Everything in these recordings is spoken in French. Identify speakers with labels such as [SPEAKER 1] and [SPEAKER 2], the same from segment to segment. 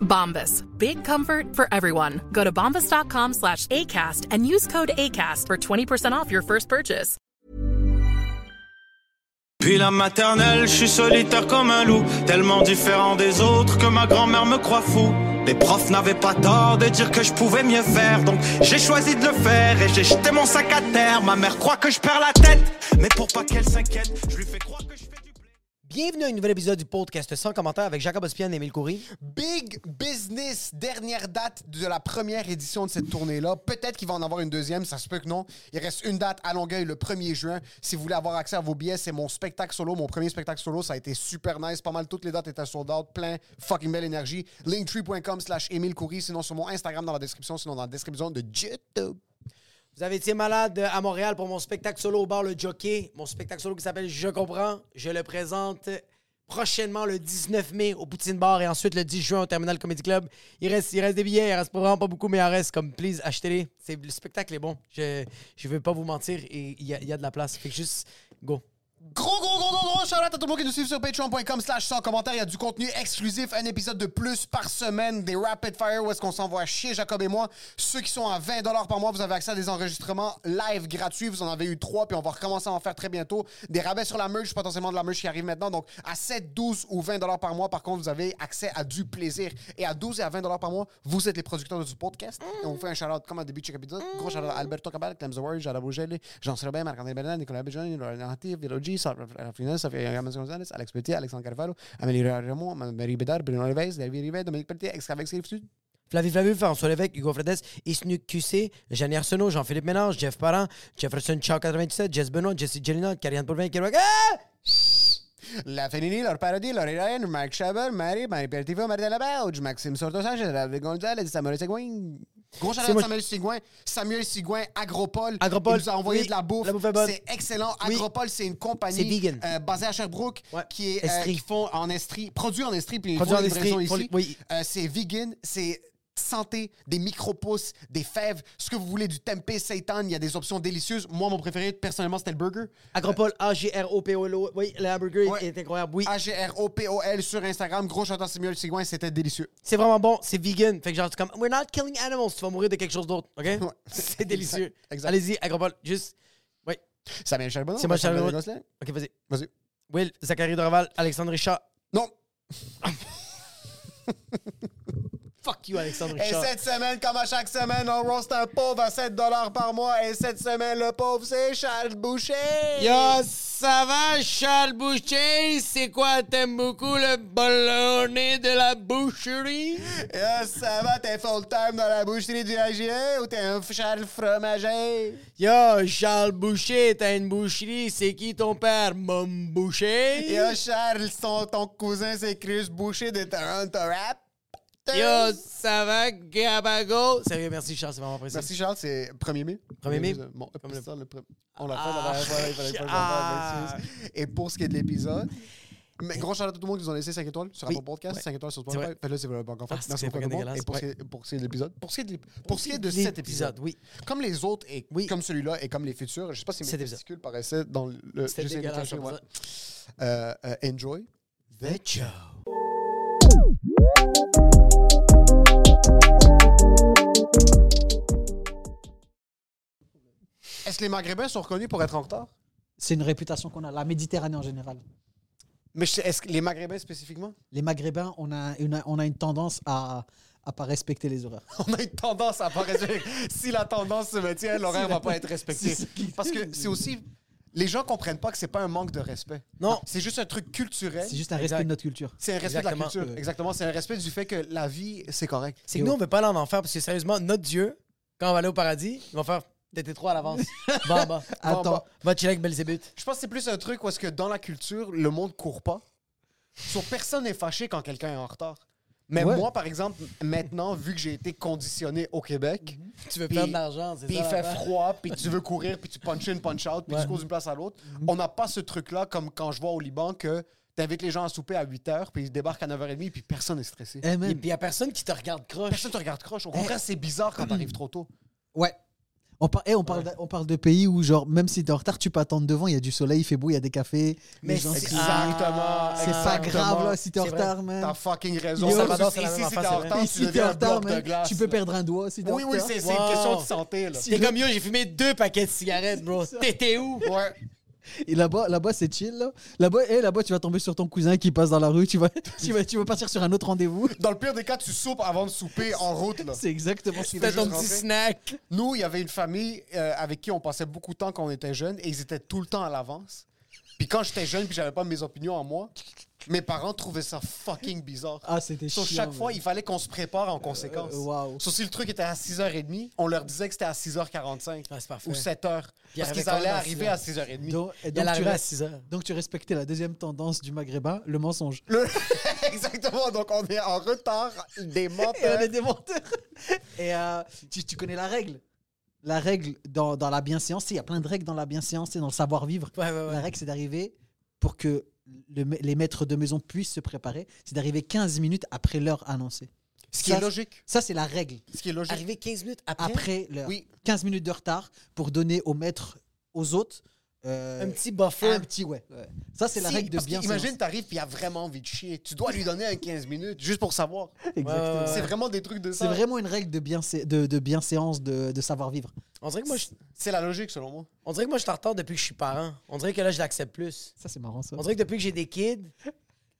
[SPEAKER 1] Bombas. Big comfort for everyone. Go to bombas.com slash ACAST and use code ACAST for 20% off your first purchase.
[SPEAKER 2] Puis la maternelle, je suis solitaire comme un loup, tellement différent des autres que ma grand-mère me croit fou. Les profs n'avaient pas tort de dire que je pouvais mieux faire, donc j'ai choisi de le faire et j'ai jeté mon sac à terre. Ma mère croit que je perds la tête, mais pour pas qu'elle s'inquiète, je lui fais croire que je fais du blé.
[SPEAKER 3] Bienvenue à un nouvel épisode du podcast sans commentaire avec Jacob Ospian et Emile Coury.
[SPEAKER 4] Big Business, dernière date de la première édition de cette tournée-là. Peut-être qu'il va en avoir une deuxième, ça se peut que non. Il reste une date à Longueuil le 1er juin. Si vous voulez avoir accès à vos billets, c'est mon spectacle solo, mon premier spectacle solo. Ça a été super nice. Pas mal toutes les dates étaient sold out, plein fucking belle énergie. Linktree.com slash Emile Coury, sinon sur mon Instagram dans la description, sinon dans la description de YouTube.
[SPEAKER 3] Vous avez été malade à Montréal pour mon spectacle solo au bar Le Jockey. Mon spectacle solo qui s'appelle Je comprends. Je le présente prochainement le 19 mai au Poutine Bar et ensuite le 10 juin au Terminal Comedy Club. Il reste, il reste des billets, il reste pas- vraiment pas beaucoup, mais il en reste. Comme, please, achetez-les. C'est- Le spectacle est bon. Je ne vais pas vous mentir et il y, a- il y a de la place. Fait que juste, go.
[SPEAKER 4] Gros, gros, gros, gros, gros, shout out à tout le monde qui nous suit sur patreon.com slash sans commentaire. Il y a du contenu exclusif, un épisode de plus par semaine, des rapid fire où est-ce qu'on s'envoie chier, Jacob et moi. Ceux qui sont à 20 par mois, vous avez accès à des enregistrements live gratuits. Vous en avez eu trois, puis on va recommencer à en faire très bientôt. Des rabais sur la merch, potentiellement de la merch qui arrive maintenant. Donc, à 7, 12 ou 20 par mois, par contre, vous avez accès à du plaisir. Et à 12 et à 20 par mois, vous êtes les producteurs de ce podcast. Et on vous fait un shout-out comme à début de chaque épisode. Gros shout-out à Alberto Cabal, Clem Zawari, Jada Bougel, Jean-Cyril Robert, Marc-André Bernard, Nicolas Béjean, Laurent Narratif, Vélogie, Rafinel, Sophie Ramos Gonzalez, Alex Petit, Alexandre Carvalho, Amélie Raymond, Marie Bédard, Bruno Leves, David Rivet, Dominique Pelletier, Excavex Sud.
[SPEAKER 3] Flavie Flavie, François Lévesque, Hugo Fredes, Isnuk QC, Jeanne Arsenault, Jean-Philippe Ménard, Jeff Parent, Jefferson Chow 97, Jess Benoît, Jesse Jelina, Karianne Poulvin, Kerouac. Ah!
[SPEAKER 4] La Fénini, leur parodie, Laurie Ryan, Marc Chabot, Marie, Marie Pertivo, Marie Delabauge, Maxime Sorto-Sanchez, David Gonzalez, Samuel Seguin. Gros shout-out
[SPEAKER 3] C'est
[SPEAKER 4] à
[SPEAKER 3] moi-
[SPEAKER 4] Samuel Seguin. Samuel Seguin, Agropole.
[SPEAKER 3] Agropole,
[SPEAKER 4] Il nous a envoyé
[SPEAKER 3] oui,
[SPEAKER 4] de la bouffe.
[SPEAKER 3] la bouffe est bonne.
[SPEAKER 4] C'est excellent.
[SPEAKER 3] Oui.
[SPEAKER 4] Agropole, c'est une compagnie
[SPEAKER 3] C'est vegan.
[SPEAKER 4] euh, basée à Sherbrooke
[SPEAKER 3] Ouais.
[SPEAKER 4] qui est euh,
[SPEAKER 3] Estrie.
[SPEAKER 4] qui font en Estrie, produit en Estrie, puis ils
[SPEAKER 3] Produit
[SPEAKER 4] font
[SPEAKER 3] en
[SPEAKER 4] des
[SPEAKER 3] Estrie,
[SPEAKER 4] livraisons
[SPEAKER 3] pour
[SPEAKER 4] ici.
[SPEAKER 3] les- oui.
[SPEAKER 4] Euh, c'est vegan, c'est santé, des micro-pousses, des fèves, ce que vous voulez, du tempeh, seitan, il y a des options délicieuses. Moi, mon préféré, personnellement, c'était le burger.
[SPEAKER 3] Agropole, A-G-R-O-P-O-L-O. Oui, le hamburger
[SPEAKER 4] Euh. Ouais.
[SPEAKER 3] est incroyable. Oui,
[SPEAKER 4] E A-G-R-O-P-O-L sur Instagram. Gros chanteur Samuel Sigouin, c'était délicieux.
[SPEAKER 3] c'est vraiment bon, c'est vegan. Fait que genre, c'est comme, we're not killing animals, tu vas mourir de quelque chose d'autre. OK? C'est
[SPEAKER 4] Exact,
[SPEAKER 3] délicieux.
[SPEAKER 4] exact.
[SPEAKER 3] Allez-y, Agropole, juste. Oui.
[SPEAKER 4] Samuel Charbonneau.
[SPEAKER 3] C'est moi,
[SPEAKER 4] Samuel
[SPEAKER 3] Charbonneau.
[SPEAKER 4] Gosselin.
[SPEAKER 3] OK, vas-y.
[SPEAKER 4] Vas-y.
[SPEAKER 3] Will, Zachary Dorval, Alexandre Richard.
[SPEAKER 4] Non.
[SPEAKER 3] Fuck you, Alexandre
[SPEAKER 4] Et
[SPEAKER 3] Richard.
[SPEAKER 4] cette semaine, comme à chaque semaine, on roast un pauvre à 7 par mois. Et cette semaine, le pauvre, c'est Charles Boucher.
[SPEAKER 5] Yo, ça va, Charles Boucher? C'est quoi, t'aimes beaucoup le ballonné de la boucherie?
[SPEAKER 4] Yo, ça va, t'es full-time dans la boucherie du IGA ou t'es un Charles fromager?
[SPEAKER 5] Yo, Charles Boucher, t'as une boucherie, c'est qui ton père, mon boucher?
[SPEAKER 4] Yo, Charles, ton, ton cousin, c'est Chris Boucher de Toronto Rap.
[SPEAKER 5] Yo, ça va, Gabago?
[SPEAKER 3] Sérieux, merci Charles, c'est vraiment apprécié.
[SPEAKER 4] Merci Charles, c'est 1er mai.
[SPEAKER 3] 1er mai?
[SPEAKER 4] Bon,
[SPEAKER 3] Comme
[SPEAKER 4] puis
[SPEAKER 3] le-
[SPEAKER 4] ça, le pre- On l'a fait, la dernière fois, il fallait pas que j'en
[SPEAKER 3] Ah.
[SPEAKER 4] parle, m'excuse. Et pour ce qui est de l'épisode, mais gros shout à tout le monde qui nous ont laissé 5 étoiles sur
[SPEAKER 3] Oui.
[SPEAKER 4] Apple Podcast,
[SPEAKER 3] Ouais.
[SPEAKER 4] 5 étoiles sur
[SPEAKER 3] C'est vrai.
[SPEAKER 4] Spotify. Faites-le si vous l'avez pas encore fait.
[SPEAKER 3] Ah, c'est
[SPEAKER 4] Merci beaucoup à tout le monde.
[SPEAKER 3] dégueulasse.
[SPEAKER 4] Et pour, ce, qui- pour ce qui est de l'épisode, pour ce qui est de, l'ép- pour ce qui est de cet épisode,
[SPEAKER 3] oui.
[SPEAKER 4] comme les autres et
[SPEAKER 3] Oui.
[SPEAKER 4] comme celui-là et comme les futurs, je sais pas si mes
[SPEAKER 3] Cet épisode.
[SPEAKER 4] testicules paraissaient dans le. le-
[SPEAKER 3] C'était
[SPEAKER 4] j'essaie de
[SPEAKER 3] dégueulasse,
[SPEAKER 4] cacher,
[SPEAKER 3] on
[SPEAKER 4] ouais.
[SPEAKER 3] va
[SPEAKER 4] Euh, euh, Enjoy.
[SPEAKER 3] The Joe.
[SPEAKER 4] Est-ce que les Maghrébins sont reconnus pour être en retard?
[SPEAKER 6] C'est une réputation qu'on a, la Méditerranée en général.
[SPEAKER 4] Mais je- est-ce que les Maghrébins spécifiquement?
[SPEAKER 6] Les Maghrébins, on a une, on a une tendance à à pas respecter les horaires.
[SPEAKER 4] on a une tendance à pas respecter. si la tendance se maintient, l'horaire va pas être respecté.
[SPEAKER 6] C'est ce qui-
[SPEAKER 4] Parce que c'est aussi. Les gens comprennent pas que c'est pas un manque de respect.
[SPEAKER 3] Non.
[SPEAKER 4] C'est juste un truc culturel.
[SPEAKER 6] C'est juste un respect de notre culture.
[SPEAKER 4] C'est un respect de
[SPEAKER 3] Exactement. Euh.
[SPEAKER 4] la culture. Exactement. C'est un respect du fait que la vie, c'est correct.
[SPEAKER 3] C'est que nous, on veut pas aller en enfer parce que sérieusement, notre Dieu, quand on va aller au paradis, ils vont faire T'étais trop à l'avance. Va en bas.
[SPEAKER 6] Attends.
[SPEAKER 3] Va en bas. Va chiller avec Belzébuth.
[SPEAKER 4] Je pense que c'est plus un truc où est-ce que dans la culture, le monde court pas. Sauf personne n'est fâché quand quelqu'un est en retard. Mais
[SPEAKER 6] Ouais.
[SPEAKER 4] moi, par exemple, maintenant, vu que j'ai été conditionné au Québec,
[SPEAKER 3] Mhm. Tu veux
[SPEAKER 4] Puis-
[SPEAKER 3] perdre de l'argent, c'est ça.
[SPEAKER 4] puis il fait
[SPEAKER 3] l'affaire.
[SPEAKER 4] froid, puis tu veux courir, puis tu punch in, punch out, puis tu cours d'une place à l'autre,
[SPEAKER 6] Mhm.
[SPEAKER 4] on n'a pas ce truc-là comme quand je vois au Liban que t'invites les gens à souper à 8h, puis ils débarquent à 9h30, puis personne n'est stressé.
[SPEAKER 6] Eh, man.
[SPEAKER 3] Et puis, il y a personne qui te regarde croche.
[SPEAKER 4] Personne te regarde croche. Au contraire, c'est bizarre quand t'arrives trop tôt.
[SPEAKER 6] Ouais. On, par- eh, on, parle de- on parle de pays où, genre, même si t'es en retard, tu peux attendre devant, il y a du soleil, il fait beau, il y a des cafés.
[SPEAKER 3] Mais
[SPEAKER 6] les gens
[SPEAKER 3] c'est-
[SPEAKER 6] sont-
[SPEAKER 3] ah,
[SPEAKER 6] c'est pas grave, là, si t'es en
[SPEAKER 3] C'est vrai.
[SPEAKER 6] retard,
[SPEAKER 4] T'as
[SPEAKER 6] man.
[SPEAKER 4] fucking raison.
[SPEAKER 3] Yo,
[SPEAKER 4] Ça
[SPEAKER 3] Salvador,
[SPEAKER 4] va,
[SPEAKER 3] c'est la
[SPEAKER 4] ici,
[SPEAKER 3] même
[SPEAKER 4] si t'es
[SPEAKER 3] affaire,
[SPEAKER 4] en
[SPEAKER 3] c'est
[SPEAKER 4] retard,
[SPEAKER 6] Et
[SPEAKER 4] tu
[SPEAKER 6] si t'es
[SPEAKER 4] deviens
[SPEAKER 6] en
[SPEAKER 4] un
[SPEAKER 6] retard,
[SPEAKER 4] bloc de
[SPEAKER 6] man,
[SPEAKER 4] glace.
[SPEAKER 6] tu peux perdre un doigt si t'es en
[SPEAKER 4] Oui, oui,
[SPEAKER 6] retard.
[SPEAKER 4] c'est c'est
[SPEAKER 3] Wow.
[SPEAKER 4] une question de santé, là.
[SPEAKER 3] T'es comme yo, j'ai fumé deux paquets de cigarettes, bro. T'étais où?
[SPEAKER 4] Ouais.
[SPEAKER 6] Et là-bas, là-bas, c'est chill, là. Là-bas, eh, là-bas, tu vas tomber sur ton cousin qui passe dans la rue, tu vas, tu vas, tu vas partir sur un autre rendez-vous.
[SPEAKER 4] Dans le pire des cas, tu soupes avant de souper en route, là.
[SPEAKER 6] C'est exactement ce qui
[SPEAKER 4] Fais
[SPEAKER 6] va
[SPEAKER 3] Fais
[SPEAKER 4] juste
[SPEAKER 3] ton petit
[SPEAKER 4] rentrer.
[SPEAKER 3] snack.
[SPEAKER 4] Nous, il y avait une famille euh, avec qui on passait beaucoup de temps quand on était jeunes et ils étaient tout le temps à l'avance. Puis quand j'étais jeune puis j'avais pas mes opinions en moi, mes parents trouvaient ça fucking bizarre.
[SPEAKER 6] Ah, c'était
[SPEAKER 4] Sur
[SPEAKER 6] chiant,
[SPEAKER 4] chaque
[SPEAKER 6] man.
[SPEAKER 4] fois, il fallait qu'on se prépare en conséquence.
[SPEAKER 6] euh, wow.
[SPEAKER 4] Sauf si le truc était à 6h30, on leur disait que c'était à 6h45
[SPEAKER 3] Ah, c'est parfait.
[SPEAKER 4] ou 7h.
[SPEAKER 3] il
[SPEAKER 4] Parce
[SPEAKER 3] arrivait
[SPEAKER 4] qu'ils
[SPEAKER 3] quand
[SPEAKER 4] allaient
[SPEAKER 3] même à
[SPEAKER 4] arriver à 6h30.
[SPEAKER 6] Donc, et
[SPEAKER 3] Il y a
[SPEAKER 6] donc, tu
[SPEAKER 3] l'arrivée à
[SPEAKER 6] res-
[SPEAKER 3] 6 heures.
[SPEAKER 6] donc, tu respectais la deuxième tendance du maghrébin, le mensonge.
[SPEAKER 4] Le- Exactement, donc on est en retard des
[SPEAKER 6] Et on
[SPEAKER 4] menteurs.
[SPEAKER 6] est des menteurs. Et euh, tu, tu connais la règle. La règle dans, dans la bienséance, il y a plein de règles dans la bienséance et dans le savoir-vivre.
[SPEAKER 3] Ouais, ouais,
[SPEAKER 6] La
[SPEAKER 3] ouais.
[SPEAKER 6] règle, c'est d'arriver pour que le ma- les maîtres de maison puissent se préparer, c'est d'arriver 15 minutes après l'heure annoncée.
[SPEAKER 4] Ce qui
[SPEAKER 6] Ça,
[SPEAKER 4] est logique.
[SPEAKER 6] Ça, c'est la règle.
[SPEAKER 4] Ce qui est logique.
[SPEAKER 3] Arrivé 15 minutes après.
[SPEAKER 6] Après l'heure.
[SPEAKER 4] Oui.
[SPEAKER 6] 15 minutes de retard pour donner aux maîtres, aux autres, euh,
[SPEAKER 3] Un petit buffer.
[SPEAKER 6] un petit ouais. Ça, c'est la
[SPEAKER 4] Si,
[SPEAKER 6] règle de
[SPEAKER 4] parce
[SPEAKER 6] bien.
[SPEAKER 4] Imagine, t'arrives puis il a vraiment envie de chier. Tu dois lui donner un 15 minutes juste pour savoir.
[SPEAKER 6] Exactement.
[SPEAKER 3] Ouais, ouais, ouais.
[SPEAKER 4] C'est vraiment des trucs de
[SPEAKER 6] C'est
[SPEAKER 4] ça.
[SPEAKER 6] vraiment une règle de bien de, de bienséance, de, de savoir-vivre.
[SPEAKER 3] On dirait que moi, je,
[SPEAKER 4] C'est la logique selon moi.
[SPEAKER 3] on dirait que moi, je suis en retard depuis que je suis parent. On dirait que là, je l'accepte plus.
[SPEAKER 6] Ça, c'est marrant, ça.
[SPEAKER 3] On dirait que depuis que j'ai des kids,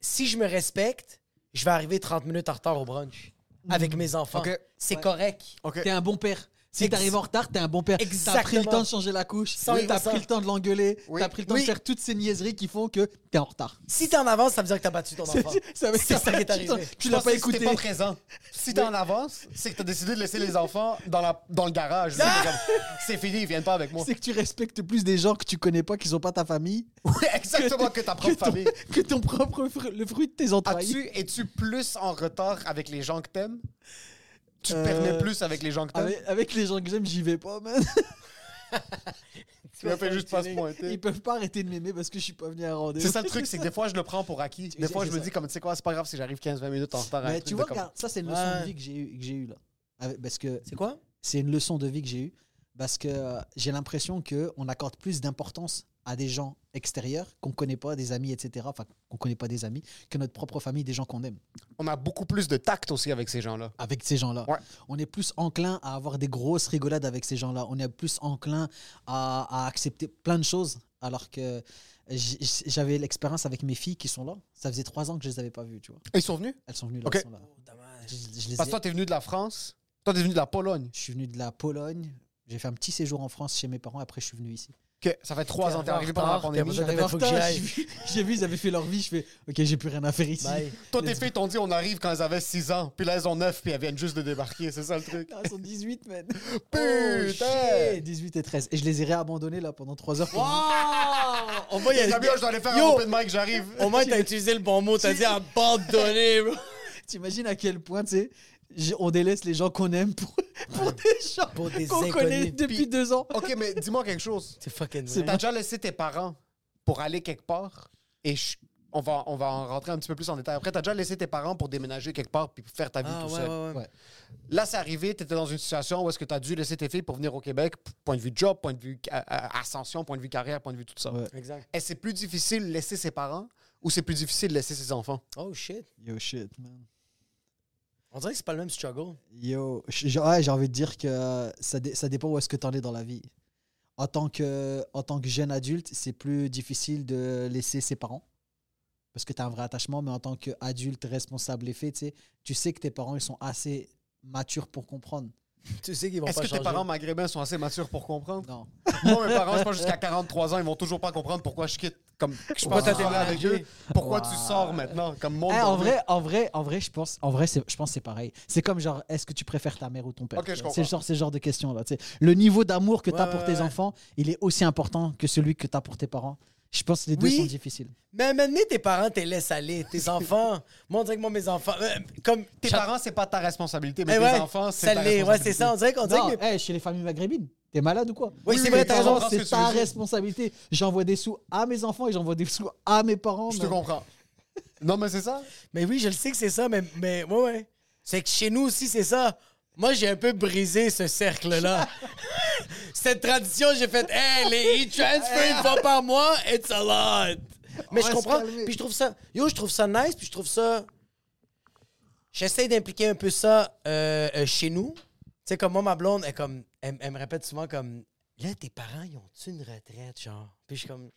[SPEAKER 3] si je me respecte, je vais arriver 30 minutes en retard au brunch avec mes enfants.
[SPEAKER 4] Ok.
[SPEAKER 3] C'est correct.
[SPEAKER 6] T'es un bon père. Si
[SPEAKER 3] Ex-
[SPEAKER 6] t'arrives en retard, t'es un bon père. T'as pris le
[SPEAKER 3] Exactement.
[SPEAKER 6] temps de changer la couche.
[SPEAKER 3] Cent
[SPEAKER 6] T'as
[SPEAKER 3] pour cent.
[SPEAKER 6] pris le temps de l'engueuler.
[SPEAKER 4] Oui.
[SPEAKER 6] T'as pris le temps
[SPEAKER 3] Oui.
[SPEAKER 6] de faire toutes ces niaiseries qui font que t'es en retard.
[SPEAKER 3] Si t'es en avance, ça veut dire que t'as battu ton enfant.
[SPEAKER 6] Ça veut
[SPEAKER 3] C'est
[SPEAKER 6] dire
[SPEAKER 3] ça qui est
[SPEAKER 6] que tu t'en-
[SPEAKER 3] arrivé.
[SPEAKER 6] Tu l'as
[SPEAKER 4] Parce que
[SPEAKER 6] pas
[SPEAKER 4] si
[SPEAKER 6] écouté.
[SPEAKER 4] T'es pas présent. Si t'es en avance, c'est que t'as décidé de laisser les enfants dans, la, dans le garage. C'est fini, ils viennent pas avec moi.
[SPEAKER 6] Ah! C'est que tu respectes plus des gens que tu connais pas, qui sont pas ta famille,
[SPEAKER 4] Exactement que ta propre
[SPEAKER 6] que ton-
[SPEAKER 4] famille.
[SPEAKER 6] que ton propre fru- le fruit de tes entrailles.
[SPEAKER 4] As-tu, es-tu plus en retard avec les gens que t'aimes? Tu te permets plus avec les gens que t'aimes?
[SPEAKER 6] Euh, Avec, avec les gens que j'aime, j'y vais pas, man.
[SPEAKER 4] tu ne fais juste pas se pointer.
[SPEAKER 6] Ils peuvent pas arrêter de m'aimer parce que je suis pas venu à un rendez-vous.
[SPEAKER 4] C'est ça le truc, c'est que des fois je le prends pour acquis. Des fois je me dis comme tu sais quoi, c'est pas grave si j'arrive 15-20 minutes en retard. à un
[SPEAKER 6] Mais
[SPEAKER 4] truc
[SPEAKER 6] tu
[SPEAKER 4] de
[SPEAKER 6] vois,
[SPEAKER 4] comme-
[SPEAKER 6] regarde, ça c'est une leçon de
[SPEAKER 3] Ouais.
[SPEAKER 6] vie que j'ai eu, que j'ai eu là. Avec- Parce que
[SPEAKER 3] C'est quoi?
[SPEAKER 6] c'est une leçon de vie que j'ai eue parce que euh, j'ai l'impression que on accorde plus d'importance à des gens extérieurs qu'on connaît pas, des amis, etc. Enfin, qu'on connaît pas des amis, que notre propre famille, des gens qu'on aime.
[SPEAKER 4] on a beaucoup plus de tact aussi avec ces gens-là.
[SPEAKER 6] Avec ces gens-là,
[SPEAKER 4] Ouais.
[SPEAKER 6] on est plus enclin à avoir des grosses rigolades avec ces gens-là. On est plus enclin à, à accepter plein de choses. Alors que j- j- j'avais l'expérience avec mes filles qui sont là. Ça faisait trois ans que je les avais pas vues, tu vois.
[SPEAKER 4] Ils sont venus?
[SPEAKER 6] Elles sont venues là.
[SPEAKER 4] Ok. Oh,
[SPEAKER 6] elles sont là. Je, je les
[SPEAKER 4] Parce
[SPEAKER 6] ai-
[SPEAKER 4] que toi, t'es venu de la France. Toi, t'es venu de la Pologne.
[SPEAKER 6] je suis venu de la Pologne. J'ai fait un petit séjour en France chez mes parents. Après, je suis venu ici.
[SPEAKER 4] Que ça fait trois
[SPEAKER 3] T'es
[SPEAKER 4] ans, t'es
[SPEAKER 3] en
[SPEAKER 4] arrivé pendant la
[SPEAKER 3] retard, t'es
[SPEAKER 4] pandémie.
[SPEAKER 3] besoin-
[SPEAKER 6] J'arrive
[SPEAKER 3] fait,
[SPEAKER 6] en
[SPEAKER 3] faut que j'y
[SPEAKER 6] retard,
[SPEAKER 3] aille.
[SPEAKER 6] j'ai vu- J'ai vu, ils avaient fait leur vie. Je fais, OK, j'ai plus rien à faire ici.
[SPEAKER 3] Bye.
[SPEAKER 4] Toi, tes filles t'ont dit, on arrive quand elles avaient 6 ans, puis là, elles ont 9, puis elles viennent juste de débarquer, c'est ça le truc.
[SPEAKER 6] Putain, Ils sont 18, man. Oh,
[SPEAKER 4] Putain.
[SPEAKER 6] shit, 18 et 13. Et je les ai réabandonnés là pendant 3 heures. pour moi.
[SPEAKER 3] On va y
[SPEAKER 4] Les amis,
[SPEAKER 3] aller.
[SPEAKER 4] je dois aller faire
[SPEAKER 3] Yo.
[SPEAKER 4] un open mic, j'arrive.
[SPEAKER 3] Au moins, t'as utilisé le bon mot. T'as dit abandonné, bro.
[SPEAKER 6] T'imagines à quel point, tu sais, j'ai- on délaisse les gens qu'on aime pour, pour des gens
[SPEAKER 3] Pour des
[SPEAKER 6] qu'on
[SPEAKER 3] inconnus.
[SPEAKER 6] connaît depuis
[SPEAKER 4] Puis-
[SPEAKER 6] 2 ans.
[SPEAKER 4] Ok, mais dis-moi quelque chose.
[SPEAKER 3] C'est fucking
[SPEAKER 6] C'est
[SPEAKER 3] vrai.
[SPEAKER 4] T'as déjà laissé tes parents pour aller quelque part, et je- on, va, on va en rentrer un petit peu plus en détail après. T'as déjà laissé tes parents pour déménager quelque part, puis faire ta vie
[SPEAKER 3] Ah,
[SPEAKER 4] tout
[SPEAKER 3] ouais,
[SPEAKER 4] seul.
[SPEAKER 3] ouais, ouais.
[SPEAKER 6] Ouais.
[SPEAKER 4] Là, c'est arrivé, tu étais dans une situation où est-ce que tu as dû laisser tes filles pour venir au Québec, p- point de vue job, point de vue ca- euh, ascension, point de vue carrière, point de vue tout ça.
[SPEAKER 6] Ouais.
[SPEAKER 3] Exact.
[SPEAKER 4] Est-ce que c'est plus difficile de laisser ses parents ou c'est plus difficile de laisser ses enfants?
[SPEAKER 3] Oh shit.
[SPEAKER 6] Yo, shit, man.
[SPEAKER 3] On dirait que c'est pas le même struggle.
[SPEAKER 6] Yo, je- je- ouais, j'ai envie de dire que ça, dé- ça dépend où est-ce que t'en es dans la vie. En tant que, en tant que jeune adulte, c'est plus difficile de laisser ses parents parce que tu as un vrai attachement, mais en tant qu'adulte responsable et fait, tu sais, tu sais que tes parents, ils sont assez matures pour comprendre.
[SPEAKER 3] Tu sais qu'ils vont
[SPEAKER 4] Est-ce
[SPEAKER 3] pas
[SPEAKER 4] que tes
[SPEAKER 3] changer.
[SPEAKER 4] parents maghrébins sont assez matures pour comprendre?
[SPEAKER 6] Non.
[SPEAKER 4] Moi, mes parents, je pense jusqu'à 43 ans, ils vont toujours pas comprendre pourquoi je quitte. Comme, je pense
[SPEAKER 3] Pourquoi t'as
[SPEAKER 4] que t'es avec eux.
[SPEAKER 3] déménagé?
[SPEAKER 4] Pourquoi
[SPEAKER 6] Wow.
[SPEAKER 4] tu sors maintenant? Comme monde.
[SPEAKER 6] Eh, en
[SPEAKER 4] dans le-
[SPEAKER 6] vrai, en vrai, en vrai, je pense, en vrai, c'est- je pense que c'est pareil. C'est comme genre, est-ce que tu préfères ta mère ou ton père
[SPEAKER 4] Ok, je
[SPEAKER 6] tu vois.
[SPEAKER 4] comprends.
[SPEAKER 6] C'est genre ce genre de questions là. tu sais. Le niveau d'amour que tu as
[SPEAKER 3] Ouais,
[SPEAKER 6] pour
[SPEAKER 3] ouais,
[SPEAKER 6] tes
[SPEAKER 3] ouais.
[SPEAKER 6] enfants, il est aussi important que celui que tu as pour tes parents. Je pense que les deux
[SPEAKER 3] Oui.
[SPEAKER 6] sont difficiles.
[SPEAKER 3] Mais maintenant, tes parents te laissent aller. Tes enfants. Moi, on dirait que moi, mes enfants. euh, comme
[SPEAKER 4] Tes
[SPEAKER 3] Chat-
[SPEAKER 4] parents, c'est pas ta responsabilité, mais
[SPEAKER 3] Eh
[SPEAKER 4] tes
[SPEAKER 3] ouais,
[SPEAKER 4] enfants, c'est
[SPEAKER 3] ça
[SPEAKER 4] ta
[SPEAKER 3] l'est. Ouais,
[SPEAKER 4] responsabilité.
[SPEAKER 3] c'est ça. On dirait qu'on
[SPEAKER 4] Ah,
[SPEAKER 3] dirait
[SPEAKER 6] Non,
[SPEAKER 3] que.
[SPEAKER 6] eh, chez les familles maghrébines, t'es malade ou quoi
[SPEAKER 3] Oui, c'est vrai, t'as
[SPEAKER 6] T'as
[SPEAKER 3] raison.
[SPEAKER 6] raison,
[SPEAKER 4] ce que
[SPEAKER 6] c'est
[SPEAKER 4] tu
[SPEAKER 6] ta
[SPEAKER 4] veux dire.
[SPEAKER 6] responsabilité. J'envoie des sous à mes enfants et j'envoie des sous à mes parents.
[SPEAKER 4] Je te
[SPEAKER 6] mais-
[SPEAKER 4] comprends. Non, mais c'est ça.
[SPEAKER 3] Mais oui, je le sais que c'est ça, mais, mais ouais, ouais. C'est que chez nous aussi, c'est ça. Moi, j'ai un peu brisé ce cercle-là. Cette tradition, j'ai fait, hey, les e-transfer une fois par mois, it's a lot. Mais
[SPEAKER 6] va
[SPEAKER 3] je
[SPEAKER 6] se
[SPEAKER 3] comprends.
[SPEAKER 6] calmer.
[SPEAKER 3] Puis je trouve ça, yo, je trouve ça nice, puis je trouve ça. J'essaie d'impliquer un peu ça euh, euh, chez nous. Tu sais, comme moi, ma blonde, elle, comme, elle, elle me répète souvent comme, là, tes parents, ils ont-tu une retraite, genre? Puis je suis comme,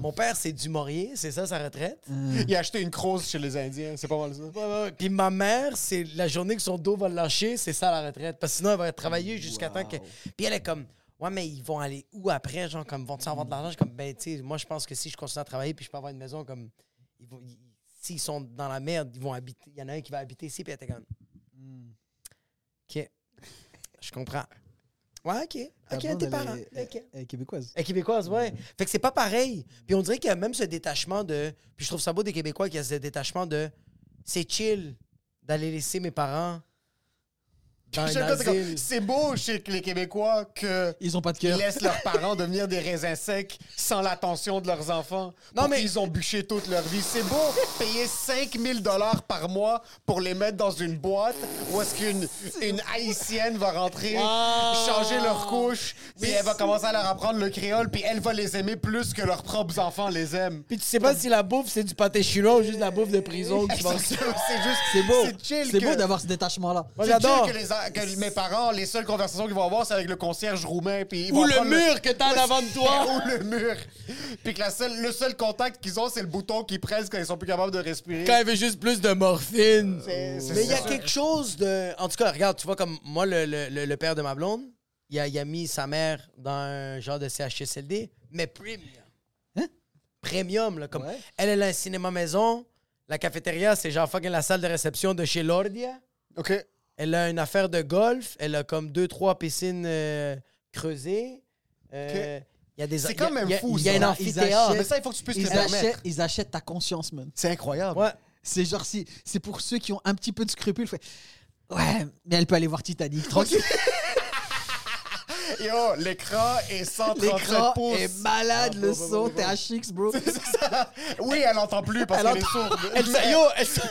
[SPEAKER 3] mon père, c'est du Maurier, c'est ça sa retraite?
[SPEAKER 4] Il a acheté une crosse chez les Indiens. C'est pas mal ça.
[SPEAKER 3] Ouais, ouais, ouais. Puis ma mère, c'est la journée que son dos va le lâcher, c'est ça la retraite. Parce que sinon, elle va travailler jusqu'à temps que. Puis elle est comme, ouais, mais ils vont aller où après? Genre, comme, vont-ils avoir de l'argent? Je suis comme, ben, tu sais, moi, je pense que si je continue à travailler puis je peux avoir une maison, comme, ils vont- ils- s'ils sont dans la merde, ils vont habiter. Il y en a un qui va habiter ici, puis elle était comme,
[SPEAKER 4] Hmm.
[SPEAKER 3] OK. Je comprends. Ouais, OK.
[SPEAKER 6] Ta
[SPEAKER 3] OK,
[SPEAKER 6] blonde,
[SPEAKER 3] tes
[SPEAKER 6] elle
[SPEAKER 3] parents.
[SPEAKER 6] est- elle-
[SPEAKER 3] OK.
[SPEAKER 6] elle est québécoise.
[SPEAKER 3] Elle est québécoise, ouais. Fait que c'est pas pareil. Puis on dirait qu'il y a même ce détachement de. Puis je trouve ça beau des Québécois qu'il y a ce détachement de. C'est chill d'aller laisser mes parents dans
[SPEAKER 4] Je
[SPEAKER 3] un
[SPEAKER 4] sais pas, c'est comme-
[SPEAKER 3] asile.
[SPEAKER 4] C'est beau chez les Québécois que.
[SPEAKER 6] Ils ont pas de
[SPEAKER 4] Ils
[SPEAKER 6] cœur.
[SPEAKER 4] laissent leurs parents devenir des raisins secs sans l'attention de leurs enfants.
[SPEAKER 3] Non,
[SPEAKER 4] Non,
[SPEAKER 3] mais-
[SPEAKER 4] mais ils ont bûché toute leur vie. C'est beau payer 5000 dollars par mois pour les mettre dans une boîte où est-ce qu'une une haïtienne va rentrer, changer leur couche, puis elle va commencer à leur apprendre le créole, puis elle va les aimer plus que leurs propres enfants les aiment.
[SPEAKER 3] Puis tu sais pas si la bouffe c'est du pâté chinois ou juste la bouffe de prison que tu vas
[SPEAKER 4] C'est juste
[SPEAKER 6] C'est beau.
[SPEAKER 4] C'est chill
[SPEAKER 6] C'est
[SPEAKER 4] que-
[SPEAKER 6] beau d'avoir ce détachement-là.
[SPEAKER 3] Moi
[SPEAKER 4] c'est chill
[SPEAKER 3] Ah, j'adore.
[SPEAKER 4] que, les- que mes parents, les seules conversations qu'ils vont avoir, c'est avec le concierge roumain. Puis ils
[SPEAKER 5] Ou
[SPEAKER 4] vont
[SPEAKER 5] le
[SPEAKER 4] prendre
[SPEAKER 5] mur que t'as en avant de toi.
[SPEAKER 4] Ou le mur. Puis que la seule, le seul contact qu'ils ont, c'est le bouton qu'ils pressent quand ils sont plus capables de respirer.
[SPEAKER 3] elle veut juste plus de morphine.
[SPEAKER 4] C'est- c'est
[SPEAKER 3] Mais il y a
[SPEAKER 4] ça.
[SPEAKER 3] quelque chose de. En tout cas, regarde, tu vois, comme moi, le, le- le- le père de ma blonde, il a, il a mis sa mère dans un genre de CHSLD, mais premium. Hein? Premium, là. Comme
[SPEAKER 6] Ouais.
[SPEAKER 3] Elle, elle a un cinéma maison. La cafétéria, c'est genre fucking la salle de réception de chez Lordia.
[SPEAKER 4] OK.
[SPEAKER 3] Elle a une affaire de golf. Elle a comme deux, trois piscines euh, creusées. Euh, Il y a des.
[SPEAKER 4] C'est
[SPEAKER 3] il y a-
[SPEAKER 4] quand même
[SPEAKER 3] il y a-
[SPEAKER 4] fou,
[SPEAKER 3] Il y a
[SPEAKER 6] ça.
[SPEAKER 3] un
[SPEAKER 6] Ils
[SPEAKER 3] amphithéâtre.
[SPEAKER 6] achètent-
[SPEAKER 4] Mais ça, il faut que tu puisses te
[SPEAKER 6] Ils
[SPEAKER 4] permettre.
[SPEAKER 6] achètent, ils achètent ta conscience, même.
[SPEAKER 4] C'est incroyable.
[SPEAKER 3] Ouais.
[SPEAKER 6] C'est genre, si, c'est pour ceux qui ont un petit peu de scrupules. fait, Ouais, mais elle peut aller voir Titanic, tranquille.
[SPEAKER 4] Yo, l'écran est 137
[SPEAKER 6] L'écran
[SPEAKER 4] pouces.
[SPEAKER 6] est
[SPEAKER 4] Ah,
[SPEAKER 6] malade,
[SPEAKER 4] bah,
[SPEAKER 6] le son, t'es HX, bro.
[SPEAKER 4] Oui, elle entend plus parce
[SPEAKER 6] Elle
[SPEAKER 4] qu'elle est
[SPEAKER 6] entend-
[SPEAKER 4] sourde.
[SPEAKER 6] Elle-
[SPEAKER 4] Mais
[SPEAKER 6] yo,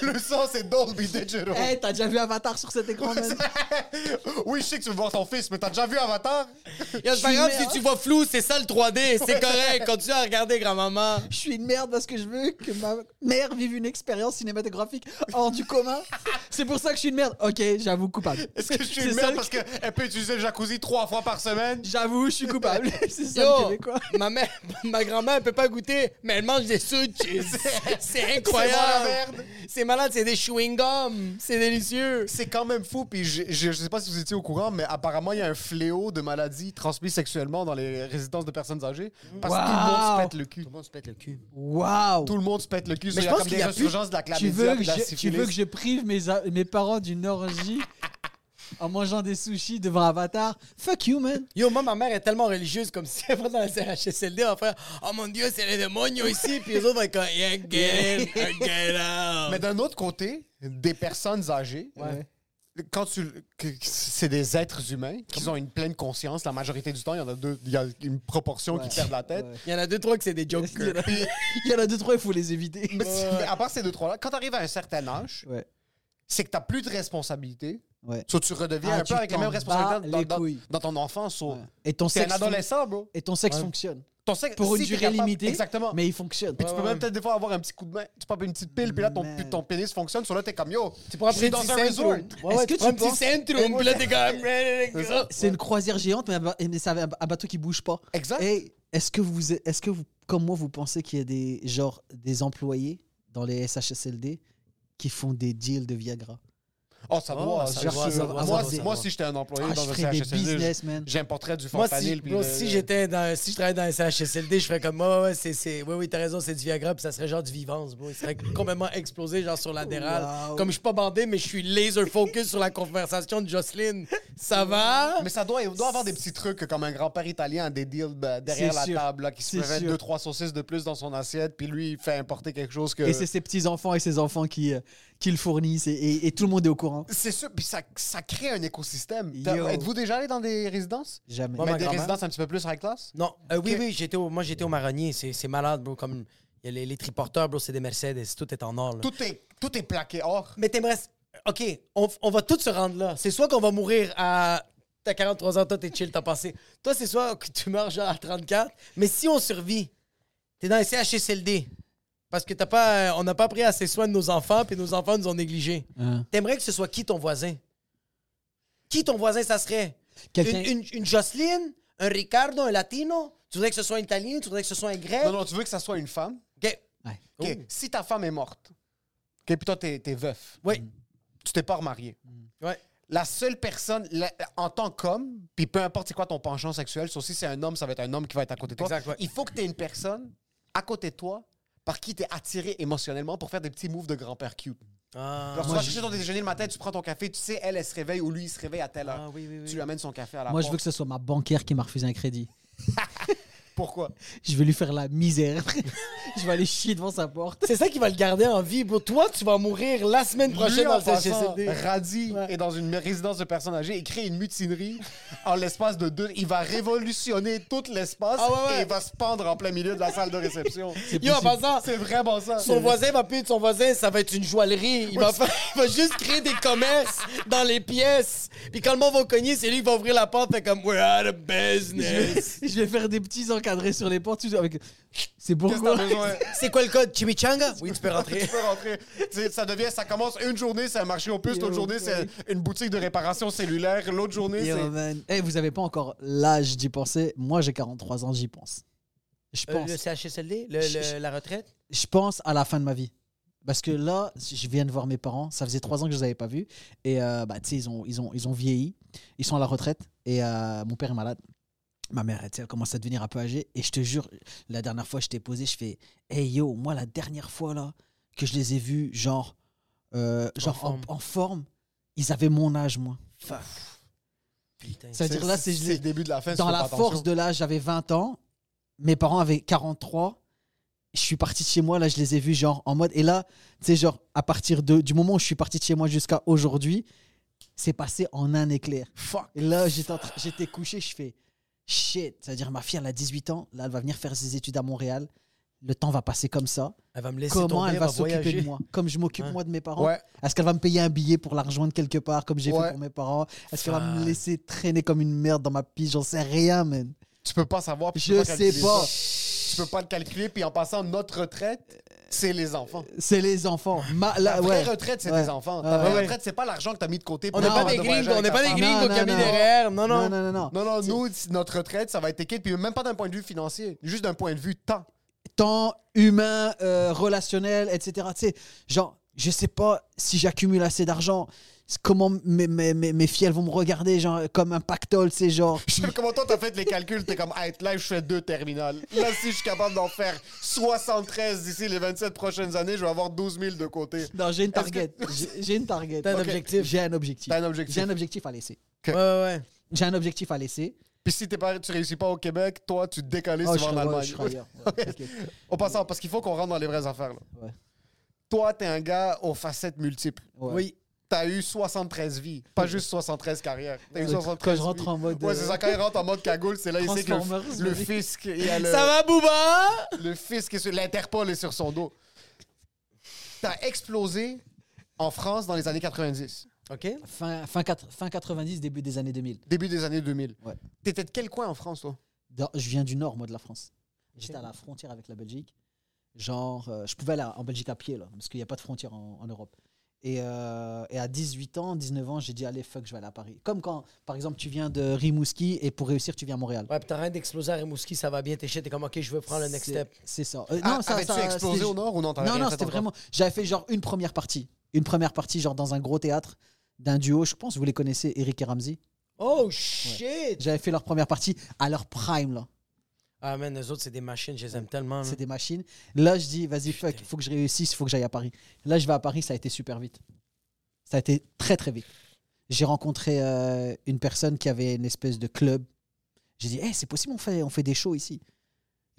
[SPEAKER 4] le son, c'est Dolby Digital.
[SPEAKER 6] Hey, t'as déjà vu Avatar sur cet écran, même
[SPEAKER 4] oui, je sais que tu veux voir ton fils, mais t'as déjà vu Avatar?
[SPEAKER 3] Yo, C'est pas grave si tu vois flou, c'est ça le 3D. C'est correct. Continue à regarder, grand-maman.
[SPEAKER 6] Je suis une merde parce que je veux que ma mère vive une expérience cinématographique hors du commun. C'est pour ça que je suis une merde. Ok, j'avoue, coupable.
[SPEAKER 4] Est-ce que je suis
[SPEAKER 6] C'est
[SPEAKER 4] une merde
[SPEAKER 6] ça le-
[SPEAKER 4] parce qu'elle peut utiliser le jacuzzi trois fois par semaine?
[SPEAKER 6] J'avoue, je suis coupable. C'est ça le
[SPEAKER 3] Yo,
[SPEAKER 6] Québécois.
[SPEAKER 3] ma mère, ma grand-mère, elle peut pas goûter, mais elle mange des sushis. C'est
[SPEAKER 4] C'est bon, la
[SPEAKER 3] incroyable.
[SPEAKER 4] merde.
[SPEAKER 3] C'est malade, c'est des chewing-gums. C'est délicieux.
[SPEAKER 4] C'est quand même fou, puis je, je, je sais pas si vous étiez au courant, mais apparemment, il y a un fléau de maladies transmises sexuellement dans les résidences de personnes âgées. Parce que tout le monde se pète le cul. Tout le monde se pète le cul.
[SPEAKER 6] Waouh.
[SPEAKER 4] Tout le monde se pète le cul.
[SPEAKER 3] je
[SPEAKER 4] il y a
[SPEAKER 3] pense
[SPEAKER 4] comme
[SPEAKER 3] qu'il
[SPEAKER 4] des
[SPEAKER 3] y a plus-
[SPEAKER 4] résurgences de la
[SPEAKER 6] Tu
[SPEAKER 4] chlamydia,
[SPEAKER 6] veux, que
[SPEAKER 4] puis de la
[SPEAKER 6] je, tu veux
[SPEAKER 4] syphilis.
[SPEAKER 6] que je prive mes, a- mes parents d'une orgie en mangeant des sushis devant Avatar Fuck you, man.
[SPEAKER 3] Yo, moi, ma mère est tellement religieuse, comme si elle va dans la CHSLD, elle va faire Oh mon Dieu, c'est les démonios ici. Puis les autres vont être comme oh. Yeah, get in, get out.
[SPEAKER 4] Mais d'un autre côté, des personnes âgées, quand tu que- que c'est des êtres humains qui ont une pleine conscience, la majorité du temps, il y en a deux, il y a une proportion qui perd la tête.
[SPEAKER 3] Il y en a deux, trois que c'est des
[SPEAKER 6] Il y,
[SPEAKER 3] jokers.
[SPEAKER 6] en a, il y en a deux, trois, il faut les éviter.
[SPEAKER 4] Mais c'est- mais à part ces deux trois-là, quand tu arrives à un certain âge,
[SPEAKER 6] Ouais.
[SPEAKER 4] c'est que tu plus de responsabilité.
[SPEAKER 6] Ouais.
[SPEAKER 4] So, tu redeviens
[SPEAKER 6] Ah,
[SPEAKER 4] un
[SPEAKER 6] tu
[SPEAKER 4] peu avec les
[SPEAKER 6] t'en
[SPEAKER 4] mêmes responsabilités
[SPEAKER 6] bats
[SPEAKER 4] dans,
[SPEAKER 6] les
[SPEAKER 4] dans-
[SPEAKER 6] couilles.
[SPEAKER 4] dans ton enfance. so.
[SPEAKER 6] Ouais. Et ton
[SPEAKER 4] T'es un
[SPEAKER 6] sexe. fon-
[SPEAKER 4] adolescent, bro.
[SPEAKER 6] Et ton sexe fonctionne.
[SPEAKER 4] Ton sexe-
[SPEAKER 6] Pour
[SPEAKER 4] si
[SPEAKER 6] une
[SPEAKER 4] t'es
[SPEAKER 6] durée
[SPEAKER 4] capable-
[SPEAKER 6] limitée.
[SPEAKER 4] Exactement.
[SPEAKER 6] Mais il fonctionne.
[SPEAKER 4] Puis tu peux même peut-être des fois avoir un petit coup de main, tu popes une petite pile, puis là ton,
[SPEAKER 6] Man.
[SPEAKER 4] ton pénis fonctionne, sur là t'es comme yo, tu
[SPEAKER 3] prends un petit
[SPEAKER 4] dans un
[SPEAKER 3] centrum.
[SPEAKER 4] resort.
[SPEAKER 3] Ouais, ouais,
[SPEAKER 6] Est-ce que
[SPEAKER 3] tu prends
[SPEAKER 6] tu
[SPEAKER 3] un petit
[SPEAKER 6] penses-
[SPEAKER 3] centrum, puis là, t'es comme ready to go.
[SPEAKER 6] Euh, C'est une croisière géante, mais, un ba- mais c'est un un bateau qui bouge pas.
[SPEAKER 4] Exact.
[SPEAKER 6] Et est-ce que vous, est-ce que vous, comme moi, vous pensez qu'il y a des genre des employés dans les SHSLD qui font des deals de Viagra.
[SPEAKER 4] Oh, ça
[SPEAKER 3] Oh,
[SPEAKER 4] doit,
[SPEAKER 3] ça
[SPEAKER 4] c'est
[SPEAKER 6] doit, ça
[SPEAKER 4] sûr.
[SPEAKER 6] doit,
[SPEAKER 4] Moi,
[SPEAKER 6] ça doit,
[SPEAKER 4] si-
[SPEAKER 6] ça
[SPEAKER 4] moi,
[SPEAKER 6] doit.
[SPEAKER 4] si j'étais un employé
[SPEAKER 6] Ah,
[SPEAKER 4] dans
[SPEAKER 6] je
[SPEAKER 4] un
[SPEAKER 6] ferais des
[SPEAKER 4] CHSLD,
[SPEAKER 6] business, man.
[SPEAKER 4] j'importerais du
[SPEAKER 3] Moi, si,
[SPEAKER 4] fentanyl. puis
[SPEAKER 3] moi,
[SPEAKER 4] le-
[SPEAKER 3] si j'étais dans, si je travaillais dans un CHSLD, je ferais comme moi, ouais, c'est, c'est, oui, oui, t'as raison, c'est du Viagra, puis ça serait genre du vivance, bro. Il serait complètement explosé, genre sur la dérale.
[SPEAKER 6] Wow.
[SPEAKER 3] Comme je suis pas bandé, mais je suis laser focus sur la conversation de Jocelyne. Ça va?
[SPEAKER 4] Mais ça doit, il doit avoir des petits trucs euh, comme un grand-père italien a des deals bah, derrière
[SPEAKER 6] C'est
[SPEAKER 4] la
[SPEAKER 6] sûr.
[SPEAKER 4] table là, qui se
[SPEAKER 6] C'est
[SPEAKER 4] ferait
[SPEAKER 6] sûr.
[SPEAKER 4] deux, trois saucisses de plus dans son assiette, puis lui, il fait importer quelque chose que.
[SPEAKER 6] Et c'est ses petits-enfants et ses enfants qui, euh, qui le fournissent et, et- et tout le monde est au courant.
[SPEAKER 4] C'est sûr, puis ça, ça crée un écosystème.
[SPEAKER 6] Yo.
[SPEAKER 4] T'as- Êtes-vous déjà allé dans des résidences?
[SPEAKER 6] Jamais.
[SPEAKER 3] Moi,
[SPEAKER 4] Mais
[SPEAKER 3] ma
[SPEAKER 4] des
[SPEAKER 3] grand-mère.
[SPEAKER 4] résidences un petit peu plus high class?
[SPEAKER 3] Non, euh, oui,
[SPEAKER 4] Ok.
[SPEAKER 3] oui, j'étais au, moi, j'étais au Marronnier. C'est, c'est malade, bro. Comme y a les, les triporteurs, bro, c'est des Mercedes. Tout est en or, là.
[SPEAKER 4] Tout est, tout est plaqué or.
[SPEAKER 3] Mais t'aimerais. OK, on, on va tous se rendre là. C'est soit qu'on va mourir à. T'as 43 ans, toi, t'es chill, t'as passé. Toi, c'est soit que tu meurs genre à 34. Mais si on survit, t'es dans les CHSLD. Parce que t'as pas, euh, on n'a pas pris assez soin de nos enfants, puis nos enfants nous ont négligés.
[SPEAKER 6] Hein.
[SPEAKER 3] T'aimerais que ce soit qui ton voisin? Qui ton voisin, ça serait?
[SPEAKER 6] Quelqu'un-
[SPEAKER 3] Une, une, une Jocelyne? Un Ricardo? Un Latino? Tu voudrais que ce soit un Italien? Tu voudrais que ce soit un Grec?
[SPEAKER 4] Non, non, tu veux que ça soit une femme?
[SPEAKER 3] Ok.
[SPEAKER 6] Ouais.
[SPEAKER 4] Ok,
[SPEAKER 3] Oh.
[SPEAKER 4] Si ta femme est morte, ok, puis toi, t'es t'es veuf, Mm.
[SPEAKER 3] Oui. Mm.
[SPEAKER 4] tu t'es pas remarié.
[SPEAKER 3] Ouais.
[SPEAKER 4] La seule personne, la- en tant qu'homme, puis peu importe c'est quoi ton penchant sexuel, sauf si c'est un homme, ça va être un homme qui va être à côté de toi.
[SPEAKER 3] Exact, ouais.
[SPEAKER 4] Il faut que tu aies une personne à côté de toi par qui tu es attiré émotionnellement pour faire des petits moves de grand-père cute.
[SPEAKER 3] Ah.
[SPEAKER 4] Alors, tu vas chercher ton déjeuner le matin, tu prends ton café, tu sais, elle, elle se réveille ou lui, il se réveille à telle heure.
[SPEAKER 3] Ah, oui, oui, oui.
[SPEAKER 4] Tu lui amènes son café à la
[SPEAKER 6] Moi, je
[SPEAKER 4] porte.
[SPEAKER 6] veux que ce soit ma banquière qui m'a refusé un crédit.
[SPEAKER 4] Pourquoi?
[SPEAKER 6] Je vais lui faire la misère. je vais aller chier devant sa porte.
[SPEAKER 3] C'est ça qui va le garder en vie. bro. toi, tu vas mourir la semaine prochaine
[SPEAKER 4] Lui,
[SPEAKER 3] dans
[SPEAKER 4] en
[SPEAKER 3] le
[SPEAKER 4] passant,
[SPEAKER 3] CHSLD.
[SPEAKER 4] Radis est dans une résidence de personnes âgées et crée une mutinerie en l'espace de deux. Il va révolutionner tout l'espace
[SPEAKER 3] Ah ouais, ouais.
[SPEAKER 4] et il va se pendre en plein milieu de la salle de réception.
[SPEAKER 3] Yo, en passant,
[SPEAKER 4] C'est vraiment ça.
[SPEAKER 3] son voisin va plus être son voisin, ça va être une joaillerie. Il, va, faire- il va juste créer des commerces dans les pièces. Puis quand le monde va cogner, c'est lui qui va ouvrir la porte, fait comme « We're out of business
[SPEAKER 6] Je vais faire des petits encadrés sur les portes. tu sais, avec-
[SPEAKER 4] Qu'est-ce que
[SPEAKER 6] C'est
[SPEAKER 4] t'as
[SPEAKER 6] pourquoi
[SPEAKER 4] besoin? »
[SPEAKER 3] C'est quoi le code? Chimichanga? Oui, tu peux
[SPEAKER 4] Tu
[SPEAKER 3] rentrer.
[SPEAKER 4] peux rentrer. Tu sais, ça devient, ça commence une journée, c'est un marché aux puces, l'autre journée, c'est une boutique de réparation cellulaire, l'autre journée,
[SPEAKER 6] Yo,
[SPEAKER 4] c'est.
[SPEAKER 6] man. Eh, vous avez pas encore l'âge d'y penser. Moi, j'ai 43 ans, j'y pense. Je
[SPEAKER 3] Euh,
[SPEAKER 6] pense.
[SPEAKER 3] le CHSLD? Le-
[SPEAKER 6] Je-
[SPEAKER 3] le-
[SPEAKER 6] je-
[SPEAKER 3] la retraite?
[SPEAKER 6] je pense à la fin de ma vie. Parce que là, je viens de voir mes parents. Ça faisait trois ans que je les avais pas vus. Et euh, bah, tu sais, ils ont, ils, ont, ils ont vieilli. Ils sont à la retraite. Et euh, mon père est malade. Ma mère, tu sais, elle commence à devenir un peu âgée. Et je te jure, la dernière fois, je t'ai posé, je fais Hey yo, moi, la dernière fois là, que je les ai vus, genre, euh, genre en,
[SPEAKER 3] forme.
[SPEAKER 6] en forme, ils avaient mon âge, moi.
[SPEAKER 3] Putain.
[SPEAKER 6] Ça veut dire là, c'est je
[SPEAKER 4] c'est
[SPEAKER 6] les-
[SPEAKER 4] le début de la fin. si
[SPEAKER 6] dans
[SPEAKER 4] tu
[SPEAKER 6] la
[SPEAKER 4] fais pas attention.
[SPEAKER 6] force de l'âge, j'avais 20 ans. Mes parents avaient 43. Je suis parti de chez moi, là, je les ai vus, genre, en mode. Et là, tu sais, genre, à partir de, du moment où je suis parti de chez moi jusqu'à aujourd'hui, c'est passé en un éclair.
[SPEAKER 4] Fuck.
[SPEAKER 6] Et là, j'étais en train- j'étais couché, je fais shit. C'est-à-dire, ma fille, elle a 18 ans, là, elle va venir faire ses études à Montréal. Le temps va passer comme ça.
[SPEAKER 3] Elle va me laisser
[SPEAKER 6] Comment
[SPEAKER 3] tomber,
[SPEAKER 6] elle va s'occuper
[SPEAKER 3] voyager.
[SPEAKER 6] de moi Comme je m'occupe,
[SPEAKER 3] Ouais.
[SPEAKER 6] moi, de mes parents.
[SPEAKER 4] Ouais.
[SPEAKER 6] Est-ce qu'elle va me payer un billet pour la rejoindre quelque part, comme j'ai
[SPEAKER 4] Ouais.
[SPEAKER 6] fait pour mes parents Est-ce qu'elle va me
[SPEAKER 3] Fuck.
[SPEAKER 6] laisser traîner comme une merde dans ma pige J'en sais rien, man.
[SPEAKER 4] Tu peux pas savoir. puis tu
[SPEAKER 6] Je
[SPEAKER 4] peux calculer
[SPEAKER 6] sais pas.
[SPEAKER 4] ça. Tu peux pas le calculer. Puis en passant, notre retraite, c'est les enfants.
[SPEAKER 6] C'est les enfants. Ma- la-
[SPEAKER 4] La vraie
[SPEAKER 6] ouais.
[SPEAKER 4] retraite, c'est
[SPEAKER 6] Ouais.
[SPEAKER 4] des enfants.
[SPEAKER 6] Ouais.
[SPEAKER 4] Ta vraie
[SPEAKER 6] Ouais.
[SPEAKER 4] retraite, c'est pas l'argent que t'as mis de côté.
[SPEAKER 3] On
[SPEAKER 4] pour
[SPEAKER 3] n'est
[SPEAKER 6] Non,
[SPEAKER 3] pas
[SPEAKER 6] on va
[SPEAKER 4] avoir
[SPEAKER 3] des
[SPEAKER 4] de
[SPEAKER 3] gringos,
[SPEAKER 4] voyager
[SPEAKER 3] on n'est
[SPEAKER 4] avec
[SPEAKER 3] pas
[SPEAKER 4] ta
[SPEAKER 3] des
[SPEAKER 4] femme.
[SPEAKER 3] gringos
[SPEAKER 6] Ah, Non,
[SPEAKER 3] qui a
[SPEAKER 6] non,
[SPEAKER 3] mis
[SPEAKER 6] non.
[SPEAKER 3] derrière. Non,
[SPEAKER 6] Non,
[SPEAKER 3] non.
[SPEAKER 6] non, non, non.
[SPEAKER 4] Non, non, nous, c'est- notre retraite, ça va être équité, puis même pas d'un point de vue financier, juste d'un point de vue temps.
[SPEAKER 6] Temps humain, euh, relationnel, etc. Tu sais, genre, je sais pas si j'accumule assez d'argent, c'est comment mes, mes, mes, mes filles, elles vont me regarder, genre, comme un pactole, tu sais, genre.
[SPEAKER 4] Je sais pas comment toi, t'as fait les calculs, t'es comme, être live, je fais deux terminales. Là, si je suis capable d'en faire 73 d'ici les 27 prochaines années, je vais avoir 12 000 de côté.
[SPEAKER 6] Non, j'ai une
[SPEAKER 4] Est-ce que-
[SPEAKER 6] target. J'ai- J'ai une target.
[SPEAKER 3] T'as un
[SPEAKER 6] Ok.
[SPEAKER 3] objectif.
[SPEAKER 6] J'ai un objectif.
[SPEAKER 4] T'as un objectif.
[SPEAKER 6] J'ai un objectif à laisser.
[SPEAKER 3] Ouais, ouais.
[SPEAKER 6] J'ai un objectif à laisser.
[SPEAKER 4] Puis si t'es pas, tu réussis pas au Québec, toi, tu te décales
[SPEAKER 6] Oh, je
[SPEAKER 4] souvent en
[SPEAKER 6] serai- ouais,
[SPEAKER 4] Allemagne.
[SPEAKER 6] je serai ailleurs. Ouais, t'inquiète.
[SPEAKER 4] Au passant, parce qu'il faut qu'on rentre dans les vraies affaires. Là.
[SPEAKER 6] Ouais.
[SPEAKER 4] Toi, t'es un gars aux facettes multiples.
[SPEAKER 6] Ouais.
[SPEAKER 3] Oui.
[SPEAKER 4] T'as eu 73 vies, pas juste 73 carrières. T'as eu
[SPEAKER 6] Quand
[SPEAKER 4] 73
[SPEAKER 6] je rentre
[SPEAKER 4] vies.
[SPEAKER 6] en mode,
[SPEAKER 4] Ouais,
[SPEAKER 6] euh,
[SPEAKER 4] c'est ça, quand il rentre en mode cagoule, c'est là, il sait que
[SPEAKER 6] Transformers,
[SPEAKER 4] le, le
[SPEAKER 6] vas-y.
[SPEAKER 4] fisc, il y a le,
[SPEAKER 3] Ça va, Booba?
[SPEAKER 4] le fisc est sur. L'Interpol est sur son dos. T'as explosé en France dans les années 90,
[SPEAKER 3] OK.
[SPEAKER 6] Fin, fin, quatre- fin 90, début des années 2000.
[SPEAKER 4] début des années 2000.
[SPEAKER 6] Ouais.
[SPEAKER 4] T'étais de quel coin en France, toi
[SPEAKER 6] Dans- je viens du nord, moi, de la France. J'étais à la frontière avec la Belgique. Genre, euh, je pouvais aller en Belgique à pied, là, parce qu'il n'y a pas de frontière en, en Europe. Et, euh, et à 18 ans, 19 ans, j'ai dit, allez, fuck, je vais aller à Paris. Comme quand, par exemple, tu viens de Rimouski et pour réussir, tu viens à Montréal.
[SPEAKER 3] Ouais, puis t'as rien d'exploser à Rimouski, ça va bien, t'es shit, t'es comme, OK, je veux prendre le next
[SPEAKER 6] C'est-
[SPEAKER 3] step.
[SPEAKER 6] C'est ça. Euh,
[SPEAKER 4] Ah,
[SPEAKER 6] non, ça,
[SPEAKER 4] Avais-tu
[SPEAKER 6] ça-
[SPEAKER 4] explosé
[SPEAKER 6] c'était-
[SPEAKER 4] au nord ou non? T'avais
[SPEAKER 6] Non,
[SPEAKER 4] rien
[SPEAKER 6] non,
[SPEAKER 4] fait
[SPEAKER 6] c'était
[SPEAKER 4] encore?
[SPEAKER 6] vraiment. J'avais fait genre une première partie. Une première partie, genre dans un gros théâtre d'un duo, je pense, vous les connaissez, Eric et Ramsey.
[SPEAKER 3] Oh, shit!
[SPEAKER 6] J'avais fait leur première partie à leur prime, là.
[SPEAKER 3] Ah, man, les autres, c'est des machines, je les aime tellement. man.
[SPEAKER 6] C'est des machines. Là, je dis, vas-y, fuck, il faut que je réussisse, il faut que j'aille à Paris. Là, je vais à Paris, ça a été super vite. Ça a été très, très vite. J'ai rencontré euh, une personne qui avait une espèce de club. J'ai dit, hey, c'est possible, on fait, on fait des shows ici.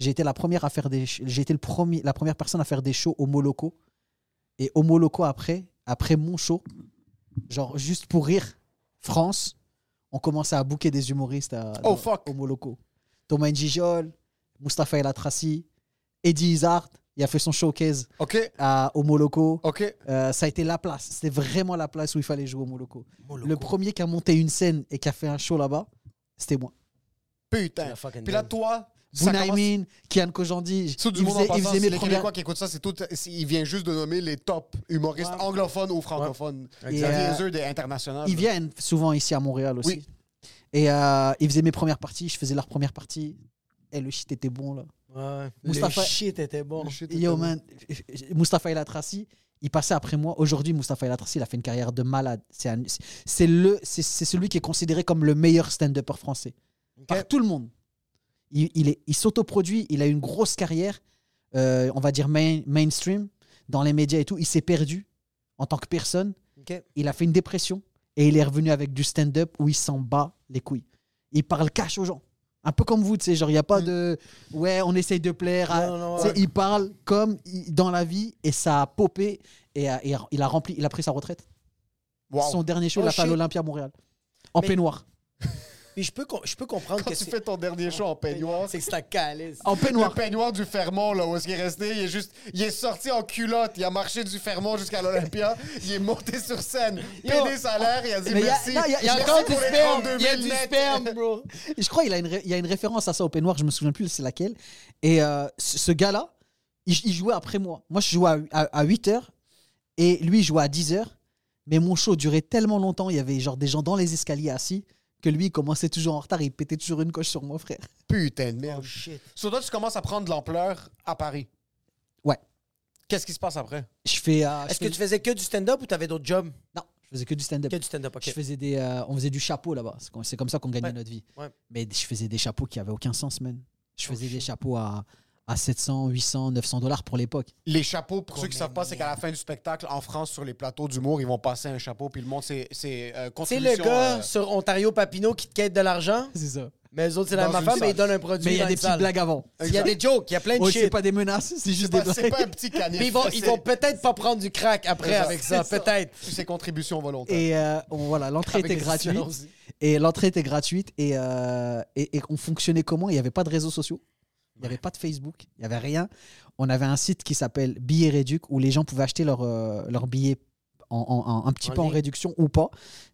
[SPEAKER 6] J'ai été la première à faire des sh- j'ai été le premier, la première personne à faire des shows au Moloco. Et au Moloco, après, après mon show, genre juste pour rire, France, on commençait à bouquer des humoristes à,
[SPEAKER 4] Oh, fuck.
[SPEAKER 6] au Moloco. Thomas Njijol, Mustapha El Atrassi, Eddie Izzard, il a fait son showcase
[SPEAKER 4] OK,
[SPEAKER 6] à, au Moloco.
[SPEAKER 4] OK.
[SPEAKER 6] Euh, ça a été la place. C'était vraiment la place où il fallait jouer au Moloco. Le premier qui a monté une scène et qui a fait un show là-bas, c'était moi.
[SPEAKER 4] Putain.
[SPEAKER 3] La fucking
[SPEAKER 4] Puis là,
[SPEAKER 3] dingue.
[SPEAKER 4] toi, ça commence...
[SPEAKER 6] Bunaimin, Kian Kojandi,
[SPEAKER 4] Tout du
[SPEAKER 6] ils
[SPEAKER 4] monde en
[SPEAKER 6] faisaient- ils
[SPEAKER 4] passant,
[SPEAKER 6] faisaient
[SPEAKER 4] c'est
[SPEAKER 6] mes
[SPEAKER 4] les
[SPEAKER 6] premières-
[SPEAKER 4] Québécois qui écoutent ça, c'est tout, c'est- il vient juste de nommer les top humoristes
[SPEAKER 3] Ouais.
[SPEAKER 4] anglophones ou francophones.
[SPEAKER 6] Et,
[SPEAKER 4] Xavier
[SPEAKER 6] euh,
[SPEAKER 4] Hazard est international.
[SPEAKER 6] Ils
[SPEAKER 4] là.
[SPEAKER 6] viennent souvent ici à Montréal aussi.
[SPEAKER 4] Oui.
[SPEAKER 6] Et euh, ils faisaient mes premières parties, je faisais leurs premières parties. Et Eh, le shit était bon là.
[SPEAKER 3] Ouais,
[SPEAKER 6] Mustapha-
[SPEAKER 3] Le shit était bon.
[SPEAKER 4] Le shit est
[SPEAKER 6] Yo
[SPEAKER 4] tellement-
[SPEAKER 6] man, Mustapha El Atrassi, il passait après moi. Aujourd'hui, Mustapha El Atrassi, il a fait une carrière de malade. C'est un- c'est le, c'est c'est celui qui est considéré comme le meilleur stand-upper français par tout le monde. Il, il est, il s'autoproduit, il a une grosse carrière, euh, on va dire main- mainstream dans les médias et tout. Il s'est perdu en tant que personne.
[SPEAKER 3] Ok.
[SPEAKER 6] Il a fait une dépression et il est revenu avec du stand-up où il s'en bat les couilles. Il parle cash aux gens. Un peu comme vous, tu sais, genre, il n'y a pas de. Ouais, on essaye de plaire. à-
[SPEAKER 3] Mm. Non, non,
[SPEAKER 6] tu sais,
[SPEAKER 3] ouais.
[SPEAKER 6] Il parle comme il- dans la vie et ça a popé et, a- et a- il a rempli, il a pris sa retraite.
[SPEAKER 4] Wow.
[SPEAKER 6] Son dernier show,
[SPEAKER 3] Oh,
[SPEAKER 6] il l'a fait à
[SPEAKER 3] shit.
[SPEAKER 6] l'Olympia Montréal. En
[SPEAKER 3] Mais-
[SPEAKER 6] peignoir.
[SPEAKER 3] Puis je peux, com- je peux comprendre
[SPEAKER 4] Quand
[SPEAKER 3] que
[SPEAKER 4] tu
[SPEAKER 3] c'est-
[SPEAKER 4] fais ton dernier show en peignoir,
[SPEAKER 3] c'est que c'est ta calice.
[SPEAKER 6] En peignoir.
[SPEAKER 4] le peignoir du Fermont, là, où est-ce qu'il est resté, il est juste, il est sorti en culotte, il a marché du Fermont jusqu'à l'Olympia, il est monté sur scène, pédé salaire, il a dit
[SPEAKER 6] Mais il y a-
[SPEAKER 4] merci.
[SPEAKER 6] non, il y a- il y a
[SPEAKER 4] merci
[SPEAKER 6] encore
[SPEAKER 4] pour
[SPEAKER 6] du
[SPEAKER 4] les
[SPEAKER 6] sperme,
[SPEAKER 4] 32 000
[SPEAKER 6] il y a du
[SPEAKER 4] nets.
[SPEAKER 6] sperme, bro. Je crois qu'il a une ré- il y a une référence à ça au peignoir, je me souviens plus c'est laquelle. Et euh, ce ce gars-là, il, il jouait après moi. Moi, je jouais à, à, 8h et lui, il jouait à 10h. Mais mon show durait tellement longtemps, il y avait genre des gens dans les escaliers assis que lui, il commençait toujours en retard, il pétait toujours une coche sur moi, frère.
[SPEAKER 4] Putain de
[SPEAKER 6] Oh,
[SPEAKER 4] merde.
[SPEAKER 3] Shit.
[SPEAKER 4] Sur toi, tu commences à prendre de l'ampleur à Paris.
[SPEAKER 6] Ouais.
[SPEAKER 4] Qu'est-ce qui se passe après?
[SPEAKER 6] Je fais. euh, je
[SPEAKER 3] Est-ce que
[SPEAKER 6] fais-
[SPEAKER 3] tu faisais que du stand-up ou t'avais d'autres jobs?
[SPEAKER 6] Non, je faisais que du stand-up.
[SPEAKER 3] Que du stand-up, ok.
[SPEAKER 6] Je faisais des, euh, on faisait du chapeau là-bas. C'est comme- C'est comme ça qu'on gagnait
[SPEAKER 3] Ouais.
[SPEAKER 6] notre vie.
[SPEAKER 3] Ouais.
[SPEAKER 6] Mais je faisais des chapeaux qui avaient aucun sens, man. Je faisais des chapeaux à, à 700, 800, 900 dollars pour l'époque.
[SPEAKER 4] Les chapeaux, pour ceux qui ne savent pas, c'est qu'à la fin du spectacle, en France, sur les plateaux d'humour, ils vont passer un chapeau, puis le monde, c'est c'est, euh,
[SPEAKER 3] C'est
[SPEAKER 4] contribution.
[SPEAKER 3] le gars
[SPEAKER 4] euh,
[SPEAKER 3] sur Ontario Papineau qui te quête de l'argent,
[SPEAKER 6] C'est ça.
[SPEAKER 3] mais les autres, c'est
[SPEAKER 4] Dans
[SPEAKER 3] la même
[SPEAKER 4] une
[SPEAKER 3] affaire, mais
[SPEAKER 4] salle.
[SPEAKER 3] ils donnent un produit.
[SPEAKER 6] Mais il y a
[SPEAKER 3] dans
[SPEAKER 6] des
[SPEAKER 3] une
[SPEAKER 6] petites
[SPEAKER 3] salle.
[SPEAKER 6] blagues avant.
[SPEAKER 3] Il y a des jokes, il y a plein de
[SPEAKER 6] Oh, c'est
[SPEAKER 3] shit.
[SPEAKER 6] pas des menaces, c'est juste
[SPEAKER 4] bah,
[SPEAKER 6] des
[SPEAKER 4] c'est
[SPEAKER 6] blagues.
[SPEAKER 4] pas un petit canif.
[SPEAKER 3] Mais ils vont,
[SPEAKER 4] ça,
[SPEAKER 3] ils
[SPEAKER 4] c'est-
[SPEAKER 3] vont peut-être pas prendre du crack après
[SPEAKER 4] C'est ça.
[SPEAKER 3] avec ça,
[SPEAKER 4] C'est ça.
[SPEAKER 3] peut-être.
[SPEAKER 4] C'est contribution volontaire.
[SPEAKER 6] Et euh, on- voilà,
[SPEAKER 3] Ah,
[SPEAKER 6] l'entrée
[SPEAKER 4] Avec
[SPEAKER 6] était
[SPEAKER 4] les silences.
[SPEAKER 6] gratuite. Et l'entrée était gratuite et, euh, et, et on fonctionnait comment Il n'y avait pas de réseaux sociaux, il n'y avait pas de Facebook, il n'y avait rien. On avait un site qui s'appelle Billets Réduc où les gens pouvaient acheter leurs euh, leurs billets en, en- en- un petit
[SPEAKER 3] En
[SPEAKER 6] peu en
[SPEAKER 3] ligne.
[SPEAKER 6] réduction ou pas.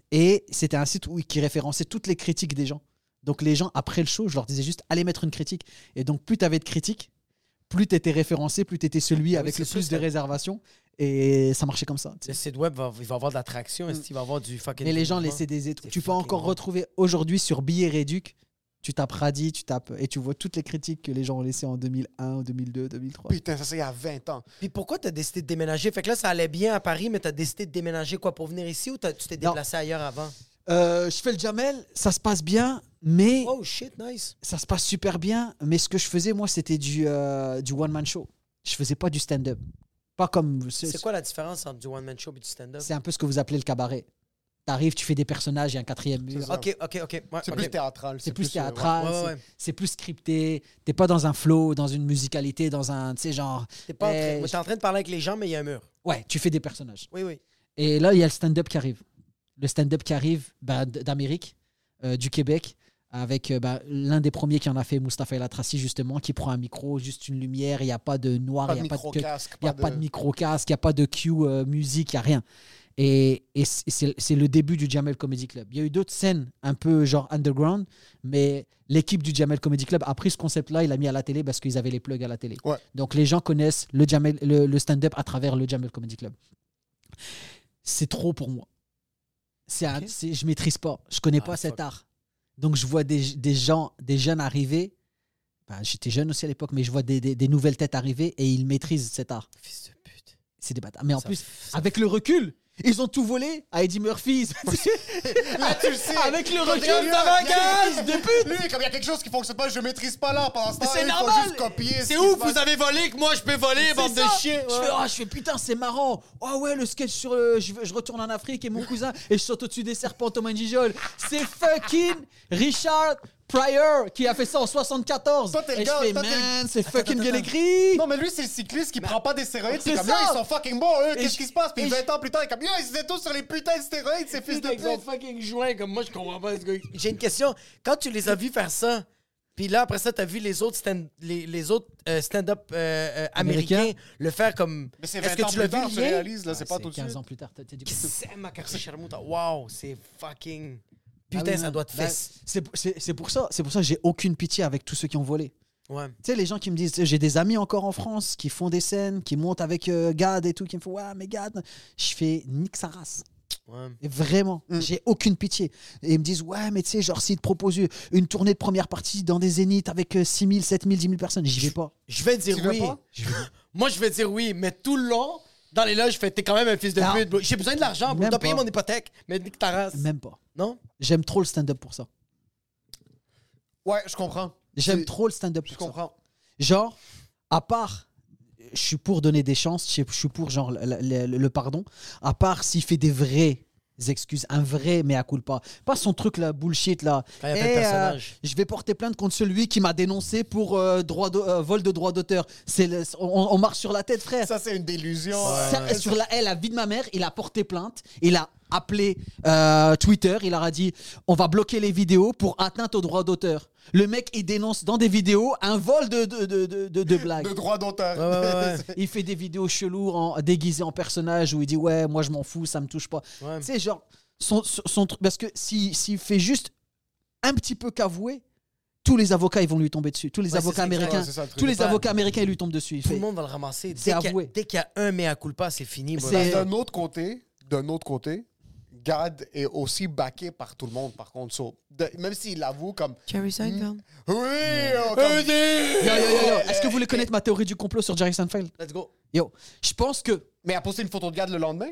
[SPEAKER 6] Et c'était un site où, qui référençait toutes les critiques des gens. Donc les gens, après le show, je leur disais juste allez mettre une critique. Et donc plus tu avais de critiques, plus tu étais référencé, plus tu étais celui
[SPEAKER 3] Ah oui,
[SPEAKER 6] avec
[SPEAKER 3] c'est
[SPEAKER 6] le
[SPEAKER 3] sûr,
[SPEAKER 6] plus de
[SPEAKER 3] ça-
[SPEAKER 6] réservations. Et ça marchait comme ça. tu sais.
[SPEAKER 3] Le site web, va, il va avoir de l'attraction, est-ce qu'il va avoir du fucking.
[SPEAKER 6] Mm. Mais les gens
[SPEAKER 3] développement?
[SPEAKER 6] laissaient des étoiles.
[SPEAKER 3] C'est
[SPEAKER 6] Tu peux
[SPEAKER 3] fucking
[SPEAKER 6] encore
[SPEAKER 3] bon.
[SPEAKER 6] retrouver aujourd'hui sur Billet Réduc. Tu tapes Radi, tu tapes et tu vois toutes les critiques que les gens ont laissées en 2001, 2002, 2003.
[SPEAKER 4] Putain, ça c'est il y a 20 ans.
[SPEAKER 3] Puis pourquoi t'as décidé de déménager? Fait que là, ça allait bien à Paris, mais t'as décidé de déménager quoi pour venir ici ou t'as- tu t'es
[SPEAKER 6] Non.
[SPEAKER 3] déplacé ailleurs avant?
[SPEAKER 6] Euh, je fais le Jamel, ça se passe bien, mais
[SPEAKER 3] Oh shit, nice.
[SPEAKER 6] ça se passe super bien. Mais ce que je faisais moi, c'était du euh, du one man show. Je faisais pas du stand-up. Pas comme
[SPEAKER 3] C'est quoi la différence entre du one-man show et du stand-up?
[SPEAKER 6] C'est un peu ce que vous appelez le cabaret. T'arrives, tu fais des personnages et un quatrième mur.
[SPEAKER 4] ça.
[SPEAKER 3] Ok, ok, ok. ouais,
[SPEAKER 4] C'est
[SPEAKER 3] ok.
[SPEAKER 4] plus théâtral.
[SPEAKER 6] C'est plus
[SPEAKER 4] euh, ouais.
[SPEAKER 6] théâtral,
[SPEAKER 3] ouais, ouais,
[SPEAKER 6] c'est-
[SPEAKER 3] ouais.
[SPEAKER 6] c'est plus scripté. T'es pas dans un flow, dans une musicalité, dans un, tu sais genre,
[SPEAKER 3] T'es pas en train,
[SPEAKER 6] Euh,
[SPEAKER 3] moi, t'es en train de parler avec les gens, mais il y a un mur.
[SPEAKER 6] ouais, tu fais des personnages.
[SPEAKER 3] Oui, oui.
[SPEAKER 6] Et là, il y a le stand-up qui arrive. Le stand-up qui arrive bah, d- d'Amérique, euh, du Québec, avec euh, bah, l'un des premiers qui en a fait, Mustapha El Atrassi, justement, qui prend un micro, juste une lumière, il n'y a pas de noir,
[SPEAKER 4] Pas
[SPEAKER 6] Ah, il
[SPEAKER 4] de
[SPEAKER 6] n'y a, pas de-
[SPEAKER 4] micro-casque.
[SPEAKER 6] il y a pas de micro-casque, il n'y a pas de cue euh, musique, il n'y a rien. Et, et c- c'est c'est le début du Jamel Comedy Club. Il y a eu d'autres scènes un peu genre underground, mais l'équipe du Jamel Comedy Club a pris ce concept-là, il l'a mis à la télé parce qu'ils avaient les plugs à la télé.
[SPEAKER 4] Ouais.
[SPEAKER 6] Donc les gens connaissent le, Jamel- le, le stand-up à travers le Jamel Comedy Club. c'est trop pour moi. C'est un-
[SPEAKER 3] Ok.
[SPEAKER 6] c'est- je maîtrise pas, je connais pas
[SPEAKER 3] Ah,
[SPEAKER 6] cet
[SPEAKER 3] fuck.
[SPEAKER 6] art. Donc je vois des, des gens, des jeunes arriver. Ben, J'étais jeune aussi à l'époque, mais je vois des, des- des nouvelles têtes arriver et ils maîtrisent cet art.
[SPEAKER 3] Fils de pute.
[SPEAKER 6] C'est des bâtards. Mais en
[SPEAKER 3] Ça-
[SPEAKER 6] plus,
[SPEAKER 3] ça-
[SPEAKER 6] avec le recul, ils ont tout volé à Eddie Murphy.
[SPEAKER 4] Là, tu le sais.
[SPEAKER 6] Avec le
[SPEAKER 4] Comme
[SPEAKER 6] recul,
[SPEAKER 4] il y a-
[SPEAKER 6] ça va,
[SPEAKER 4] il y a-
[SPEAKER 6] gaz de pute.
[SPEAKER 4] Lui, comme il y a quelque chose qui fonctionne pas, je maîtrise pas là pendant ce temps.
[SPEAKER 6] C'est
[SPEAKER 4] eux, ils font
[SPEAKER 6] normal.
[SPEAKER 4] juste copier. ce
[SPEAKER 5] C'est
[SPEAKER 4] qui
[SPEAKER 5] ouf,
[SPEAKER 4] se passe.
[SPEAKER 5] vous avez volé que moi je peux voler, bande de
[SPEAKER 6] C'est ça.
[SPEAKER 5] chiens.
[SPEAKER 6] Je fais, Ah, je fais, putain, c'est marrant. Ah ouais, le sketch sur le- je, je retourne en Afrique et mon cousin et je saute au-dessus des serpents Thomas Gijol. C'est fucking Richard Pryor qui a fait ça en 74.
[SPEAKER 4] Toi, t'es le
[SPEAKER 6] et je
[SPEAKER 4] gars,
[SPEAKER 6] fais,
[SPEAKER 4] toi, t'es le-
[SPEAKER 6] man, c'est fucking bien écrit.
[SPEAKER 4] Non, mais lui, c'est le cycliste qui prend pas des stéroïdes. C'est
[SPEAKER 6] C'est
[SPEAKER 4] comme,
[SPEAKER 6] ça.
[SPEAKER 4] là, ils sont fucking bons, eux.
[SPEAKER 6] Et
[SPEAKER 4] Qu'est-ce
[SPEAKER 6] je-
[SPEAKER 4] qui se passe? Puis
[SPEAKER 6] et
[SPEAKER 4] 20 ans plus tard, il est comme, yo, ils étaient tous sur les putains de stéroïdes, ces fils de
[SPEAKER 5] Ils sont
[SPEAKER 4] pute.
[SPEAKER 5] fucking joints comme moi, je comprends pas ce gars.
[SPEAKER 3] J'ai une question. Quand tu les as vus faire ça, puis là, après ça, t'as vu les autres stand, les, les autres euh, stand-up euh, euh, américains
[SPEAKER 6] Américains.
[SPEAKER 3] le faire comme.
[SPEAKER 4] Mais c'est
[SPEAKER 3] Est-ce
[SPEAKER 4] 20
[SPEAKER 3] que
[SPEAKER 4] ans
[SPEAKER 3] tu l'as
[SPEAKER 4] plus
[SPEAKER 3] vu
[SPEAKER 4] tard, tu
[SPEAKER 3] le lien?
[SPEAKER 4] réalises, là, c'est pas tout de suite.
[SPEAKER 6] 15 ans plus tard, t'as t'as dit quoi
[SPEAKER 3] C'est ma carte Charmouta. Wow, c'est fucking. Putain,
[SPEAKER 6] Ah oui,
[SPEAKER 3] ça
[SPEAKER 6] non.
[SPEAKER 3] doit te
[SPEAKER 6] Ben,
[SPEAKER 3] fesser.
[SPEAKER 6] c'est pour- C'est c'est pour ça, c'est pour ça que j'ai aucune pitié avec tous ceux qui ont volé.
[SPEAKER 3] Ouais.
[SPEAKER 6] Tu sais, les gens qui me disent, j'ai des amis encore en France qui font des scènes, qui montent avec euh, Gad et tout, qui me font, ouais, mais Gad, je fais nique sa race.
[SPEAKER 3] Ouais.
[SPEAKER 6] Et Vraiment, j'ai aucune pitié. Et ils me disent, ouais, mais tu sais, genre, s'ils te proposent une tournée de première partie dans des zéniths avec euh, 6 000, 7 000, 10 000 personnes, j'y vais pas.
[SPEAKER 3] Je vais dire
[SPEAKER 4] Tu veux
[SPEAKER 3] oui.
[SPEAKER 4] pas?
[SPEAKER 3] Je vais- Moi, je vais dire oui, mais tout le long, dans les loges, je fais T'es quand même un fils de
[SPEAKER 6] Non.
[SPEAKER 3] pute, bro. J'ai besoin de l'argent, bro.
[SPEAKER 6] Même
[SPEAKER 3] T'as payé
[SPEAKER 6] pas.
[SPEAKER 3] mon hypothèque, mais nique ta race.
[SPEAKER 6] Même pas.
[SPEAKER 3] Non?
[SPEAKER 6] J'aime trop le stand-up pour ça.
[SPEAKER 4] Ouais, je comprends.
[SPEAKER 6] J'aime
[SPEAKER 4] C'est-
[SPEAKER 6] trop le stand-up
[SPEAKER 4] Je
[SPEAKER 6] pour ça.
[SPEAKER 4] comprends.
[SPEAKER 6] Genre, à part, je suis pour donner des chances, je je suis pour genre le, le- le- le pardon, à part s'il fait des vraies excuses, un vrai mea culpa. Pas son truc là, bullshit là.
[SPEAKER 3] Quand il appelle
[SPEAKER 6] Eh,
[SPEAKER 3] personnage.
[SPEAKER 6] je vais porter plainte contre celui qui m'a dénoncé pour euh, droit de- euh, vol de droit d'auteur. C'est le- on, on marche sur la tête, frère.
[SPEAKER 4] Ça, c'est une délusion.
[SPEAKER 6] Ça-
[SPEAKER 4] euh,
[SPEAKER 6] sur la, eh, la vie de ma mère, il a porté plainte, il a appelé euh, Twitter, il leur a dit on va bloquer les vidéos pour atteinte aux droits d'auteur. Le mec, il dénonce dans des vidéos un vol de, de, de, de, de- de blagues.
[SPEAKER 4] hein, De droit d'auteur.
[SPEAKER 3] Ouais, ouais, ouais.
[SPEAKER 6] Il fait des vidéos cheloues en, déguisées en personnage où il dit ouais, moi je m'en fous, ça me touche pas.
[SPEAKER 3] Ouais.
[SPEAKER 6] Tu sais, genre, son, son, son truc- parce que s'il si, s'il fait juste un petit peu qu'avouer, tous les avocats ils vont lui tomber dessus. Tous les
[SPEAKER 3] Ouais, c'est
[SPEAKER 6] avocats
[SPEAKER 3] ça,
[SPEAKER 6] américains,
[SPEAKER 4] ouais, c'est ça, le truc.
[SPEAKER 6] tous les
[SPEAKER 3] Pas-
[SPEAKER 6] avocats américains ils lui tombent dessus. Il
[SPEAKER 3] Tout
[SPEAKER 6] fait-
[SPEAKER 3] le monde va le ramasser.
[SPEAKER 6] C'est
[SPEAKER 3] Dès qu'il y, a-
[SPEAKER 6] avoué.
[SPEAKER 3] dès qu'il y a un mea culpa, c'est fini, bro.
[SPEAKER 6] C'est-
[SPEAKER 4] D'un autre côté, d'un autre côté, Gad est aussi backé par tout le monde, par contre. So, de- même s'il l'avoue comme... Hmm?
[SPEAKER 7] Jerry Seinfeld.
[SPEAKER 4] Oui, oh, comme- Eh,
[SPEAKER 6] Yo, yo, yo, yo. Est-ce que vous voulez connaître ma théorie du complot sur Jerry Seinfeld
[SPEAKER 3] Let's go.
[SPEAKER 6] Yo, je pense que
[SPEAKER 4] Mais a posté une photo de Gad le lendemain.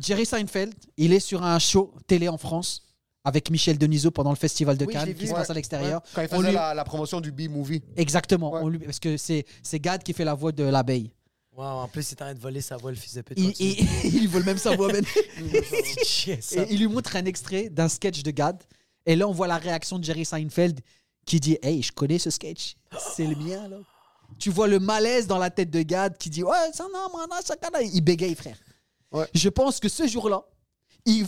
[SPEAKER 6] Jerry Seinfeld, il est sur un show télé en France avec Michel Denisot pendant le festival de
[SPEAKER 3] Oui, je
[SPEAKER 6] Cannes
[SPEAKER 3] l'ai
[SPEAKER 6] qui
[SPEAKER 3] vu,
[SPEAKER 6] se passe à l'extérieur.
[SPEAKER 4] Quand il
[SPEAKER 6] On
[SPEAKER 4] faisait
[SPEAKER 6] lui-
[SPEAKER 4] la, la promotion du B-movie.
[SPEAKER 6] Exactement,
[SPEAKER 4] Ouais.
[SPEAKER 6] on lui- parce que c'est c'est Gad qui fait la voix de l'abeille.
[SPEAKER 3] Wow, en plus, il est en train de voler sa voix, le fils de pute.
[SPEAKER 6] Il, il, il vole même sa voix. Ben. man.
[SPEAKER 3] Chier, ça.
[SPEAKER 6] Et il lui montre un extrait d'un sketch de Gad. Et là, on voit la réaction de Jerry Seinfeld qui dit Hey, je connais ce sketch. C'est le mien, là. Tu vois le malaise dans la tête de Gad qui dit Ouais, ça, non, mon âge, ça, là. Il bégaye, frère.
[SPEAKER 4] Ouais.
[SPEAKER 6] Je pense que ce jour-là, il-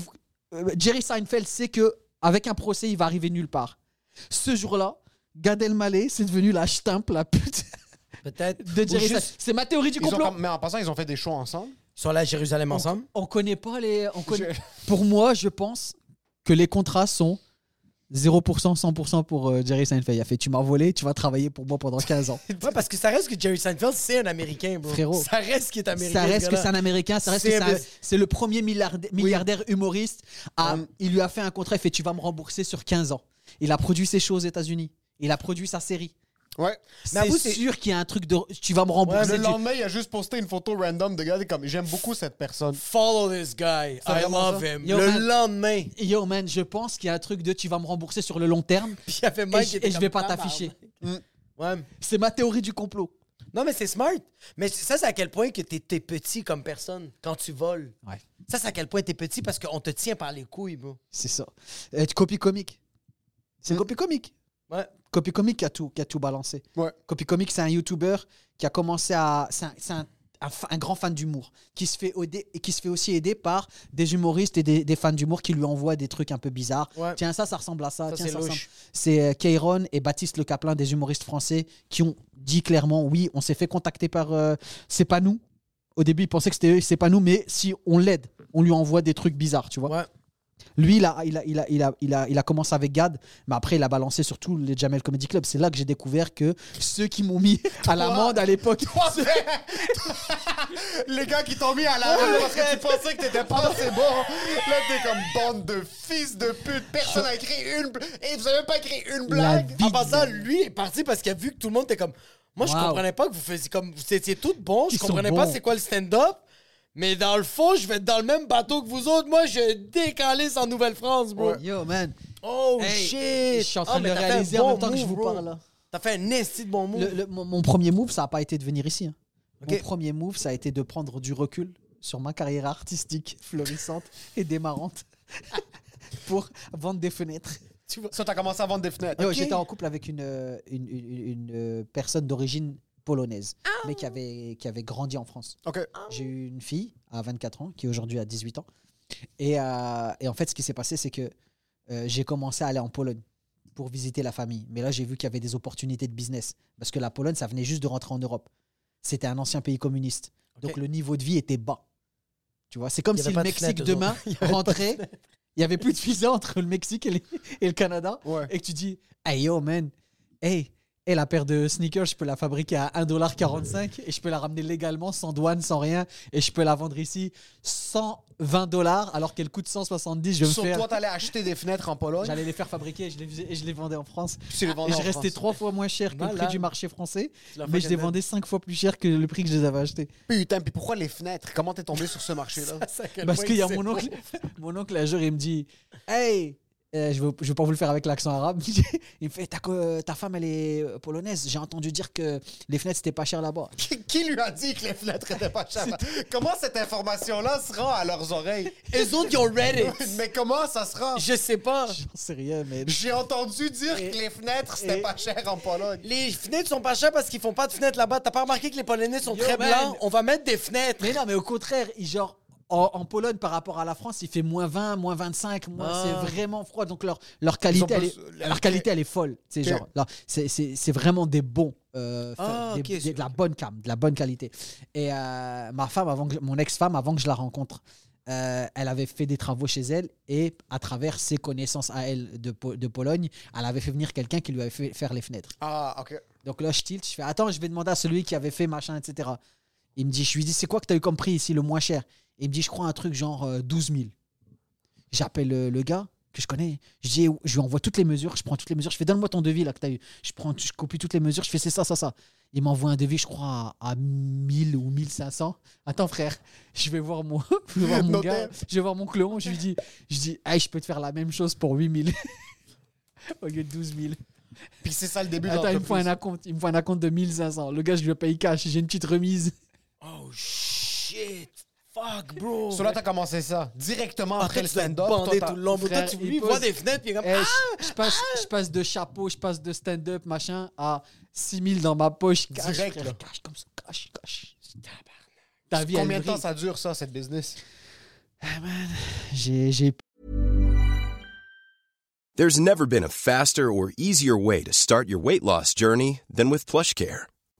[SPEAKER 6] euh, Jerry Seinfeld sait que avec un procès, il va arriver nulle part. Ce jour-là, Gad Elmaleh, c'est devenu la stamp, la pute
[SPEAKER 3] Peut-être.
[SPEAKER 6] de Jerry
[SPEAKER 3] Ou juste,
[SPEAKER 6] Seinfeld. C'est ma théorie du
[SPEAKER 4] Ils ont
[SPEAKER 6] complot.
[SPEAKER 4] comme- mais en passant, ils ont fait des shows ensemble.
[SPEAKER 3] Ils sont là à Jérusalem ensemble.
[SPEAKER 6] On connaît pas les. On connaît...
[SPEAKER 4] Je-
[SPEAKER 6] Pour moi, je pense que les contrats sont 0%, 100% pour euh, Jerry Seinfeld. Il a fait Tu m'as volé, tu vas travailler pour moi pendant 15 ans.
[SPEAKER 3] Ouais, parce que ça reste que Jerry Seinfeld, c'est un Américain, bro.
[SPEAKER 6] Frérot.
[SPEAKER 3] Ça reste qu'il est Américain.
[SPEAKER 6] ça
[SPEAKER 3] ce
[SPEAKER 6] reste que
[SPEAKER 3] gars-là.
[SPEAKER 6] c'est un Américain, ça reste que
[SPEAKER 3] C'est
[SPEAKER 6] c'est un-
[SPEAKER 3] un-
[SPEAKER 6] c'est le premier milliardaire, milliardaire humoriste. à-
[SPEAKER 3] Um,
[SPEAKER 6] Il lui a fait un contrat, il fait Tu vas me rembourser sur 15 ans. Il a produit ses shows aux États-Unis. Il a produit sa série.
[SPEAKER 4] Ouais.
[SPEAKER 6] C'est
[SPEAKER 3] vous, c'est-
[SPEAKER 6] sûr qu'il y a un truc de. Tu vas me rembourser.
[SPEAKER 4] Le
[SPEAKER 6] tu-
[SPEAKER 4] lendemain, il a juste posté une photo random de Gad et comme j'aime beaucoup cette personne.
[SPEAKER 3] Follow this guy. I
[SPEAKER 4] C'est vraiment
[SPEAKER 3] love
[SPEAKER 4] ça.
[SPEAKER 3] him.
[SPEAKER 6] Yo,
[SPEAKER 3] le
[SPEAKER 6] man.
[SPEAKER 3] lendemain,
[SPEAKER 6] Yo man, je pense qu'il y a un truc de tu vas me rembourser sur le long terme
[SPEAKER 3] puis il y avait
[SPEAKER 6] et,
[SPEAKER 3] Mike qui
[SPEAKER 6] je-
[SPEAKER 3] était
[SPEAKER 6] et je vais
[SPEAKER 3] comme, ah, bah,
[SPEAKER 6] pas t'afficher.
[SPEAKER 3] Ouais.
[SPEAKER 6] C'est ma théorie du complot.
[SPEAKER 3] Non, mais c'est smart. Mais ça, c'est à quel point que t'es t'es petit comme personne quand tu voles.
[SPEAKER 6] Ouais.
[SPEAKER 3] Ça, c'est à quel point t'es petit parce qu'on te tient par les couilles, bro.
[SPEAKER 6] C'est ça. Euh, copie comique. C'est copie comique.
[SPEAKER 3] Ouais.
[SPEAKER 6] Copy Comic qui a tout, qui a tout balancé.
[SPEAKER 4] Ouais.
[SPEAKER 6] Copy Comic, c'est un YouTuber qui a commencé à. C'est un, c'est un- un fa- un grand fan d'humour, qui, se fait aider- et qui se fait aussi aider par des humoristes et des, des fans d'humour qui lui envoient des trucs un peu bizarres.
[SPEAKER 3] Ouais.
[SPEAKER 6] Tiens, ça, ça ressemble à ça.
[SPEAKER 3] Ça,
[SPEAKER 6] Ah, Tiens,
[SPEAKER 3] c'est
[SPEAKER 6] ça ressemble-
[SPEAKER 3] louche.
[SPEAKER 6] C'est euh, Kairon et Baptiste Le Caplin, des humoristes français, qui ont dit clairement oui, on s'est fait contacter par. euh, c'est pas nous. Au début, ils pensaient que c'était eux, c'est pas nous, mais si on l'aide, on lui envoie des trucs bizarres, tu vois.
[SPEAKER 3] Ouais.
[SPEAKER 6] Lui, il a, il, a, il, a, il, a, il, a, il a commencé avec Gad, mais après, il a balancé sur tout les Jamel Comedy Club. C'est là que j'ai découvert que ceux qui m'ont mis à l'amende à l'époque.
[SPEAKER 4] Les gars qui t'ont mis à la rue parce que tu pensais que t'étais pas assez bon. Là, t'es comme bande de fils de pute. Personne n'a écrit une. bl- Et vous avez même pas écrit une
[SPEAKER 6] La
[SPEAKER 4] blague.
[SPEAKER 6] vie
[SPEAKER 3] En passant, lui est parti parce qu'il a vu que tout le monde était comme. Moi, je
[SPEAKER 6] Wow.
[SPEAKER 3] comprenais pas que vous faisiez comme. Vous étiez toutes bons, je
[SPEAKER 6] Ils sont
[SPEAKER 3] comprenais pas
[SPEAKER 6] bons.
[SPEAKER 3] c'est quoi le stand-up. Mais dans le fond, je vais être dans le même bateau que vous autres. Moi, je décalisse en Nouvelle-France, bro.
[SPEAKER 6] Yo, man.
[SPEAKER 3] Oh
[SPEAKER 6] Hey,
[SPEAKER 3] shit!
[SPEAKER 6] je suis en train
[SPEAKER 3] Ah,
[SPEAKER 6] de
[SPEAKER 3] mais
[SPEAKER 6] le
[SPEAKER 3] t'as fait
[SPEAKER 6] réaliser
[SPEAKER 3] un
[SPEAKER 6] en
[SPEAKER 3] bon
[SPEAKER 6] même temps que je
[SPEAKER 3] move,
[SPEAKER 6] vous
[SPEAKER 3] bro.
[SPEAKER 6] parle, là.
[SPEAKER 3] T'as fait un esti de bon move.
[SPEAKER 6] Le- le- mon, mon premier move, ça n'a pas été de venir ici. hein.
[SPEAKER 3] Ok.
[SPEAKER 6] Mon premier move, ça a été de prendre du recul sur ma carrière artistique florissante et démarrante pour vendre des fenêtres.
[SPEAKER 4] Ça, t'as commencé à vendre des fenêtres.
[SPEAKER 3] Ah
[SPEAKER 6] Yo,
[SPEAKER 4] Ok.
[SPEAKER 6] Ah J'étais en couple avec une, euh, une, une- une- une, euh, personne d'origine polonaise, mais qui avait, qui avait grandi en France.
[SPEAKER 4] Ok.
[SPEAKER 6] J'ai eu une fille à 24 ans, qui aujourd'hui a 18 ans. Et, euh, et en fait, ce qui s'est passé, c'est que euh, j'ai commencé à aller en Pologne pour visiter la famille. Mais là, j'ai vu qu'il y avait des opportunités de business. Parce que la Pologne, ça venait juste de rentrer en Europe. C'était un ancien pays communiste. Donc le niveau de vie était bas. Tu vois, c'est comme
[SPEAKER 3] Il y
[SPEAKER 6] si
[SPEAKER 3] avait
[SPEAKER 6] le
[SPEAKER 3] pas de
[SPEAKER 6] Mexique
[SPEAKER 3] fenêtre, eux
[SPEAKER 6] demain rentrait. Il y avait plus de visa entre le Mexique et, les- et le Canada.
[SPEAKER 4] Ouais.
[SPEAKER 6] Et que tu dis, hey yo man, hey, hey, la paire de sneakers, je peux la fabriquer à 1,45$ et je peux la ramener légalement, sans douane, sans rien. Et je peux la vendre ici 120$ alors qu'elle coûte 170$. Je vais me
[SPEAKER 4] Sur
[SPEAKER 6] faire-
[SPEAKER 4] toi, t'allais acheter des fenêtres en Pologne.
[SPEAKER 6] J'allais les faire fabriquer et je les, faisais- et je les vendais en France.
[SPEAKER 4] Puis tu les vendais
[SPEAKER 3] Ah,
[SPEAKER 6] Et je
[SPEAKER 4] en
[SPEAKER 6] restais
[SPEAKER 4] France.
[SPEAKER 6] trois fois moins cher que le prix
[SPEAKER 3] Malade.
[SPEAKER 6] du marché français,
[SPEAKER 3] Tu l'as
[SPEAKER 6] mais je les
[SPEAKER 3] fucking
[SPEAKER 6] vendais cinq fois plus cher que le prix que je les avais achetés.
[SPEAKER 4] Putain, puis pourquoi les fenêtres Comment t'es tombé sur ce marché-là
[SPEAKER 6] Parce qu'il y a mon oncle, mon oncle, un jour, il me dit Hey, euh, je ne vais pas vous le faire avec l'accent arabe. il me fait Ta, co- ta femme, elle est euh, polonaise. J'ai entendu dire que les fenêtres, c'était pas cher là-bas.
[SPEAKER 4] Qui- Qui lui a dit que les fenêtres étaient pas chères Comment cette information-là se rend à leurs oreilles
[SPEAKER 3] Eux autres, ils ont Reddit.
[SPEAKER 4] Mais comment ça se rend
[SPEAKER 3] je sais pas.
[SPEAKER 6] J'en sais rien, mais.
[SPEAKER 4] J'ai entendu dire
[SPEAKER 3] Et-
[SPEAKER 4] que les fenêtres, c'était
[SPEAKER 3] et-
[SPEAKER 4] pas cher en Pologne.
[SPEAKER 3] Les fenêtres sont pas chères parce qu'ils font pas de fenêtres là-bas. T'as pas remarqué que les Polonais sont
[SPEAKER 6] Yo,
[SPEAKER 3] très
[SPEAKER 6] man.
[SPEAKER 3] blancs? On va mettre des fenêtres.
[SPEAKER 6] Mais non, mais au contraire, il- genre. En, en Pologne, par rapport à la France, il fait moins 20, moins 25, moins,
[SPEAKER 3] Ah.
[SPEAKER 6] c'est vraiment froid. Donc leur, leur, qualité, elle est,
[SPEAKER 4] plus-
[SPEAKER 6] leur qualité, elle est folle. C'est
[SPEAKER 4] Ok.
[SPEAKER 6] genre, là, c'est- c'est c'est vraiment des bons, euh,
[SPEAKER 3] Ah,
[SPEAKER 6] des-
[SPEAKER 3] ok,
[SPEAKER 6] des-
[SPEAKER 3] c'est-
[SPEAKER 6] de la bonne cam, de la bonne qualité. Et euh, ma femme, avant que, mon ex-femme, avant que je la rencontre, euh, elle avait fait des travaux chez elle et à travers ses connaissances à elle de, Po- de Pologne, elle avait fait venir quelqu'un qui lui avait fait faire les fenêtres.
[SPEAKER 4] Ah, ok.
[SPEAKER 6] Donc là, je tilt, je fais Attends, je vais demander à celui qui avait fait machin, etc. Il me dit Je lui dis C'est quoi que t'as eu comme prix ici, le moins cher Il me dit Je crois un truc genre euh, 12 000. J'appelle euh, le gars que je connais, je, dis, je lui envoie toutes les mesures, je prends toutes les mesures, je fais Donne-moi ton devis là que t'as eu. Je, prends, je copie toutes les mesures, je fais C'est ça, ça, ça. Il m'envoie un devis, je crois, à, à 1000 ou 1500. Attends, frère, je vais voir mon, je vais voir mon gars,
[SPEAKER 4] Notaire.
[SPEAKER 6] je vais voir mon clone, je lui dis, je dis, Hey, je peux te faire la même chose pour 8000 au lieu de 12 000.
[SPEAKER 4] Puis c'est ça le début de
[SPEAKER 6] Attends, il me faut un
[SPEAKER 4] l'entreprise.
[SPEAKER 6] acompte. Il me faut un acompte de 1500. Le gars, je lui paye cash. J'ai une petite remise.
[SPEAKER 3] Oh shit. Fuck, bro.
[SPEAKER 4] So là, t'as commencé ça. Directement après
[SPEAKER 3] Après,
[SPEAKER 4] le
[SPEAKER 3] tu dois te
[SPEAKER 4] stand-up.
[SPEAKER 3] bander
[SPEAKER 4] toi,
[SPEAKER 3] tout le long. Toi,
[SPEAKER 6] frère,
[SPEAKER 3] tu
[SPEAKER 6] il
[SPEAKER 3] lui vois
[SPEAKER 6] pose-
[SPEAKER 3] des fenêtres, puis il est comme.
[SPEAKER 6] Eh,
[SPEAKER 4] ah,
[SPEAKER 6] je- je, passe, je passe de chapeau, je passe de stand-up, machin, à 6000 dans ma poche. Cash,
[SPEAKER 4] Direct,
[SPEAKER 6] frère,
[SPEAKER 4] là.
[SPEAKER 6] cash, comme ça, cash, cash. Ta
[SPEAKER 4] t'as-
[SPEAKER 6] vie,
[SPEAKER 4] Combien
[SPEAKER 6] elle
[SPEAKER 4] de temps
[SPEAKER 6] brille.
[SPEAKER 4] ça dure, ça, cette business
[SPEAKER 6] J'ai j'ai
[SPEAKER 8] There's never been a faster or easier way to start your weight loss journey than with PlushCare.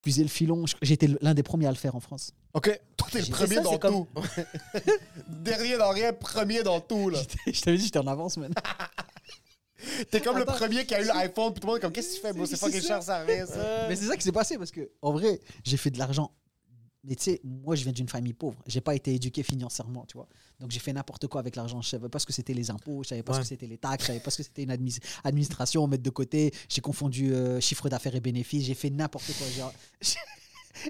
[SPEAKER 6] épuisé le filon. Je- J'étais l'un des premiers à le faire en France.
[SPEAKER 4] Ok. Toi, t'es le
[SPEAKER 6] J'ai-
[SPEAKER 4] premier
[SPEAKER 6] ça,
[SPEAKER 4] dans
[SPEAKER 6] c'est comme-
[SPEAKER 4] tout. Dernier dans rien, premier dans tout, là.
[SPEAKER 6] je t'avais dit, j'étais en avance, man.
[SPEAKER 4] T'es comme le
[SPEAKER 6] Attends.
[SPEAKER 4] premier qui a eu l'iPhone, puis tout le monde est comme, qu'est-ce que tu fais, bro? C'est
[SPEAKER 6] C'est
[SPEAKER 4] pas quelque
[SPEAKER 6] ça.
[SPEAKER 4] chose, ça rien, ça.
[SPEAKER 6] Mais c'est ça qui s'est passé parce que, en vrai, j'ai fait de l'argent Mais tu sais, moi, je viens d'une famille pauvre. J'ai pas été éduqué financièrement, tu vois. Donc, j'ai fait n'importe quoi avec l'argent. Je savais pas ce que c'était les impôts, je savais pas ce
[SPEAKER 3] Ouais.
[SPEAKER 6] que c'était les taxes, je savais pas ce que c'était une admis- administration, mettre de côté. J'ai confondu euh, chiffre d'affaires et bénéfices. J'ai fait n'importe quoi. J'ai-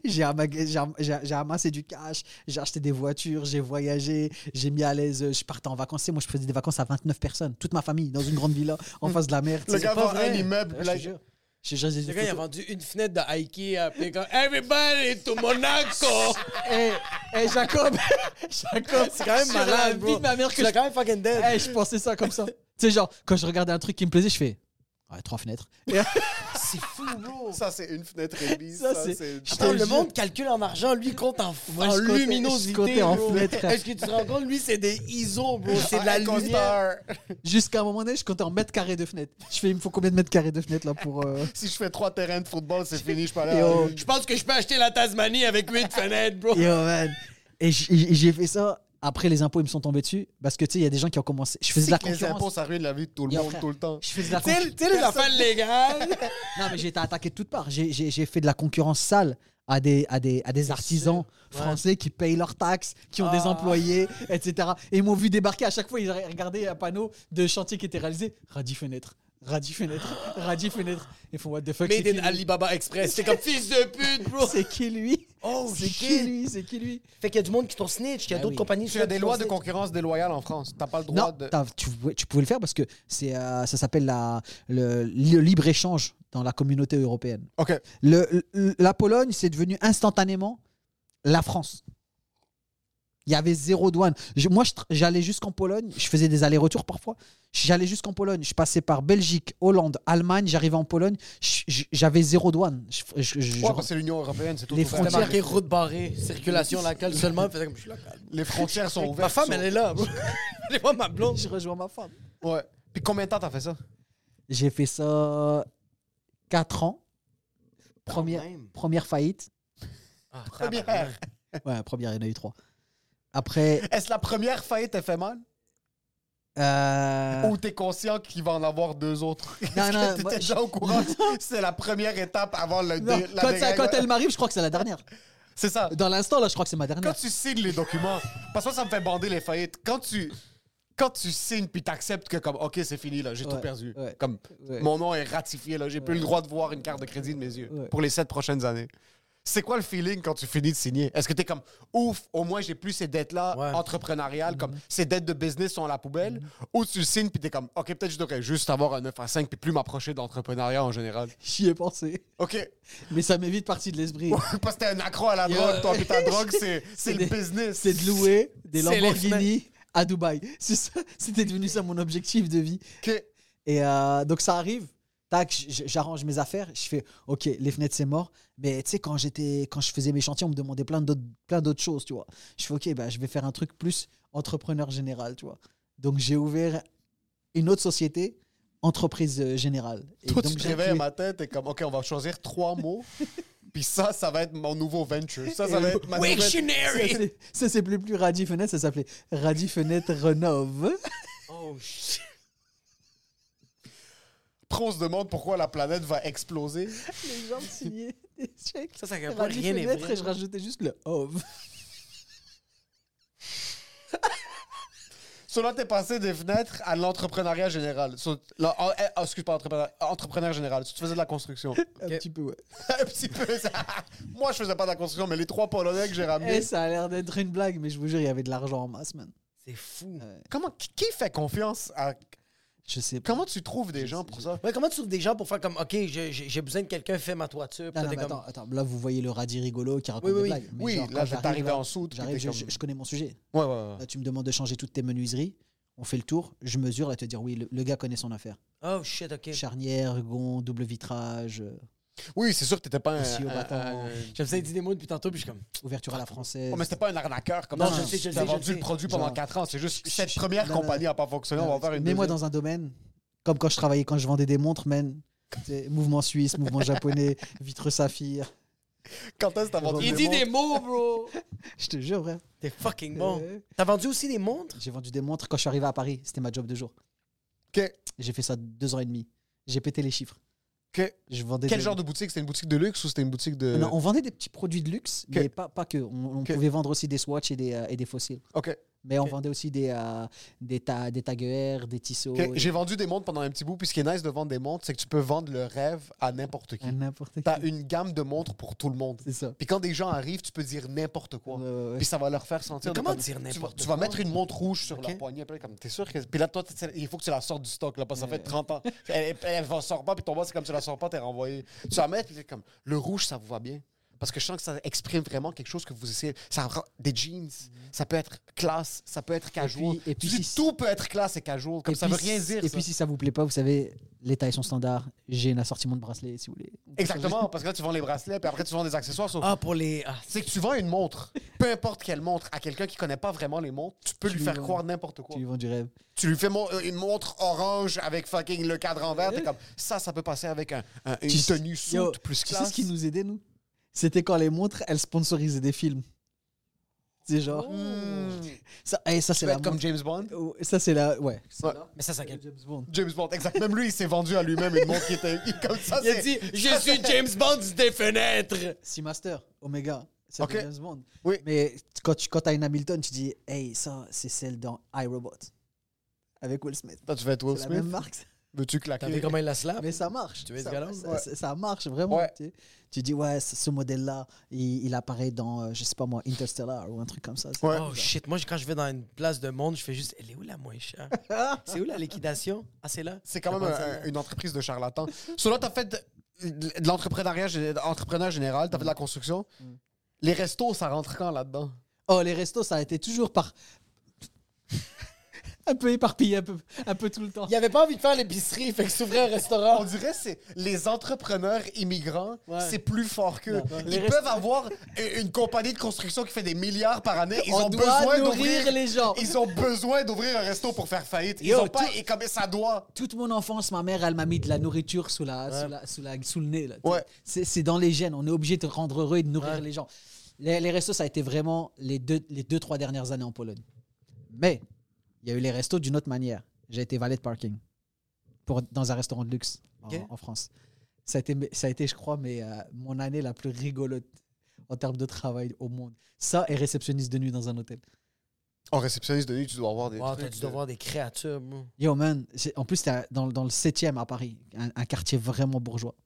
[SPEAKER 6] J'ai amag- j'ai am- j'ai- j'ai amassé du cash, j'ai acheté des voitures, j'ai voyagé, j'ai mis à l'aise, euh, je partais en vacances. Tu sais, moi, je faisais des vacances à 29 personnes, toute ma famille, dans une grande villa, en face de la mer. tu
[SPEAKER 4] Le
[SPEAKER 6] sais.
[SPEAKER 4] gars
[SPEAKER 6] C'est pas
[SPEAKER 4] vend un
[SPEAKER 6] vrai.
[SPEAKER 4] immeuble,
[SPEAKER 6] Ouais, Je
[SPEAKER 4] là,
[SPEAKER 6] te jure. Je te jure, j'ai des
[SPEAKER 3] Le gars, il a
[SPEAKER 6] photos.
[SPEAKER 3] vendu une fenêtre de IKEA. puis comme-
[SPEAKER 5] Everybody to Monaco!
[SPEAKER 6] Hey, hey, Eh, Jacob, Jacob,
[SPEAKER 3] C'est quand même
[SPEAKER 6] sur la
[SPEAKER 3] malade,
[SPEAKER 6] vie
[SPEAKER 3] bro.
[SPEAKER 6] de ma mère que
[SPEAKER 3] Tu
[SPEAKER 6] je-
[SPEAKER 3] l'as quand même fucking dead.
[SPEAKER 6] Hey, je pensais ça comme ça. tu sais, genre, quand je regardais un truc qui me plaisait, je fais. Ouais, trois fenêtres. Et-
[SPEAKER 4] C'est fou, bro. Ça, c'est une fenêtre et demie.
[SPEAKER 6] Ça,
[SPEAKER 4] Ça,
[SPEAKER 6] c'est-
[SPEAKER 4] c'est.
[SPEAKER 6] je te
[SPEAKER 3] Attends, le
[SPEAKER 6] jure.
[SPEAKER 3] monde calcule en argent, lui compte en,
[SPEAKER 6] Moi,
[SPEAKER 3] en
[SPEAKER 6] je comptais-
[SPEAKER 3] luminosité.
[SPEAKER 6] je comptais en
[SPEAKER 3] bro.
[SPEAKER 6] fenêtre.
[SPEAKER 3] Est-ce que tu te rends compte, lui, c'est des ISO, bro. C'est de la
[SPEAKER 4] Ah,
[SPEAKER 3] lumière.
[SPEAKER 4] costard.
[SPEAKER 6] Jusqu'à un moment donné, je comptais en mètres carrés de fenêtres. Je fais, il me faut combien de mètres carrés de fenêtres là pour. euh,
[SPEAKER 4] Si je fais trois terrains de football, c'est fini, je peux aller.
[SPEAKER 6] Yo.
[SPEAKER 4] en ligne.
[SPEAKER 5] Je pense que je peux acheter la Tasmanie avec 8 fenêtres, bro.
[SPEAKER 6] Yo, man. Et j- j'ai fait ça. Après, les impôts, ils me sont tombés dessus. Parce que, tu sais, il y a des gens qui ont commencé. Je faisais de la
[SPEAKER 4] Les impôts,
[SPEAKER 6] concurrence.
[SPEAKER 4] ça ruine la vie de tout le
[SPEAKER 6] Yo,
[SPEAKER 4] monde,
[SPEAKER 6] frère,
[SPEAKER 4] tout le temps.
[SPEAKER 6] Je faisais de la
[SPEAKER 5] Tu
[SPEAKER 6] concurrence.
[SPEAKER 5] sais- tu sais, les affaires légales.
[SPEAKER 6] Non, mais j'ai été attaqué de toutes parts. J'ai- J'ai j'ai fait de la concurrence sale à des, à des, à des artisans français qui payent leurs taxes, qui ont des employés, etc. Et ils m'ont vu débarquer à chaque fois. Ils regardaient un panneau de chantier qui était réalisé. Radis fenêtre, radis fenêtre, radis fenêtre. Ils font what the fuck.
[SPEAKER 5] Made
[SPEAKER 6] C'est qui,
[SPEAKER 5] in
[SPEAKER 6] lui
[SPEAKER 5] Alibaba Express. C'est comme fils de pute, bro.
[SPEAKER 6] C'est qui lui
[SPEAKER 3] Oh,
[SPEAKER 6] C'est qui
[SPEAKER 3] shit.
[SPEAKER 6] lui C'est qui lui
[SPEAKER 3] Fait qu'il y a du monde qui t'ont snitch, qu'il y a
[SPEAKER 6] Ben
[SPEAKER 3] d'autres
[SPEAKER 6] oui.
[SPEAKER 3] compagnies
[SPEAKER 4] Tu as des
[SPEAKER 3] qui t'ont
[SPEAKER 4] lois de
[SPEAKER 3] snitch.
[SPEAKER 4] concurrence déloyale en France. T'as pas le droit
[SPEAKER 6] Non,
[SPEAKER 4] de.
[SPEAKER 6] t'as- tu, pouvais- tu pouvais le faire parce que c'est euh, ça s'appelle la- le, le libre-échange dans la communauté européenne.
[SPEAKER 4] Ok.
[SPEAKER 6] Le- le- la Pologne, c'est devenu instantanément la France. Il y avait zéro douane. Je- moi, je tra- j'allais jusqu'en Pologne. Je faisais des allers-retours parfois. J'allais jusqu'en Pologne. Je passais par Belgique, Hollande, Allemagne. J'arrivais en Pologne. je- je- J'avais zéro douane. Je- je- je-
[SPEAKER 4] Ouais,
[SPEAKER 6] je-
[SPEAKER 4] parce que c'est l'Union européenne, c'est tout.
[SPEAKER 6] Les
[SPEAKER 4] ouvert.
[SPEAKER 3] C'était
[SPEAKER 6] frontières.
[SPEAKER 3] marqué route barrée, circulation locale seulement. Faisait comme je suis local.
[SPEAKER 4] Les frontières sont ouvertes.
[SPEAKER 3] Ma femme,
[SPEAKER 4] sont-
[SPEAKER 3] elle est là, bro. Allez voir ma blonde.
[SPEAKER 6] je rejoins ma femme.
[SPEAKER 4] Ouais. Puis combien de temps t'as fait ça?
[SPEAKER 6] J'ai fait ça 4 ans. Première,
[SPEAKER 3] même.
[SPEAKER 6] première faillite.
[SPEAKER 3] Ah,
[SPEAKER 4] Première.
[SPEAKER 6] Ouais, première, il y en a eu trois. Après,
[SPEAKER 4] Est-ce la première faillite t'a fait mal?
[SPEAKER 6] euh,
[SPEAKER 4] Ou Oh, t'es conscient qu'il va en avoir deux autres?
[SPEAKER 6] Non,
[SPEAKER 4] Est-ce
[SPEAKER 6] non,
[SPEAKER 4] que t'étais
[SPEAKER 6] moi,
[SPEAKER 4] déjà au courant? C'est la première étape avant le.
[SPEAKER 6] non,
[SPEAKER 4] dé- la
[SPEAKER 6] quand, ça-
[SPEAKER 4] dérègle-
[SPEAKER 6] quand elle m'arrive, je crois que c'est la dernière.
[SPEAKER 4] C'est ça.
[SPEAKER 6] Dans l'instant, là, je crois que c'est ma
[SPEAKER 4] Quand
[SPEAKER 6] dernière.
[SPEAKER 4] tu signes les documents, parce que ça, ça me fait bander les faillites. Quand tu, quand tu signes puis t'acceptes que comme, ok, c'est fini là, j'ai tout
[SPEAKER 6] Ouais,
[SPEAKER 4] perdu.
[SPEAKER 6] ouais,
[SPEAKER 4] comme
[SPEAKER 6] ouais.
[SPEAKER 4] mon nom est ratifié là, j'ai plus le droit de voir une carte de crédit de mes yeux
[SPEAKER 6] Ouais.
[SPEAKER 4] pour les sept prochaines années. C'est quoi le feeling quand tu finis de signer Est-ce que t'es comme ouf, au moins j'ai plus ces dettes là
[SPEAKER 3] Ouais.
[SPEAKER 4] entrepreneuriales,
[SPEAKER 6] Mhm.
[SPEAKER 4] comme ces dettes de business sont à la poubelle, ou tu le signes puis t'es comme, ok, peut-être je devrais juste avoir un 9 à 5 puis plus m'approcher de l'entrepreneuriat en général.
[SPEAKER 6] J'y ai pensé.
[SPEAKER 4] Ok,
[SPEAKER 6] Mais ça m'est vite parti de l'esprit.
[SPEAKER 4] parce que t'es un accro à la
[SPEAKER 6] Yo.
[SPEAKER 4] drogue, toi, puis ta drogue c'est c'est
[SPEAKER 6] des-
[SPEAKER 4] le business.
[SPEAKER 6] C'est de louer des
[SPEAKER 5] C'est les
[SPEAKER 6] Lamborghini à Dubaï. C'est ça. C'était devenu ça mon objectif de vie.
[SPEAKER 4] Ok.
[SPEAKER 6] Et euh, donc ça arrive. Tac, j- j- j'arrange mes affaires. Je fais, ok, les fenêtres c'est mort. Mais tu sais, quand j'étais, quand je faisais mes chantiers, on me demandait plein d'autres, plein d'autres choses, tu vois. Je fais, ok, bah, je vais faire un truc plus entrepreneur général, tu vois. Donc j'ai ouvert une autre société, entreprise euh, générale. Et
[SPEAKER 4] Toi,
[SPEAKER 6] donc,
[SPEAKER 4] tu te
[SPEAKER 6] j'ai
[SPEAKER 4] réveilles un
[SPEAKER 6] inclus-
[SPEAKER 4] matin, t'es comme, OK, on va choisir trois mots, puis ça, ça va être mon nouveau venture. Ça, ça
[SPEAKER 6] Euh,
[SPEAKER 4] va être ma nouvelle...
[SPEAKER 6] Ça,
[SPEAKER 5] Wiktionary.
[SPEAKER 6] c'est- Ça c'est plus plus radis fenêtre, ça s'appelait radis fenêtre renove.
[SPEAKER 3] Oh, shit.
[SPEAKER 4] Pro, on se demande pourquoi la planète va exploser.
[SPEAKER 6] Les gens signaient des chèques.
[SPEAKER 3] Ça, ça veut dire
[SPEAKER 6] radis
[SPEAKER 3] rien n'est
[SPEAKER 6] fenêtre
[SPEAKER 3] vrai.
[SPEAKER 6] et je rajoutais juste le of.
[SPEAKER 4] Cela t'es passé des fenêtres à l'entrepreneuriat général. So- la- en- eh, oh, excuse pas, entrepreneur, entrepreneur général. So, tu faisais de la construction.
[SPEAKER 6] Un petit peu, ouais.
[SPEAKER 4] Un petit peu, ça- Moi, je faisais pas de la construction, mais les trois Polonais que j'ai ramenés...
[SPEAKER 6] Eh, ça a l'air d'être une blague, mais je vous jure, il y avait de l'argent en masse, man.
[SPEAKER 3] C'est fou.
[SPEAKER 4] Comment... qui- Qui fait confiance à...
[SPEAKER 6] Je sais pas.
[SPEAKER 4] Comment tu trouves des gens pour ça?
[SPEAKER 3] Ouais, comment tu trouves des gens pour faire comme, OK, j'ai- j'ai j'ai besoin de quelqu'un, fais ma toiture. Puis toi,
[SPEAKER 6] Non, non,
[SPEAKER 3] t'es
[SPEAKER 6] mais
[SPEAKER 3] comme-
[SPEAKER 6] attends, attends, là vous voyez le radis rigolo qui raconte
[SPEAKER 3] Oui,
[SPEAKER 6] des
[SPEAKER 3] oui,
[SPEAKER 6] blagues. mais
[SPEAKER 4] oui,
[SPEAKER 6] genre,
[SPEAKER 4] là, je
[SPEAKER 6] quand
[SPEAKER 4] vais
[SPEAKER 6] j'arrive,
[SPEAKER 4] t'arriver
[SPEAKER 6] là,
[SPEAKER 4] en soude, puis
[SPEAKER 6] J'arrive,
[SPEAKER 4] t'es
[SPEAKER 6] je,
[SPEAKER 4] comme-
[SPEAKER 6] je- je connais mon sujet.
[SPEAKER 4] Ouais, ouais, ouais.
[SPEAKER 6] Là, tu me demandes de changer toutes tes menuiseries. On fait le tour, je mesure, là, te dire oui, le, le gars connaît son affaire.
[SPEAKER 3] Oh, shit, OK.
[SPEAKER 6] Charnière, gond, double vitrage, euh,
[SPEAKER 4] Oui, c'est sûr que t'étais pas un...
[SPEAKER 6] aussi au
[SPEAKER 4] un-
[SPEAKER 6] bâton,
[SPEAKER 4] un-
[SPEAKER 3] J'aime ça, il dit des mots depuis tantôt, puis je suis comme,
[SPEAKER 6] ouverture à la française.
[SPEAKER 4] Oh, mais c'était pas un arnaqueur comme
[SPEAKER 3] Non,
[SPEAKER 4] ça.
[SPEAKER 6] je sais,
[SPEAKER 3] je
[SPEAKER 4] T'as
[SPEAKER 3] sais, je
[SPEAKER 4] vendu
[SPEAKER 3] sais.
[SPEAKER 4] le produit pendant
[SPEAKER 6] Genre-
[SPEAKER 4] 4 ans. C'est juste que
[SPEAKER 6] Chut,
[SPEAKER 4] cette
[SPEAKER 6] chut,
[SPEAKER 4] première
[SPEAKER 6] non, non.
[SPEAKER 4] compagnie n'a pas fonctionné. on va faire une
[SPEAKER 6] Mets-moi
[SPEAKER 4] deuxième.
[SPEAKER 6] dans un domaine, comme quand je travaillais, quand je vendais des montres, man. C'est Mouvement suisse, mouvement japonais, vitre saphir.
[SPEAKER 4] Quand est-ce que t'as vendu
[SPEAKER 5] Il dit
[SPEAKER 4] des montres?
[SPEAKER 5] des mots, bro.
[SPEAKER 6] Je te jure, frère.
[SPEAKER 3] t'es fucking bon.
[SPEAKER 6] Euh,
[SPEAKER 3] T'as vendu aussi des montres?
[SPEAKER 6] J'ai vendu des montres quand je suis arrivé à Paris. C'était ma job de jour.
[SPEAKER 4] Ok.
[SPEAKER 6] J'ai fait ça deux ans et demi. J'ai pété les chiffres.
[SPEAKER 4] Que-
[SPEAKER 6] Je vendais
[SPEAKER 4] Quel
[SPEAKER 6] des-
[SPEAKER 4] genre de boutique C'était une boutique de luxe ou c'était une boutique de.
[SPEAKER 6] Non, on vendait des petits produits de luxe,
[SPEAKER 4] Que-
[SPEAKER 6] mais pas, pas que. On, on
[SPEAKER 4] Que-
[SPEAKER 6] pouvait vendre aussi des Swatch et des, euh, et des fossiles.
[SPEAKER 4] Ok.
[SPEAKER 6] Mais on
[SPEAKER 4] Que-
[SPEAKER 6] vendait aussi des, euh, des, ta, des Taguer, des Tissot.
[SPEAKER 4] Ok, J'ai vendu des montres pendant un petit bout. Puis ce qui est nice de vendre des montres, c'est que tu peux vendre le rêve à n'importe
[SPEAKER 6] Mm.
[SPEAKER 4] qui.
[SPEAKER 6] Ah, N'importe
[SPEAKER 4] T'as
[SPEAKER 6] qui.
[SPEAKER 4] une gamme de montres pour tout le monde.
[SPEAKER 6] C'est ça.
[SPEAKER 4] Puis quand des gens arrivent, tu peux dire n'importe quoi.
[SPEAKER 6] Ouais, ouais, ouais.
[SPEAKER 4] Puis ça va leur faire sentir.
[SPEAKER 3] Mais
[SPEAKER 4] de
[SPEAKER 3] comment
[SPEAKER 4] comme-
[SPEAKER 3] dire
[SPEAKER 4] tu vas-
[SPEAKER 3] n'importe
[SPEAKER 4] Tu vas
[SPEAKER 3] quoi?
[SPEAKER 4] mettre une montre rouge sur
[SPEAKER 3] Ok.
[SPEAKER 4] leur poignet. Puis là, comme, t'es sûr que. Puis là, toi, t'es- il faut que tu la sortes du stock. Là, parce que ça fait 30 ans. Elle, elle, va sort pas. Puis ton boss, c'est comme tu la sors pas, t'es renvoyé. Tu vas mettre, puis t'es comme, le rouge, ça vous va bien. Parce que je sens que ça exprime vraiment quelque chose que vous essayez. Ça rend des jeans, ça peut être classe, ça peut être casual.
[SPEAKER 6] puis- Mm. et puis
[SPEAKER 4] Tu dis,
[SPEAKER 6] si-
[SPEAKER 4] tout peut être classe et casual. Comme
[SPEAKER 6] Et
[SPEAKER 4] ça
[SPEAKER 6] puis
[SPEAKER 4] veut rien
[SPEAKER 6] si-
[SPEAKER 4] dire.
[SPEAKER 6] Et
[SPEAKER 4] ça.
[SPEAKER 6] puis si ça vous plaît pas, vous savez, les tailles sont standards. J'ai un assortiment de bracelets si vous voulez. On peut
[SPEAKER 4] Exactement, parce que là, tu vends les bracelets, puis après, tu vends des accessoires. sauf-
[SPEAKER 3] Ah, pour les. Ah,
[SPEAKER 4] C'est que tu vends une montre, peu importe quelle montre, à quelqu'un qui connaît pas vraiment les montres, tu peux
[SPEAKER 6] Tu
[SPEAKER 4] lui
[SPEAKER 6] lui
[SPEAKER 4] faire
[SPEAKER 6] vends-
[SPEAKER 4] croire n'importe quoi.
[SPEAKER 6] changer- Tu vends du rêve.
[SPEAKER 4] Tu lui fais mon- euh, une montre orange avec fucking le cadre en vert, t'es comme ça, ça peut passer avec un, un- une
[SPEAKER 6] Tu-
[SPEAKER 4] tenue soute
[SPEAKER 6] Yo,
[SPEAKER 4] plus
[SPEAKER 6] Tu sais
[SPEAKER 4] classe.
[SPEAKER 6] ce qui nous aidait, nous C'était quand les montres, elles sponsorisaient des films. C'est genre.
[SPEAKER 4] Oh.
[SPEAKER 6] Ça, eh, ça
[SPEAKER 4] Tu
[SPEAKER 6] c'est
[SPEAKER 4] veux
[SPEAKER 6] la.
[SPEAKER 4] être comme
[SPEAKER 6] montre-
[SPEAKER 4] James Bond.
[SPEAKER 6] Oh, Ça, c'est la. Ouais.
[SPEAKER 4] Ouais.
[SPEAKER 3] mais ça, ça quel-
[SPEAKER 6] James Bond.
[SPEAKER 4] James Bond, exact. Même lui, il s'est vendu à lui-même une montre qui était comme ça.
[SPEAKER 5] Il a
[SPEAKER 4] c'est-
[SPEAKER 5] dit Je suis James Bond des fenêtres.
[SPEAKER 6] Seamaster, Omega, c'est
[SPEAKER 4] Ok.
[SPEAKER 6] de James Bond.
[SPEAKER 4] Oui.
[SPEAKER 6] Mais quand tu quand as une Hamilton, tu dis Hey, ça, c'est celle dans iRobot. Avec Will Smith.
[SPEAKER 4] Toi, tu veux être Will
[SPEAKER 6] C'est la même
[SPEAKER 4] Smith
[SPEAKER 6] marque. ça.
[SPEAKER 3] T'as
[SPEAKER 4] Veux-tu
[SPEAKER 3] vu
[SPEAKER 4] claquer
[SPEAKER 3] comment il la slap?
[SPEAKER 6] Mais ça marche.
[SPEAKER 3] Tu veux ce
[SPEAKER 6] ça,
[SPEAKER 3] gars-là?
[SPEAKER 6] ça,
[SPEAKER 3] Ouais.
[SPEAKER 6] ça- ça marche vraiment.
[SPEAKER 4] Ouais.
[SPEAKER 6] Tu, sais. Tu dis Ouais, ce ce modèle-là, il, il apparaît dans, euh, je sais pas moi, Interstellar ou un truc comme ça. C'est-
[SPEAKER 4] Ouais.
[SPEAKER 3] Oh shit, moi je- quand je vais dans une place de monde, je fais juste, elle est où la moins chère? c'est où la liquidation? Ah, c'est là?
[SPEAKER 4] C'est quand
[SPEAKER 3] Je
[SPEAKER 4] même
[SPEAKER 3] vais prendre
[SPEAKER 4] un-
[SPEAKER 3] celle-là.
[SPEAKER 4] une entreprise de charlatans. Sur là, t'as fait de- de l'entrepreneuriat gé- entrepreneur général, t'as fait de la construction.
[SPEAKER 6] Mm.
[SPEAKER 4] Les restos, ça rentre quand là-dedans?
[SPEAKER 6] Oh, les restos, ça a été toujours par. un peu éparpillé, un peu, un peu tout le temps.
[SPEAKER 3] Il avait pas envie de faire l'épicerie, fait que s'ouvrait un restaurant.
[SPEAKER 4] On dirait c'est les entrepreneurs immigrants, c'est plus fort qu'eux. Ils
[SPEAKER 6] Les
[SPEAKER 4] peuvent avoir u- une compagnie de construction qui fait des milliards par année. Ils
[SPEAKER 6] On
[SPEAKER 4] ont
[SPEAKER 6] doit
[SPEAKER 4] besoin
[SPEAKER 6] nourrir
[SPEAKER 4] d'ouvrir
[SPEAKER 6] les gens.
[SPEAKER 4] Ils ont besoin d'ouvrir un resto pour faire faillite. Ils
[SPEAKER 6] Yo,
[SPEAKER 4] ont pas
[SPEAKER 6] tout-
[SPEAKER 4] et comme ça doit.
[SPEAKER 6] toute mon enfance, ma mère, elle m'a mis de la nourriture sous, la, sous, la, sous, la- sous le nez. là, tu
[SPEAKER 4] Ouais.
[SPEAKER 6] sais. C'est, c'est dans les gènes. On est obligé de rendre heureux et de nourrir les gens. Les, les restos, ça a été vraiment les deux, les deux, trois dernières années en Pologne. Mais il y a eu les restos d'une autre manière. J'ai été valet de parking pour, dans un restaurant de luxe en,
[SPEAKER 3] Ok.
[SPEAKER 6] en France. Ça a, été, mes- ça a été, je crois, mais, euh, mon année la plus rigolote en termes de travail au monde. Ça et réceptionniste de nuit dans un hôtel.
[SPEAKER 4] En réceptionniste de nuit, tu dois avoir des.
[SPEAKER 3] Wow,
[SPEAKER 4] trucs
[SPEAKER 3] t'as dû
[SPEAKER 4] de-
[SPEAKER 3] devoir des créatures, moi.
[SPEAKER 6] Yo, man, j'ai- en plus, c'était dans, dans le 7e à Paris, un, un quartier vraiment bourgeois.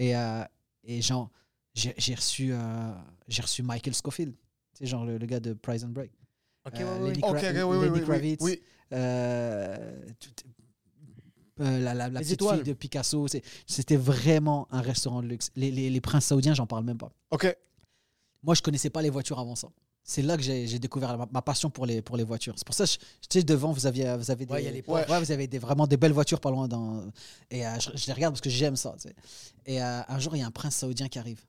[SPEAKER 6] Et, euh, et genre, j'ai j'ai reçu, euh, j'ai reçu Michael Scofield, c'est genre le, le gars de Price and Break.
[SPEAKER 3] Ok,
[SPEAKER 6] Euh,
[SPEAKER 3] ouais, ouais.
[SPEAKER 6] Lenny
[SPEAKER 4] Ok, ok, oui,
[SPEAKER 6] Kra-
[SPEAKER 4] oui,
[SPEAKER 6] Lenny
[SPEAKER 4] oui, oui,
[SPEAKER 6] Kravitz,
[SPEAKER 4] oui.
[SPEAKER 6] euh, tout- euh, la la, la
[SPEAKER 3] Les
[SPEAKER 6] petite
[SPEAKER 3] étoiles.
[SPEAKER 6] fille de Picasso. c'est- C'était vraiment un restaurant de luxe. Les, les, les princes saoudiens, j'en parle même pas.
[SPEAKER 4] Ok.
[SPEAKER 6] Moi, je connaissais pas les voitures avant ça. C'est là que j'ai j'ai découvert ma, ma passion pour les, pour les voitures. C'est pour ça, que je- tu sais, devant, vous aviez, vous avez des,
[SPEAKER 3] Ouais, il y a les
[SPEAKER 6] ouais, vous avez des, vraiment des belles voitures pas loin. Dans, et euh, je, je les regarde parce que j'aime ça. tu sais. Et euh, un jour, il y a un prince saoudien qui arrive.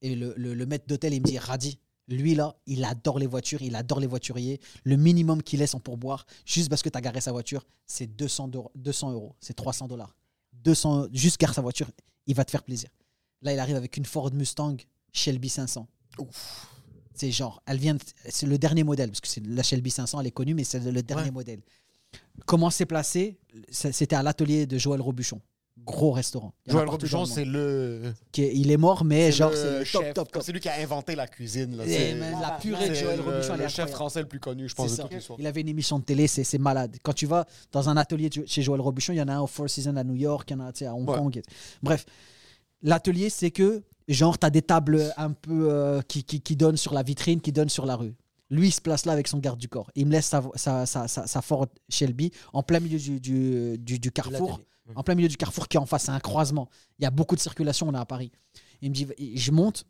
[SPEAKER 6] Et le, le- le maître d'hôtel, il me dit, Radi, lui là, il adore les voitures, il adore les voituriers. Le minimum qu'il laisse en pourboire, juste parce que tu as garé sa voiture, c'est 200, do- 200 euros, c'est 300 dollars. 200, juste gare sa voiture, il va te faire plaisir. Là, il arrive avec une Ford Mustang Shelby 500. C'est genre, elle vient, de- c'est le dernier modèle, parce que c'est la Shelby 500, elle est connue, mais c'est le dernier
[SPEAKER 3] Ouais.
[SPEAKER 6] modèle. Comment c'est placé Ça- C'était à l'atelier de Joël Robuchon. Gros restaurant. Il y en a
[SPEAKER 4] Joël
[SPEAKER 6] partout
[SPEAKER 4] Robuchon,
[SPEAKER 6] dans le monde.
[SPEAKER 4] c'est le.
[SPEAKER 6] Qui est- Il est mort, mais
[SPEAKER 4] c'est
[SPEAKER 6] genre,
[SPEAKER 4] le
[SPEAKER 6] c'est le top,
[SPEAKER 4] chef.
[SPEAKER 6] top,
[SPEAKER 4] Comme
[SPEAKER 6] top.
[SPEAKER 4] C'est lui qui a inventé la cuisine. Là.
[SPEAKER 6] Eh,
[SPEAKER 4] C'est-
[SPEAKER 6] man, la purée de
[SPEAKER 4] c'est
[SPEAKER 6] Joël
[SPEAKER 4] le-
[SPEAKER 6] Robuchon, elle est
[SPEAKER 4] Le chef
[SPEAKER 6] incroyable.
[SPEAKER 4] français le plus connu, je pense,
[SPEAKER 6] C'est
[SPEAKER 4] de
[SPEAKER 6] ça.
[SPEAKER 4] toute l'histoire.
[SPEAKER 6] Il avait une émission de télé, c'est c'est malade. Quand tu vas dans un atelier de- chez Joël Robuchon, il y en a un au Four Seasons à New York, il y en a tu sais, à Hong
[SPEAKER 4] Ouais.
[SPEAKER 6] Kong. et- Bref, l'atelier, c'est que, genre, tu as des tables un peu euh, qui, qui, qui donnent sur la vitrine, qui donnent sur la rue. Lui, il se place là avec son garde du corps. Il me laisse sa, sa, sa, sa- sa Ford Shelby en plein milieu du, du, du- du carrefour. En plein milieu du carrefour qui est en face, c'est un croisement. Il y a beaucoup de circulation, on est à Paris. Il me dit, je monte,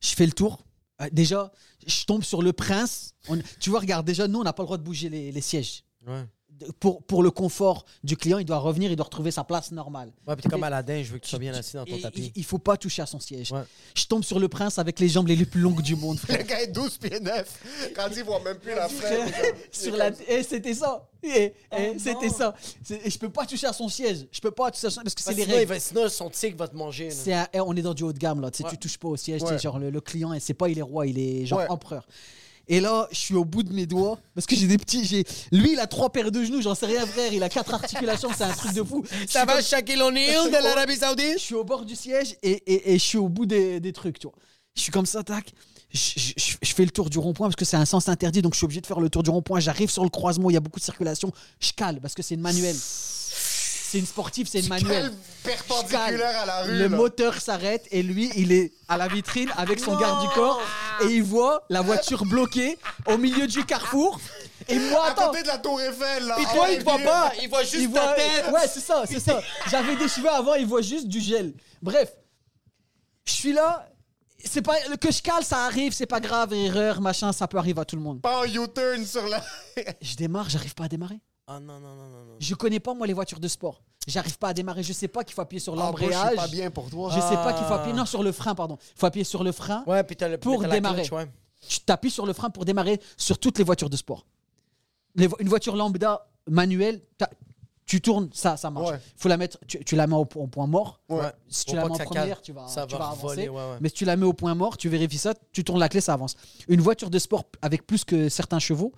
[SPEAKER 6] je fais le tour. Euh, Déjà, je tombe sur le prince. On- tu vois, regarde, déjà, nous, on n'a pas le droit de bouger les, les sièges.
[SPEAKER 3] Ouais.
[SPEAKER 6] De- Pour, pour le confort du client, il doit revenir, il doit retrouver sa place normale.
[SPEAKER 3] Ouais, puis t'es comme Aladdin, je veux que tu sois bien assis dans ton
[SPEAKER 6] Et
[SPEAKER 3] tapis.
[SPEAKER 6] Il, il faut pas toucher à son siège.
[SPEAKER 3] Ouais.
[SPEAKER 6] Je tombe sur le prince avec les jambes les plus longues du monde, frère.
[SPEAKER 4] Le gars est 12 pieds 9. Randy voit même plus la frère.
[SPEAKER 6] sur la Eh, c'était ça Eh,
[SPEAKER 3] Oh
[SPEAKER 6] eh, c'était ça C'est- et je peux pas toucher à son siège je peux pas toucher à son parce que c'est
[SPEAKER 3] Parce
[SPEAKER 6] les
[SPEAKER 3] que sinon, il
[SPEAKER 6] règles
[SPEAKER 3] va- sinon, son tigre va te manger. là.
[SPEAKER 6] C'est un- eh, on est dans du haut de gamme là tu sais, tu touches pas au siège tu sais,
[SPEAKER 4] Ouais.
[SPEAKER 6] genre le, le client et c'est pas il est roi il est genre
[SPEAKER 4] Ouais.
[SPEAKER 6] empereur Et là, je suis au bout de mes doigts parce que j'ai des petits. j'ai Lui, il a trois paires de genoux, j'en sais rien, frère. Il a quatre articulations, c'est un truc de fou. Je
[SPEAKER 5] Ça
[SPEAKER 6] suis
[SPEAKER 5] va,
[SPEAKER 6] comme-
[SPEAKER 5] Shaquille O'Neal de l'Arabie
[SPEAKER 6] je
[SPEAKER 5] Saoudite
[SPEAKER 6] suis au bord du siège et, et, et je suis au bout des, des trucs, tu vois. Je suis comme ça, tac. Je, je- je- je fais le tour du rond-point parce que c'est un sens interdit, donc je suis obligé de faire le tour du rond-point. J'arrive sur le croisement, il y a beaucoup de circulation. Je cale parce que c'est une manuelle. C'est une sportive, c'est une manuelle.
[SPEAKER 4] Quel
[SPEAKER 6] Je cale.
[SPEAKER 4] perpendiculaire à la rue.
[SPEAKER 6] le
[SPEAKER 4] là.
[SPEAKER 6] moteur s'arrête et lui, il est à la vitrine avec son garde du corps et il voit la voiture bloquée au milieu du carrefour. Et moi,
[SPEAKER 4] à
[SPEAKER 6] attends,
[SPEAKER 4] côté de la Tour Eiffel, là.
[SPEAKER 5] Puis
[SPEAKER 4] Ah
[SPEAKER 5] toi,
[SPEAKER 4] ouais,
[SPEAKER 5] il te voit
[SPEAKER 4] puis-
[SPEAKER 5] pas, il voit juste
[SPEAKER 6] il
[SPEAKER 5] ta
[SPEAKER 6] voit-
[SPEAKER 5] tête.
[SPEAKER 6] Ouais, c'est ça, c'est ça. J'avais des cheveux avant, il voit juste du gel. Bref, je suis là. C'est pas que je cale, ça arrive, c'est pas grave, erreur, machin, ça peut arriver à tout le monde.
[SPEAKER 4] Pas en U-turn sur la. Ah,
[SPEAKER 6] Je démarre, j'arrive pas à démarrer.
[SPEAKER 3] Ah non, non, non, non. non.
[SPEAKER 6] Je connais pas moi les voitures de sport. J'arrive pas à démarrer, je sais pas qu'il faut appuyer sur
[SPEAKER 4] Ah, bro, je suis
[SPEAKER 6] l'embrayage.
[SPEAKER 4] pas bien pour toi.
[SPEAKER 6] Je sais pas qu'il faut appuyer non sur le frein pardon. Faut appuyer sur le frein.
[SPEAKER 3] Ouais, puis t'as le
[SPEAKER 6] Pour
[SPEAKER 3] t'as la
[SPEAKER 6] démarrer.
[SPEAKER 3] clutch, ouais.
[SPEAKER 6] Tu t'appuies sur le frein pour démarrer sur toutes les voitures de sport. Les vo- une voiture lambda manuelle, t'as- tu tournes, ça, ça marche.
[SPEAKER 4] Ouais.
[SPEAKER 6] Faut la mettre, tu, tu la mets au, au point mort.
[SPEAKER 4] Ouais.
[SPEAKER 6] Si
[SPEAKER 3] Faut
[SPEAKER 6] tu la
[SPEAKER 3] pas
[SPEAKER 6] mets en
[SPEAKER 3] que ça
[SPEAKER 6] première,
[SPEAKER 3] cale.
[SPEAKER 6] tu vas,
[SPEAKER 3] Ça
[SPEAKER 6] tu
[SPEAKER 3] va
[SPEAKER 6] vas avancer.
[SPEAKER 3] voler, ouais, ouais.
[SPEAKER 6] Mais si tu la mets au point mort, tu vérifies ça, tu tournes la clé, ça avance. Une voiture de sport avec plus que certains chevaux,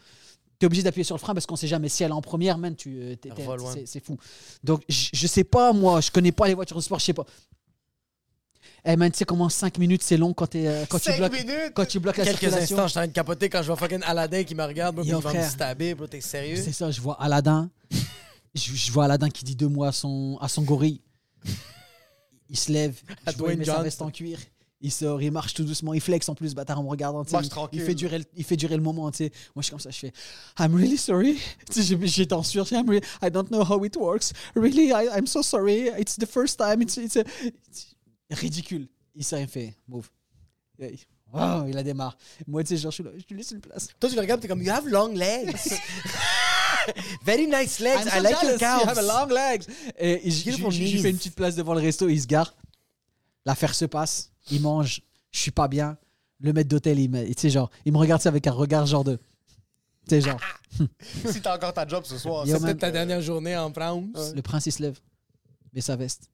[SPEAKER 6] tu es obligé d'appuyer sur le frein parce qu'on sait jamais si elle est en première, man, tu euh, t'es-
[SPEAKER 3] Elle
[SPEAKER 6] t'es-
[SPEAKER 3] vole, ouais.
[SPEAKER 6] c'est- c'est fou. Donc je je sais pas moi, je connais pas les voitures de sport, je sais pas. Eh man, tu sais comment 5 minutes c'est long quand, t'es, euh, quand tu
[SPEAKER 4] 5
[SPEAKER 6] bloques
[SPEAKER 4] minutes
[SPEAKER 6] quand tu bloques la
[SPEAKER 3] Quelques
[SPEAKER 6] circulation.
[SPEAKER 3] instants, je suis en train de capoter quand je vois fucking Aladdin qui me regarde, bro, puis
[SPEAKER 6] Yo,
[SPEAKER 3] il va me
[SPEAKER 6] frère.
[SPEAKER 3] stabber, bro, t'es sérieux?
[SPEAKER 6] C'est ça, je vois Aladdin. je, je vois Aladdin qui dit deux mots à son, à son gorille. Il se lève,
[SPEAKER 3] À
[SPEAKER 6] je vois, il
[SPEAKER 3] Dwayne
[SPEAKER 6] met sa
[SPEAKER 3] Johnson.
[SPEAKER 6] veste en cuir. Il sort, il marche tout doucement, il flex en plus, bâtard, en me regardant. tu sais,
[SPEAKER 4] Marche
[SPEAKER 6] il-
[SPEAKER 4] tranquille.
[SPEAKER 6] Il fait durer, le- il fait durer le moment, tu sais. Moi, je suis comme ça, je fais I'm really sorry. Tu sais, j'ai- J'étais en sueur, I'm really- I don't know how it works. Really, I- I'm so sorry. It's the first time. It's, it's a- it's- Ridicule. Il s'est rien fait. Move. Hey. Wow, il a démarre. Moi, tu sais, genre, je suis là, je lui laisse une place.
[SPEAKER 3] Toi, tu le regardes, t'es comme, you have long legs. Very nice legs,
[SPEAKER 6] I'm
[SPEAKER 3] I
[SPEAKER 6] so
[SPEAKER 3] like your
[SPEAKER 6] jealous, you have
[SPEAKER 3] calves.
[SPEAKER 6] a long legs. Et je
[SPEAKER 3] Beautiful
[SPEAKER 6] lui
[SPEAKER 3] knees.
[SPEAKER 6] fais une petite place devant le resto, il se gare. L'affaire se passe, il mange, je suis pas bien. Le maître d'hôtel, il, me- tu sais, genre, il me regarde ça avec un regard genre de. Tu sais, genre,
[SPEAKER 4] Si t'as encore ta job ce soir,
[SPEAKER 6] Yo,
[SPEAKER 4] c'est
[SPEAKER 6] man.
[SPEAKER 4] peut-être
[SPEAKER 3] Ta dernière journée en France.
[SPEAKER 6] le prince, il se lève, met sa veste,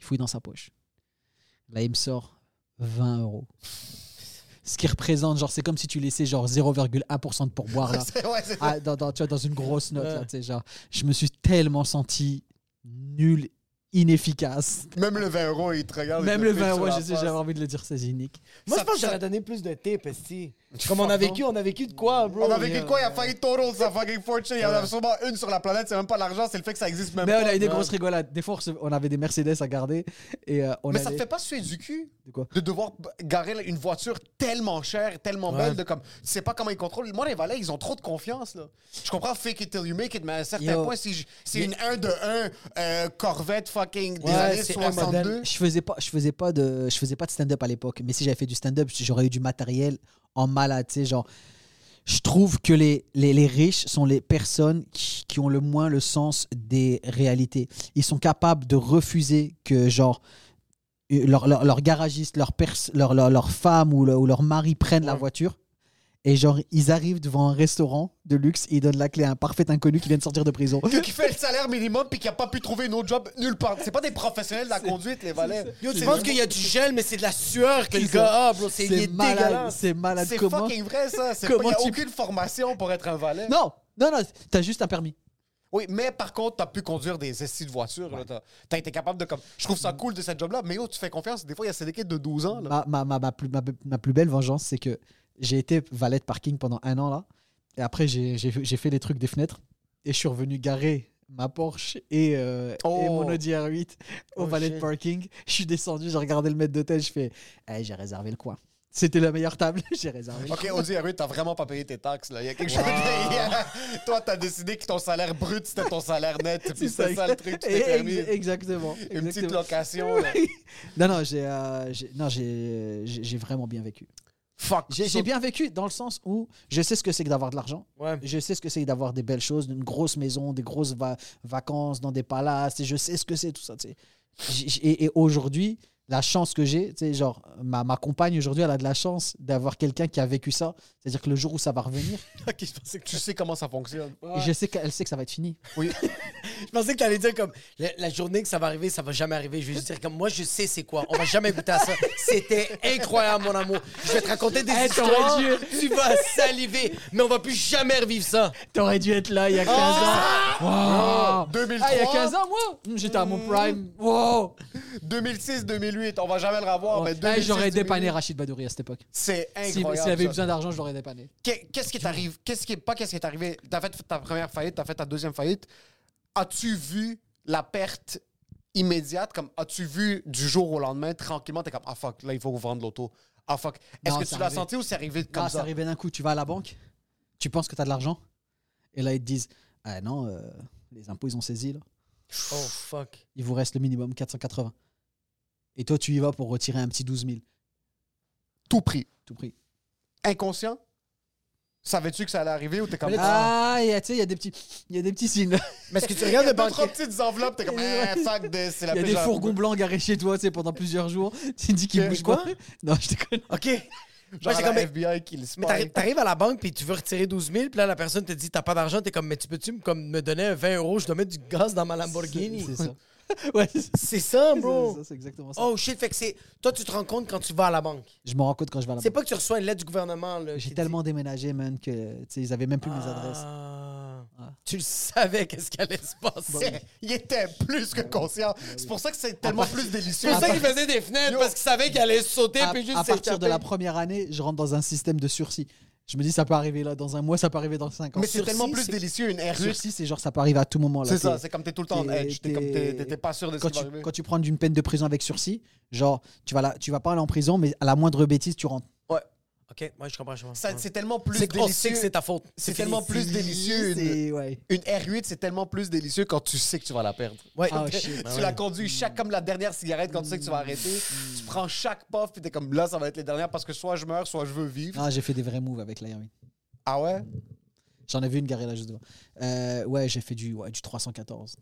[SPEAKER 6] il fouille dans sa poche. Là, il me sort 20 euros. Ce qui représente, genre, c'est comme si tu laissais genre 0,1% de pourboire là.
[SPEAKER 4] C'est- ouais, c'est
[SPEAKER 6] Ah, dans, dans- tu vois, dans une grosse note.
[SPEAKER 3] Ouais.
[SPEAKER 6] là, tu sais, genre, je me suis tellement senti nul, inefficace.
[SPEAKER 4] Même le 20 euros, il te regarde. il
[SPEAKER 6] Même
[SPEAKER 4] te
[SPEAKER 6] le
[SPEAKER 4] file
[SPEAKER 6] 20
[SPEAKER 4] sur
[SPEAKER 6] euros,
[SPEAKER 4] la
[SPEAKER 6] je sais,
[SPEAKER 4] face.
[SPEAKER 6] j'avais envie de le dire, c'est unique.
[SPEAKER 3] Moi,
[SPEAKER 4] Ça-
[SPEAKER 3] je pense que
[SPEAKER 4] ça-
[SPEAKER 3] j'aurais donné plus de tips, esti. Comme on a vécu, on a vécu de quoi, bro?
[SPEAKER 4] On a vécu de quoi? Il a failli total sa fucking fortune. Il y en a sûrement une sur la planète. C'est même pas l'argent, c'est le fait que ça existe même
[SPEAKER 6] Mais on
[SPEAKER 4] pas.
[SPEAKER 6] a eu des grosses rigolades. Des fois, on se- on avait des Mercedes à garder. Et, euh, on
[SPEAKER 4] Mais ça te
[SPEAKER 6] allait-
[SPEAKER 4] fait pas suer du cul
[SPEAKER 6] De quoi
[SPEAKER 4] de devoir b- garer une voiture tellement chère, tellement belle, de comme, tu sais pas comment ils contrôlent. Moi, les valets, ils ont trop de confiance, là. Je comprends fake it till you make it, mais à un certain
[SPEAKER 6] Yo.
[SPEAKER 4] point, si je- c'est une 1 de 1 Corvette fucking des
[SPEAKER 3] Ouais,
[SPEAKER 4] années
[SPEAKER 3] c'est un modèle.
[SPEAKER 4] 62.
[SPEAKER 6] je faisais pas je faisais pas de je faisais pas de stand-up à l'époque mais si j'avais fait du stand-up j'aurais eu du matériel en malade tu sais genre je trouve que les, les, les riches sont les personnes qui, qui ont le moins le sens des réalités ils sont capables de refuser que genre euh, leur, leur, leur garagiste leur, pers- leur, leur, leur femme ou, le- ou leur mari prennent la voiture et genre ils arrivent devant un restaurant de luxe et ils donnent la clé à un parfait inconnu qui vient de sortir de prison
[SPEAKER 4] qui fait le salaire minimum puis qui a pas pu trouver une autre job nulle part. C'est pas des professionnels de la conduite, les valets.
[SPEAKER 3] Yo, tu penses qu'il y a du gel, mais c'est de la sueur que le
[SPEAKER 6] C'est ça.
[SPEAKER 3] gars a, bro. C'est il est
[SPEAKER 6] c'est malade
[SPEAKER 3] dégueulasse.
[SPEAKER 6] c'est malade
[SPEAKER 4] C'est
[SPEAKER 6] comment
[SPEAKER 4] fucking vrai, ça. C'est pas-
[SPEAKER 6] Comment
[SPEAKER 4] Il n'y a
[SPEAKER 6] tu-
[SPEAKER 4] aucune formation pour être un valet.
[SPEAKER 6] Non, non, non, t'as juste un permis.
[SPEAKER 4] Oui, mais par contre, t'as pu conduire des estis de voiture. là. T'as- T'as été capable de comme. Je trouve ça cool de cette job-là, mais yo, tu fais confiance. Des fois, il y a des kids de 12 ans. Là.
[SPEAKER 3] Bah,
[SPEAKER 6] Ma, ma, ma, ma plus, ma, ma plus belle vengeance, c'est que j'ai été valet de parking pendant un an là. Et après, j'ai- j'ai j'ai fait les trucs des fenêtres. Et je suis revenu garer ma Porsche et, euh,
[SPEAKER 4] Oh.
[SPEAKER 6] et mon Audi R8 au
[SPEAKER 3] Oh,
[SPEAKER 6] valet de
[SPEAKER 3] shit.
[SPEAKER 6] parking. Je suis descendu, j'ai regardé le maître d'hôtel, je fais Eh, j'ai réservé le coin. C'était la meilleure table, j'ai réservé.
[SPEAKER 4] Ok, Audi R8, t'as vraiment pas payé tes taxes. là. Il y a quelque chose. il y a- Toi, t'as décidé que ton salaire brut, c'était ton salaire net. Puis c'est ça le truc que tu t'es
[SPEAKER 6] Ex-
[SPEAKER 4] permis.
[SPEAKER 6] Exactement.
[SPEAKER 4] Une petite
[SPEAKER 6] exactement.
[SPEAKER 4] location. là.
[SPEAKER 6] Non, non, j'ai euh, j'ai- non, j'ai- j'ai j'ai vraiment bien vécu.
[SPEAKER 4] Fuck.
[SPEAKER 6] J'ai j'ai bien vécu dans le sens où je sais ce que c'est que d'avoir de l'argent.
[SPEAKER 3] Ouais.
[SPEAKER 6] Je sais ce que c'est d'avoir des belles choses, une grosse maison, des grosses va- vacances dans des palaces. et Je sais ce que c'est tout ça. tu sais. J- j- Et, et aujourd'hui, la chance que j'ai, tu sais, genre, ma, ma compagne aujourd'hui, elle a de la chance d'avoir quelqu'un qui a vécu ça. C'est-à-dire que le jour où ça va revenir,
[SPEAKER 3] Ok, je pensais que tu-
[SPEAKER 4] Tu sais comment ça fonctionne.
[SPEAKER 6] je sais qu'elle sait que ça va être fini.
[SPEAKER 3] je pensais que t'allais dire comme la, la journée que ça va arriver, ça va jamais arriver. Je vais juste dire comme moi, je sais c'est quoi. On va jamais goûter à ça. C'était incroyable, mon amour. Je vais te raconter des
[SPEAKER 6] Hey, Eh, t'aurais
[SPEAKER 3] histoires.
[SPEAKER 6] dû-
[SPEAKER 3] Tu vas saliver, mais on va plus jamais revivre ça.
[SPEAKER 6] T'aurais dû être là il y a 15 Ah ans. Wow.
[SPEAKER 4] 2003.
[SPEAKER 6] Ah, il y a 15 ans, moi Hum, J'étais à mon prime. Wow.
[SPEAKER 4] 2006, 2008, on va jamais le revoir,
[SPEAKER 3] Oh,
[SPEAKER 4] mais
[SPEAKER 6] Hey,
[SPEAKER 4] 2006,
[SPEAKER 6] Eh, J'aurais
[SPEAKER 4] 2008,
[SPEAKER 6] dépanné Rachid Badouri à cette époque.
[SPEAKER 4] C'est
[SPEAKER 6] Si-
[SPEAKER 4] incroyable.
[SPEAKER 6] S'il avait eu
[SPEAKER 4] ça.
[SPEAKER 6] besoin d'argent, je l'aurais dépanné.
[SPEAKER 4] Qu'est- Qu'est-ce qui t'arrive Qu'est-ce qui est pas qu'est-ce qui est arrivé T'as fait ta première faillite, t'as fait ta deuxième faillite. As-tu vu la perte immédiate Comme as-tu vu du jour au lendemain tranquillement T'es comme ah fuck, là il faut vendre l'auto. Ah fuck. Est-ce
[SPEAKER 6] Non,
[SPEAKER 4] que
[SPEAKER 6] c'est
[SPEAKER 4] tu l'as
[SPEAKER 6] arrivé.
[SPEAKER 4] senti ou c'est arrivé comme
[SPEAKER 6] Quand ça
[SPEAKER 4] ça
[SPEAKER 6] arrivait d'un coup, tu vas à la banque, tu penses que tu as de l'argent, et là ils te disent Ah non, euh, les impôts ils ont saisi, là.
[SPEAKER 3] Oh fuck.
[SPEAKER 6] il vous reste le minimum 480. Et toi tu y vas pour retirer un petit 12 000,
[SPEAKER 4] Tout pris.
[SPEAKER 6] tout pris.
[SPEAKER 4] Inconscient. Savais-tu que ça allait arriver ou t'es comme ah.
[SPEAKER 6] Ah, il y a- tu sais, il y a des petits, il y a des petits signes.
[SPEAKER 3] Mais est-ce que tu
[SPEAKER 4] Il y a
[SPEAKER 3] regardes le
[SPEAKER 4] deux, trois
[SPEAKER 3] banquier?
[SPEAKER 4] petites enveloppes, t'es comme ah, sac de c'est la
[SPEAKER 6] Il y a
[SPEAKER 4] pêche
[SPEAKER 6] des
[SPEAKER 4] à la
[SPEAKER 6] fourgons
[SPEAKER 4] poubelle.
[SPEAKER 6] blancs garés chez toi, tu sais, pendant plusieurs jours. Tu dis qu'ils
[SPEAKER 4] Que-
[SPEAKER 6] bougent
[SPEAKER 3] quoi
[SPEAKER 6] pas. Non, je déconne.
[SPEAKER 3] OK.
[SPEAKER 4] Genre
[SPEAKER 3] Moi, j'ai
[SPEAKER 4] la
[SPEAKER 3] comme, mais-
[SPEAKER 4] FBI qui le spy.
[SPEAKER 3] mais t'arri- t'arrives à la banque puis tu veux retirer 12 000, puis là, la personne te dit T'as pas d'argent, t'es comme Mais tu peux-tu me- comme, me donner 20 euros, je dois mettre du gaz dans ma Lamborghini
[SPEAKER 6] C'est ça. Ouais, c'est ça,
[SPEAKER 3] C'est ça,
[SPEAKER 6] c'est
[SPEAKER 3] bro.
[SPEAKER 6] ça, c'est exactement ça.
[SPEAKER 3] Oh shit, fait que c'est. Toi, tu te rends compte quand tu vas à la banque.
[SPEAKER 6] Je me rends compte quand je vais à la
[SPEAKER 3] C'est
[SPEAKER 6] banque.
[SPEAKER 3] pas que tu reçois une lettre du gouvernement. là, qui
[SPEAKER 6] J'ai
[SPEAKER 3] dit-
[SPEAKER 6] tellement déménagé, man, que tu sais, ils avaient même plus mes adresses.
[SPEAKER 3] Ah.
[SPEAKER 6] Ouais.
[SPEAKER 3] Tu le savais qu'est-ce qui allait se passer.
[SPEAKER 4] C'est- Il était plus que conscient. C'est pour ça que Ah, bah. c'est tellement plus
[SPEAKER 3] C'est
[SPEAKER 4] délicieux.
[SPEAKER 3] pour ça qu'il faisait des fenêtres Ah, parce qu'il savait qu'il allait sauter
[SPEAKER 6] à,
[SPEAKER 3] puis juste
[SPEAKER 6] à partir de
[SPEAKER 3] s'échapper.
[SPEAKER 6] la première année, je rentre dans un système de sursis. Je me dis, ça peut arriver là, dans un mois, ça peut arriver dans cinq ans.
[SPEAKER 4] Mais c'est
[SPEAKER 6] Sursis,
[SPEAKER 4] tellement plus
[SPEAKER 6] c'est-
[SPEAKER 4] délicieux une R8.
[SPEAKER 6] Sursis, c'est genre, ça peut arriver à tout moment. là.
[SPEAKER 4] C'est ça,
[SPEAKER 6] T'es-
[SPEAKER 4] c'est comme t'es tout le temps en
[SPEAKER 6] t'es-
[SPEAKER 4] edge. T'es comme t'es- t'es- t'es pas sûr de ce
[SPEAKER 6] quand
[SPEAKER 4] qui va
[SPEAKER 6] tu,
[SPEAKER 4] arriver.
[SPEAKER 6] quand tu prends une peine de prison avec sursis, genre, tu vas, là, tu vas pas aller en prison, mais à la moindre bêtise, tu rentres.
[SPEAKER 3] Ok, moi je comprends. je comprends.
[SPEAKER 4] Ça- C'est tellement plus
[SPEAKER 3] C'est qu'on sait que
[SPEAKER 4] délicieux.
[SPEAKER 3] c'est ta faute.
[SPEAKER 4] C'est
[SPEAKER 3] fini.
[SPEAKER 4] tellement plus délicieux. Une,
[SPEAKER 6] C'est- ouais.
[SPEAKER 4] une R8, c'est tellement plus délicieux quand tu sais que tu vas la perdre.
[SPEAKER 3] Ouais.
[SPEAKER 6] Ah,
[SPEAKER 3] ok.
[SPEAKER 6] shit.
[SPEAKER 4] tu la conduis chaque comme la dernière cigarette quand tu sais que tu vas arrêter. Tu prends chaque puff puis t'es comme là, ça va être les dernières parce que soit je meurs, soit je veux vivre.
[SPEAKER 6] Ah, j'ai fait des vrais moves avec la Hermine.
[SPEAKER 4] Ah ouais?
[SPEAKER 6] J'en ai vu une garée là juste devant. Euh, ouais, j'ai fait du, ouais, du 314.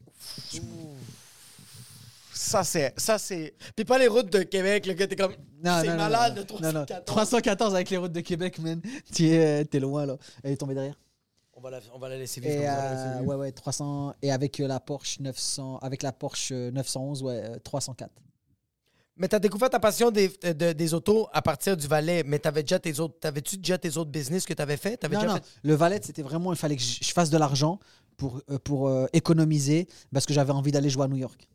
[SPEAKER 4] Ça c'est. Ça c'est.
[SPEAKER 3] Puis pas les routes de Québec, le gars, t'es comme.
[SPEAKER 6] Non,
[SPEAKER 3] C'est
[SPEAKER 6] non, non,
[SPEAKER 3] malade,
[SPEAKER 6] non,
[SPEAKER 3] le
[SPEAKER 6] non, non.
[SPEAKER 3] 314.
[SPEAKER 6] 314 avec les routes de Québec, man. Tu es, t'es loin là. Elle est tombée derrière.
[SPEAKER 3] On va la, on va la laisser vivre. comme
[SPEAKER 6] Et
[SPEAKER 3] ça, on va la laisser
[SPEAKER 6] euh,
[SPEAKER 3] vivre.
[SPEAKER 6] ouais, ouais, 300. Et avec euh, la Porsche 900, avec la Porsche euh, 911, ouais, euh, 304.
[SPEAKER 3] Mais t'as découvert ta passion des, euh, de- des autos à partir du valet, mais t'avais déjà tes autres. T'avais-tu déjà tes autres business que t'avais fait? T'avais
[SPEAKER 6] Non,
[SPEAKER 3] déjà
[SPEAKER 6] non.
[SPEAKER 3] fait-
[SPEAKER 6] Le valet, c'était vraiment, il fallait que je je fasse de l'argent pour, euh, pour euh, économiser parce que j'avais envie d'aller jouer à New York.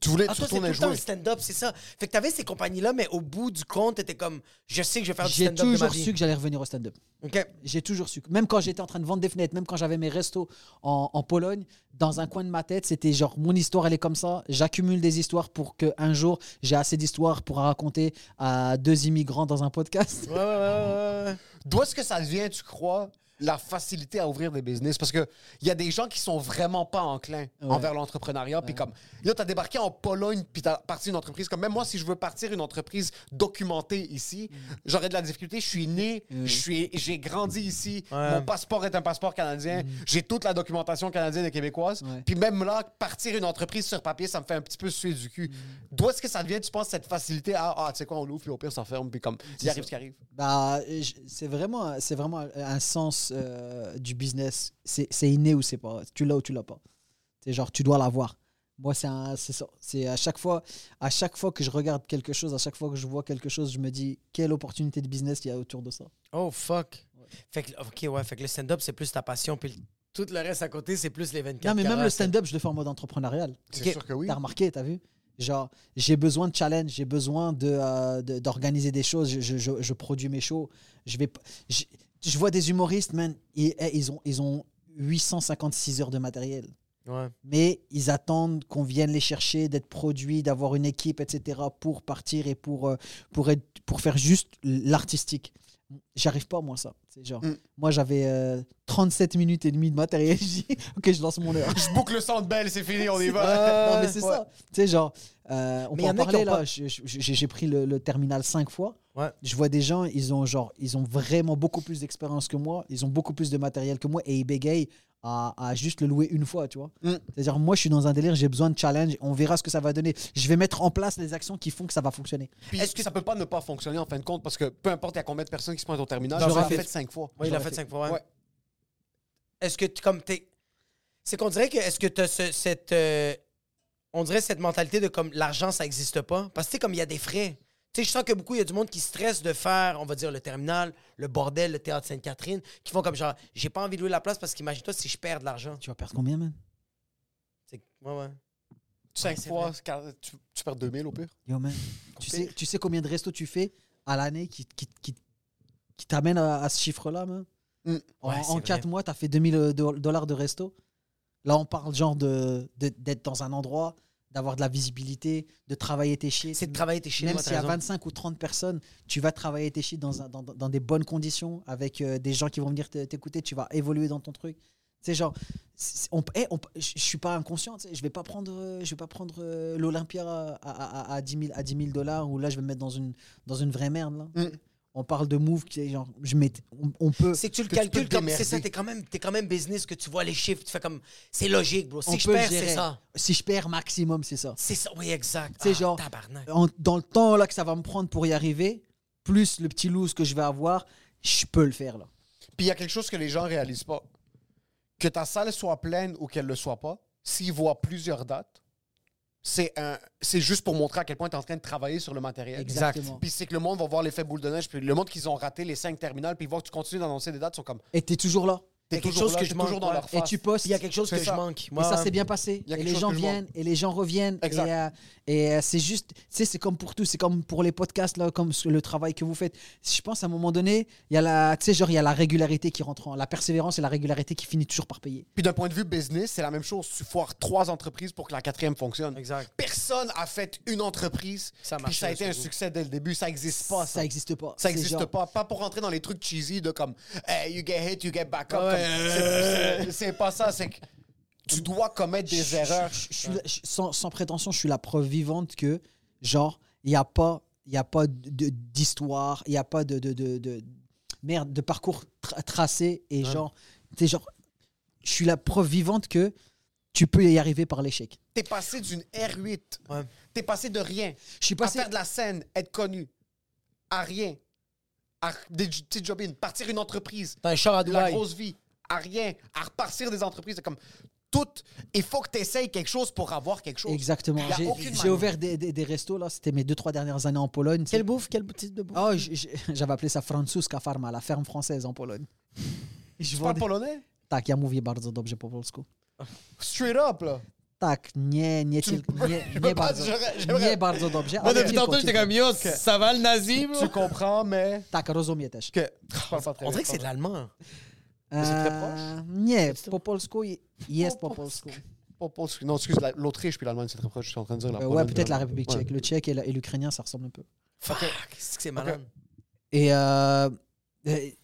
[SPEAKER 4] Tu voulais
[SPEAKER 3] Ah,
[SPEAKER 4] tu
[SPEAKER 3] toi, c'est tout
[SPEAKER 4] retournes
[SPEAKER 3] le temps
[SPEAKER 4] jouer.
[SPEAKER 3] le stand-up, c'est ça. Fait que t'avais ces compagnies-là, mais au bout du compte, t'étais comme, je sais que je vais faire du
[SPEAKER 6] J'ai
[SPEAKER 3] stand-up de ma
[SPEAKER 6] toujours
[SPEAKER 3] vie.
[SPEAKER 6] su que j'allais revenir au stand-up.
[SPEAKER 3] OK.
[SPEAKER 6] J'ai toujours su. que- Même quand j'étais en train de vendre des fenêtres, même quand j'avais mes restos en, en Pologne, dans un coin de ma tête, c'était genre mon histoire, elle est comme ça. J'accumule des histoires pour que un jour j'ai assez d'histoires pour raconter à deux immigrants dans un podcast.
[SPEAKER 3] Ouais, ouais, ouais, ouais.
[SPEAKER 4] D'où est-ce que ça vient, tu crois, la facilité à ouvrir des business? Parce qu'il y a des gens qui sont vraiment pas enclins envers l'entrepreneuriat. Puis comme, là, t'as débarqué en Pologne, puis t'as parti une entreprise. Comme même moi, si je veux partir une entreprise documentée ici,
[SPEAKER 3] Mm.
[SPEAKER 4] j'aurais de la difficulté. Je suis né, je suis, j'ai grandi ici. Mon passeport est un passeport
[SPEAKER 3] Mm.
[SPEAKER 4] canadien. J'ai toute la documentation canadienne et québécoise.
[SPEAKER 6] Ouais.
[SPEAKER 4] Puis même là, partir une entreprise sur papier, ça me fait un petit peu suer du cul.
[SPEAKER 3] Mm.
[SPEAKER 4] D'où est-ce que ça vient, tu penses, cette facilité à, ah, tu sais quoi, on l'ouvre, puis au pire, ça ferme, puis comme, il arrive ce qui arrive.
[SPEAKER 6] Bah, je- c'est vraiment, c'est vraiment un- un sens euh, du business. C'est c'est inné ou c'est pas. Tu l'as ou tu l'as pas. C'est genre, tu dois l'avoir. Moi, c'est un- c'est ça. C'est à chaque fois, à chaque fois que je regarde quelque chose, à chaque fois que je vois quelque chose, je me dis quelle opportunité de business il y a autour de ça.
[SPEAKER 3] Oh, fuck. Fait que, OK, ouais, fait que le stand-up, c'est plus ta passion, puis le- tout le reste à côté, c'est plus les 24
[SPEAKER 6] Non, mais même
[SPEAKER 3] carats.
[SPEAKER 6] le stand-up, je le fais en mode entrepreneurial.
[SPEAKER 4] C'est
[SPEAKER 3] Ok.
[SPEAKER 4] sûr que oui.
[SPEAKER 6] T'as remarqué, t'as vu Genre, j'ai besoin de challenge, j'ai besoin de, euh, de- d'organiser des choses, je, je- je- je produis mes shows. Je, vais, p- je, je vois des humoristes, man, et, eh, ils, ont, ils ont 856 heures de matériel.
[SPEAKER 3] Ouais.
[SPEAKER 6] Mais ils attendent qu'on vienne les chercher, d'être produits, d'avoir une équipe, etc., pour partir et pour, euh, pour, être, pour faire juste l'artistique. J'arrive pas, moi, à ça. C'est genre,
[SPEAKER 4] Mm.
[SPEAKER 6] moi, j'avais euh, 37 minutes et demie de matériel. J'ai dit, ok, je lance mon heure.
[SPEAKER 4] Je boucle le soundbell, c'est fini, on y va.
[SPEAKER 6] non, mais
[SPEAKER 3] Ouais.
[SPEAKER 6] c'est ça. Tu sais, genre, euh, on
[SPEAKER 3] Mais
[SPEAKER 6] peut
[SPEAKER 3] y
[SPEAKER 6] en
[SPEAKER 3] en a qui
[SPEAKER 6] parler
[SPEAKER 3] ont
[SPEAKER 6] là.
[SPEAKER 3] pas-
[SPEAKER 6] Je- je- J'ai j'ai pris le, le terminal cinq fois.
[SPEAKER 3] Ouais.
[SPEAKER 6] Je vois des gens, ils ont genre, ils ont vraiment beaucoup plus d'expérience que moi. Ils ont beaucoup plus de matériel que moi et ils bégayent à, à juste le louer une fois, tu vois.
[SPEAKER 4] Mm.
[SPEAKER 6] C'est-à-dire, moi, je suis dans un délire, j'ai besoin de challenge. On verra ce que ça va donner. Je vais mettre en place les actions qui font que ça va fonctionner.
[SPEAKER 4] Puis Est-ce que ça peut pas ne pas fonctionner en fin de compte parce que peu importe il y a combien de personnes qui se pointent au terminal,
[SPEAKER 3] J'aurais
[SPEAKER 4] j'en ai
[SPEAKER 3] fait.
[SPEAKER 4] fait cinq fois.
[SPEAKER 3] Oui, il l'a
[SPEAKER 6] J'aurais
[SPEAKER 3] fait
[SPEAKER 6] fait.
[SPEAKER 3] cinq fois. ouais.
[SPEAKER 4] Ouais.
[SPEAKER 3] Est-ce que, t- comme t'es. C'est qu'on dirait que. Est-ce que t'as ce- cette. euh, on dirait cette mentalité de comme l'argent, ça n'existe pas. Parce que, tu sais, comme il y a des frais. Tu sais, je sens que beaucoup, il y a du monde qui stresse de faire, on va dire, le terminal, le bordel, le théâtre Sainte-Catherine, qui font comme genre, j'ai pas envie de louer la place parce qu'imagine-toi si je perds de l'argent.
[SPEAKER 6] Tu vas perdre combien, man
[SPEAKER 3] C'est- Ouais, ouais.
[SPEAKER 4] Cinq
[SPEAKER 3] c'est
[SPEAKER 4] fois, quatre- tu, tu perds 2000 au pire.
[SPEAKER 6] Yo, man, tu sais, tu sais combien de restos tu fais à l'année qui, qui, qui, qui t'amène à, à ce chiffre-là, man
[SPEAKER 4] Mm.
[SPEAKER 6] En,
[SPEAKER 3] Ouais, c'est
[SPEAKER 6] 4 mois, tu as fait 2000 do- dollars de resto. Là, on parle genre de, de- d'être dans un endroit, d'avoir de la visibilité, de travailler tes shit.
[SPEAKER 3] C'est de travailler tes hein, chiens.
[SPEAKER 6] Même s'il y a 25 ou 30 personnes, tu vas travailler tes shit dans, un- dans, dans des bonnes conditions, avec euh, des gens qui vont venir te- t'écouter, tu vas évoluer dans ton truc. C'est genre, c'est- on, eh, on- je je suis pas inconscient, tu sais, je vais pas prendre, euh, je vais pas prendre euh, l'Olympia à, à, à- à 10 000 à 10 000 dollars ou là je vais me mettre dans une, dans une vraie merde. là.
[SPEAKER 4] Mm.
[SPEAKER 6] On parle de move qui est genre, je mets, on, on peut,
[SPEAKER 3] C'est que tu le
[SPEAKER 4] que tu
[SPEAKER 3] calcules
[SPEAKER 4] peux te
[SPEAKER 3] comme. C'est ça,
[SPEAKER 4] démerder.
[SPEAKER 3] t'es quand, même- t'es quand même business, que tu vois les chiffres, tu fais comme. C'est logique, bro. Si
[SPEAKER 6] On
[SPEAKER 3] je
[SPEAKER 6] peut
[SPEAKER 3] perds,
[SPEAKER 6] gérer.
[SPEAKER 3] c'est ça.
[SPEAKER 6] si je perds maximum, c'est ça.
[SPEAKER 3] C'est ça, oui, exact.
[SPEAKER 6] C'est
[SPEAKER 3] Ah,
[SPEAKER 6] genre-
[SPEAKER 3] Tabarnak.
[SPEAKER 6] En- dans le temps là que ça va me prendre pour y arriver, plus le petit loose que je vais avoir, je peux le faire là.
[SPEAKER 4] Puis il y a quelque chose que les gens réalisent pas. Que ta salle soit pleine ou qu'elle le soit pas, s'ils voient plusieurs dates, c'est un c'est juste pour montrer à quel point tu es en train de travailler sur le matériel.
[SPEAKER 6] Exactement.
[SPEAKER 4] Puis c'est que le monde va voir l'effet boule de neige, puis le monde qu'ils ont raté les cinq terminales, puis ils voient que tu continues d'annoncer des dates, ils sont comme
[SPEAKER 6] Et t'es toujours là.
[SPEAKER 3] Il
[SPEAKER 4] t'es
[SPEAKER 3] y a quelque
[SPEAKER 4] toujours
[SPEAKER 3] chose
[SPEAKER 4] là,
[SPEAKER 3] que
[SPEAKER 4] t'es
[SPEAKER 3] je
[SPEAKER 4] toujours
[SPEAKER 3] manque,
[SPEAKER 4] dans
[SPEAKER 3] ouais.
[SPEAKER 4] leur
[SPEAKER 6] Et
[SPEAKER 4] face.
[SPEAKER 6] tu postes.
[SPEAKER 3] Il y a quelque chose
[SPEAKER 4] C'est
[SPEAKER 3] que
[SPEAKER 4] ça.
[SPEAKER 3] je manque.
[SPEAKER 6] Et ça
[SPEAKER 3] Ouais.
[SPEAKER 6] s'est bien passé.
[SPEAKER 4] Il y a
[SPEAKER 6] Et
[SPEAKER 4] quelque
[SPEAKER 6] les
[SPEAKER 4] chose
[SPEAKER 6] gens
[SPEAKER 4] que je
[SPEAKER 6] viennent, et les gens reviennent. Et,
[SPEAKER 4] Exact.
[SPEAKER 6] euh, et euh, c'est juste, tu sais, c'est comme pour tout, c'est comme pour les podcasts, là, comme sur le travail que vous faites. Je pense à un moment donné, il y a la, tu sais, genre, il y a la régularité qui rentre en, la persévérance et la régularité qui finit toujours par payer.
[SPEAKER 4] Puis d'un point de vue business, c'est la même chose. Tu foires trois entreprises pour que la quatrième fonctionne.
[SPEAKER 3] Exact.
[SPEAKER 4] Personne a fait une entreprise
[SPEAKER 3] Ça a
[SPEAKER 4] puis
[SPEAKER 3] marché,
[SPEAKER 4] ça a été un
[SPEAKER 3] surtout.
[SPEAKER 4] succès dès le début. Ça n'existe pas.
[SPEAKER 6] ça
[SPEAKER 4] Ça
[SPEAKER 6] n'existe pas.
[SPEAKER 4] Ça
[SPEAKER 6] C'est
[SPEAKER 4] n'existe
[SPEAKER 6] genre-
[SPEAKER 4] pas. Pas pour rentrer dans les trucs cheesy de comme hey, you get hit, you get back up.
[SPEAKER 3] Ouais.
[SPEAKER 4] Comme, c'est- c'est- C'est pas ça. C'est que tu dois commettre
[SPEAKER 6] Je-
[SPEAKER 4] des
[SPEAKER 6] je-
[SPEAKER 4] erreurs.
[SPEAKER 6] je- je suis la- je- sans, sans prétention, je suis la preuve vivante que, genre, il n'y a pas, il y a pas de- de- d'histoire, il n'y a pas de, de, de- de- merde, de parcours tra- tracé. Et genre, t'es genre, je suis la preuve vivante que tu peux y arriver par l'échec.
[SPEAKER 4] T'es passé d'une R8.
[SPEAKER 3] Ouais.
[SPEAKER 4] T'es passé de rien.
[SPEAKER 6] Je suis
[SPEAKER 4] À
[SPEAKER 6] passé.
[SPEAKER 4] faire de la scène, être connu. À rien. À des j- petites jobines. Partir une entreprise.
[SPEAKER 3] T'as un char à
[SPEAKER 4] de la
[SPEAKER 3] Dubaï.
[SPEAKER 4] grosse vie, à rien, à repartir des entreprises. C'est comme tout. Il faut que tu essayes quelque chose pour avoir quelque chose.
[SPEAKER 6] Exactement.
[SPEAKER 4] Il y a
[SPEAKER 6] J'ai-
[SPEAKER 4] aucune
[SPEAKER 6] J'ai
[SPEAKER 4] manière.
[SPEAKER 6] ouvert des, des- des restos, là. C'était mes deux, trois dernières années en Pologne.
[SPEAKER 3] Quelle bouffe, quel type de bouffe
[SPEAKER 6] Oh, j- j- j'avais appelé ça Francuska Farma, la ferme française en Pologne. Je
[SPEAKER 4] Tu parles
[SPEAKER 6] vendais...
[SPEAKER 4] polonais?
[SPEAKER 6] Tak, ja mówię bardzo dobrze po polsku.
[SPEAKER 4] Straight up, là.
[SPEAKER 6] Tak, nie, nie,
[SPEAKER 4] Tu-
[SPEAKER 6] tylko- nie,
[SPEAKER 4] Je peux
[SPEAKER 6] nie
[SPEAKER 4] pas-
[SPEAKER 6] bardzo.
[SPEAKER 4] j'aurais- j'aurais-
[SPEAKER 6] Nie bardzo dobrze,
[SPEAKER 5] Moi,
[SPEAKER 6] ale
[SPEAKER 5] depuis
[SPEAKER 6] tylko,
[SPEAKER 5] tantôt, j'étais
[SPEAKER 6] tylko.
[SPEAKER 5] comme yo, Euh, ça va le nazi, bro?
[SPEAKER 4] Tu comprends, mais.
[SPEAKER 6] Tak, rozumie też.
[SPEAKER 4] Que... Je parle pas très
[SPEAKER 3] On dirait que
[SPEAKER 4] bien.
[SPEAKER 3] c'est de l'allemand.
[SPEAKER 6] Eee,
[SPEAKER 4] proche?
[SPEAKER 6] Nie, po polsku i- jest po
[SPEAKER 4] Po
[SPEAKER 6] polsku.
[SPEAKER 4] Pas- pas- Non, excuse, la- l'Autriche puis l'Allemagne, c'est très proche. Je suis en train de dire la
[SPEAKER 6] Euh, Ouais,
[SPEAKER 4] Pologne,
[SPEAKER 6] peut-être la
[SPEAKER 4] vraiment.
[SPEAKER 6] République
[SPEAKER 4] Ouais.
[SPEAKER 6] tchèque. Ah, Le tchèque et la- et l'ukrainien, ça ressemble un peu.
[SPEAKER 3] Fuck, qu'est-ce que c'est malade.
[SPEAKER 6] Et euh, euh, tu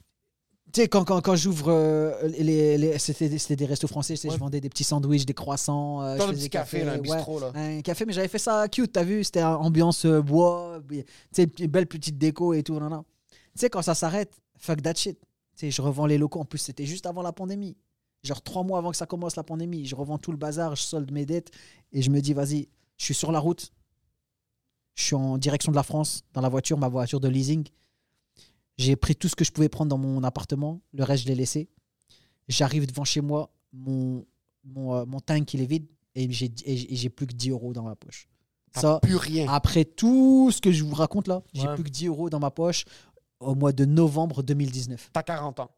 [SPEAKER 6] sais, quand, quand, quand j'ouvre, euh, les, les- c'était, des- c'était des restos français, tu sais, je vendais des petits sandwichs, des croissants. euh,
[SPEAKER 4] Genre
[SPEAKER 6] je
[SPEAKER 4] le
[SPEAKER 6] faisais
[SPEAKER 4] petit café, là, un
[SPEAKER 6] ouais,
[SPEAKER 4] bistrot, là.
[SPEAKER 6] Un café, mais j'avais fait ça cute, t'as vu, c'était euh, ambiance euh, bois, tu sais, p- belle petite déco et tout. nan, nan. Tu sais, quand ça s'arrête, fuck that shit. Tu sais, je revends les locaux, en plus c'était juste avant la pandémie. Genre trois mois avant que ça commence la pandémie, je revends tout le bazar, je solde mes dettes et je me dis, vas-y, je suis sur la route, je suis en direction de la France, dans la voiture, ma voiture de leasing. J'ai pris tout ce que je pouvais prendre dans mon appartement, le reste, je l'ai laissé. J'arrive devant chez moi, mon, mon, euh, mon tank, il est vide et j'ai et j'ai- et j'ai plus que 10 euros dans ma poche.
[SPEAKER 4] T'as
[SPEAKER 6] Ça, Ah.
[SPEAKER 4] plus rien.
[SPEAKER 6] après tout ce que je vous raconte là, j'ai
[SPEAKER 3] Ouais.
[SPEAKER 6] plus que 10 euros dans ma poche au mois de novembre 2019
[SPEAKER 4] T'as 40 ans.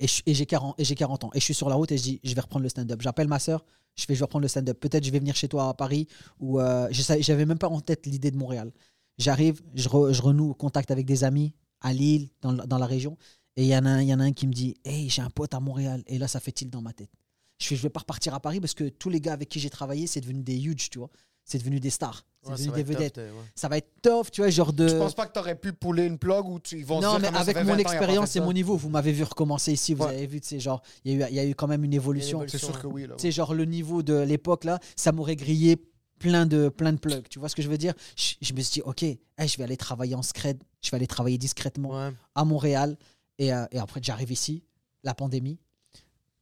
[SPEAKER 6] et je- et j'ai 40 et j'ai 40 ans et je suis sur la route et je dis je vais reprendre le stand-up j'appelle ma sœur je fais je vais reprendre le stand-up peut-être je vais venir chez toi à Paris ou euh, je savais- j'avais même pas en tête l'idée de Montréal j'arrive je, re- je renoue contact avec des amis à Lille dans, la- dans la région et il y en a un il y en a un qui me dit hey j'ai un pote à Montréal et là ça fait tilt dans ma tête je fais je vais pas repartir à Paris parce que tous les gars avec qui j'ai travaillé c'est devenu des huge tu vois c'est devenu des stars. C'est
[SPEAKER 3] Ouais, ça
[SPEAKER 6] devenu
[SPEAKER 3] va
[SPEAKER 6] des
[SPEAKER 3] être tough,
[SPEAKER 6] vedettes.
[SPEAKER 3] t'es- ouais.
[SPEAKER 6] Ça va être tough, tu vois, genre de.
[SPEAKER 4] Je pense pas que t'aurais pu pouler une plug ou tu, ils vont se
[SPEAKER 6] Euh, Non,
[SPEAKER 4] dire
[SPEAKER 6] mais
[SPEAKER 4] comment ça
[SPEAKER 6] avec
[SPEAKER 4] fait
[SPEAKER 6] mon
[SPEAKER 4] 20 ans, ils ont pas
[SPEAKER 6] expérience
[SPEAKER 4] fait
[SPEAKER 6] et
[SPEAKER 4] ça.
[SPEAKER 6] mon niveau, vous m'avez vu recommencer ici, vous
[SPEAKER 4] Ouais.
[SPEAKER 6] avez vu, tu sais, genre, il y, a eu- il y a eu quand même une évolution.
[SPEAKER 3] évolution.
[SPEAKER 4] C'est sûr que oui. Là,
[SPEAKER 6] Tu sais, genre, le niveau de l'époque, là, ça m'aurait grillé plein de, plein de plugs. Tu vois ce que je veux dire je, je me suis dit, OK, eh, je vais aller travailler en scred, je vais aller travailler discrètement
[SPEAKER 3] Ouais.
[SPEAKER 6] à Montréal. Et, euh, et après, j'arrive ici, la pandémie.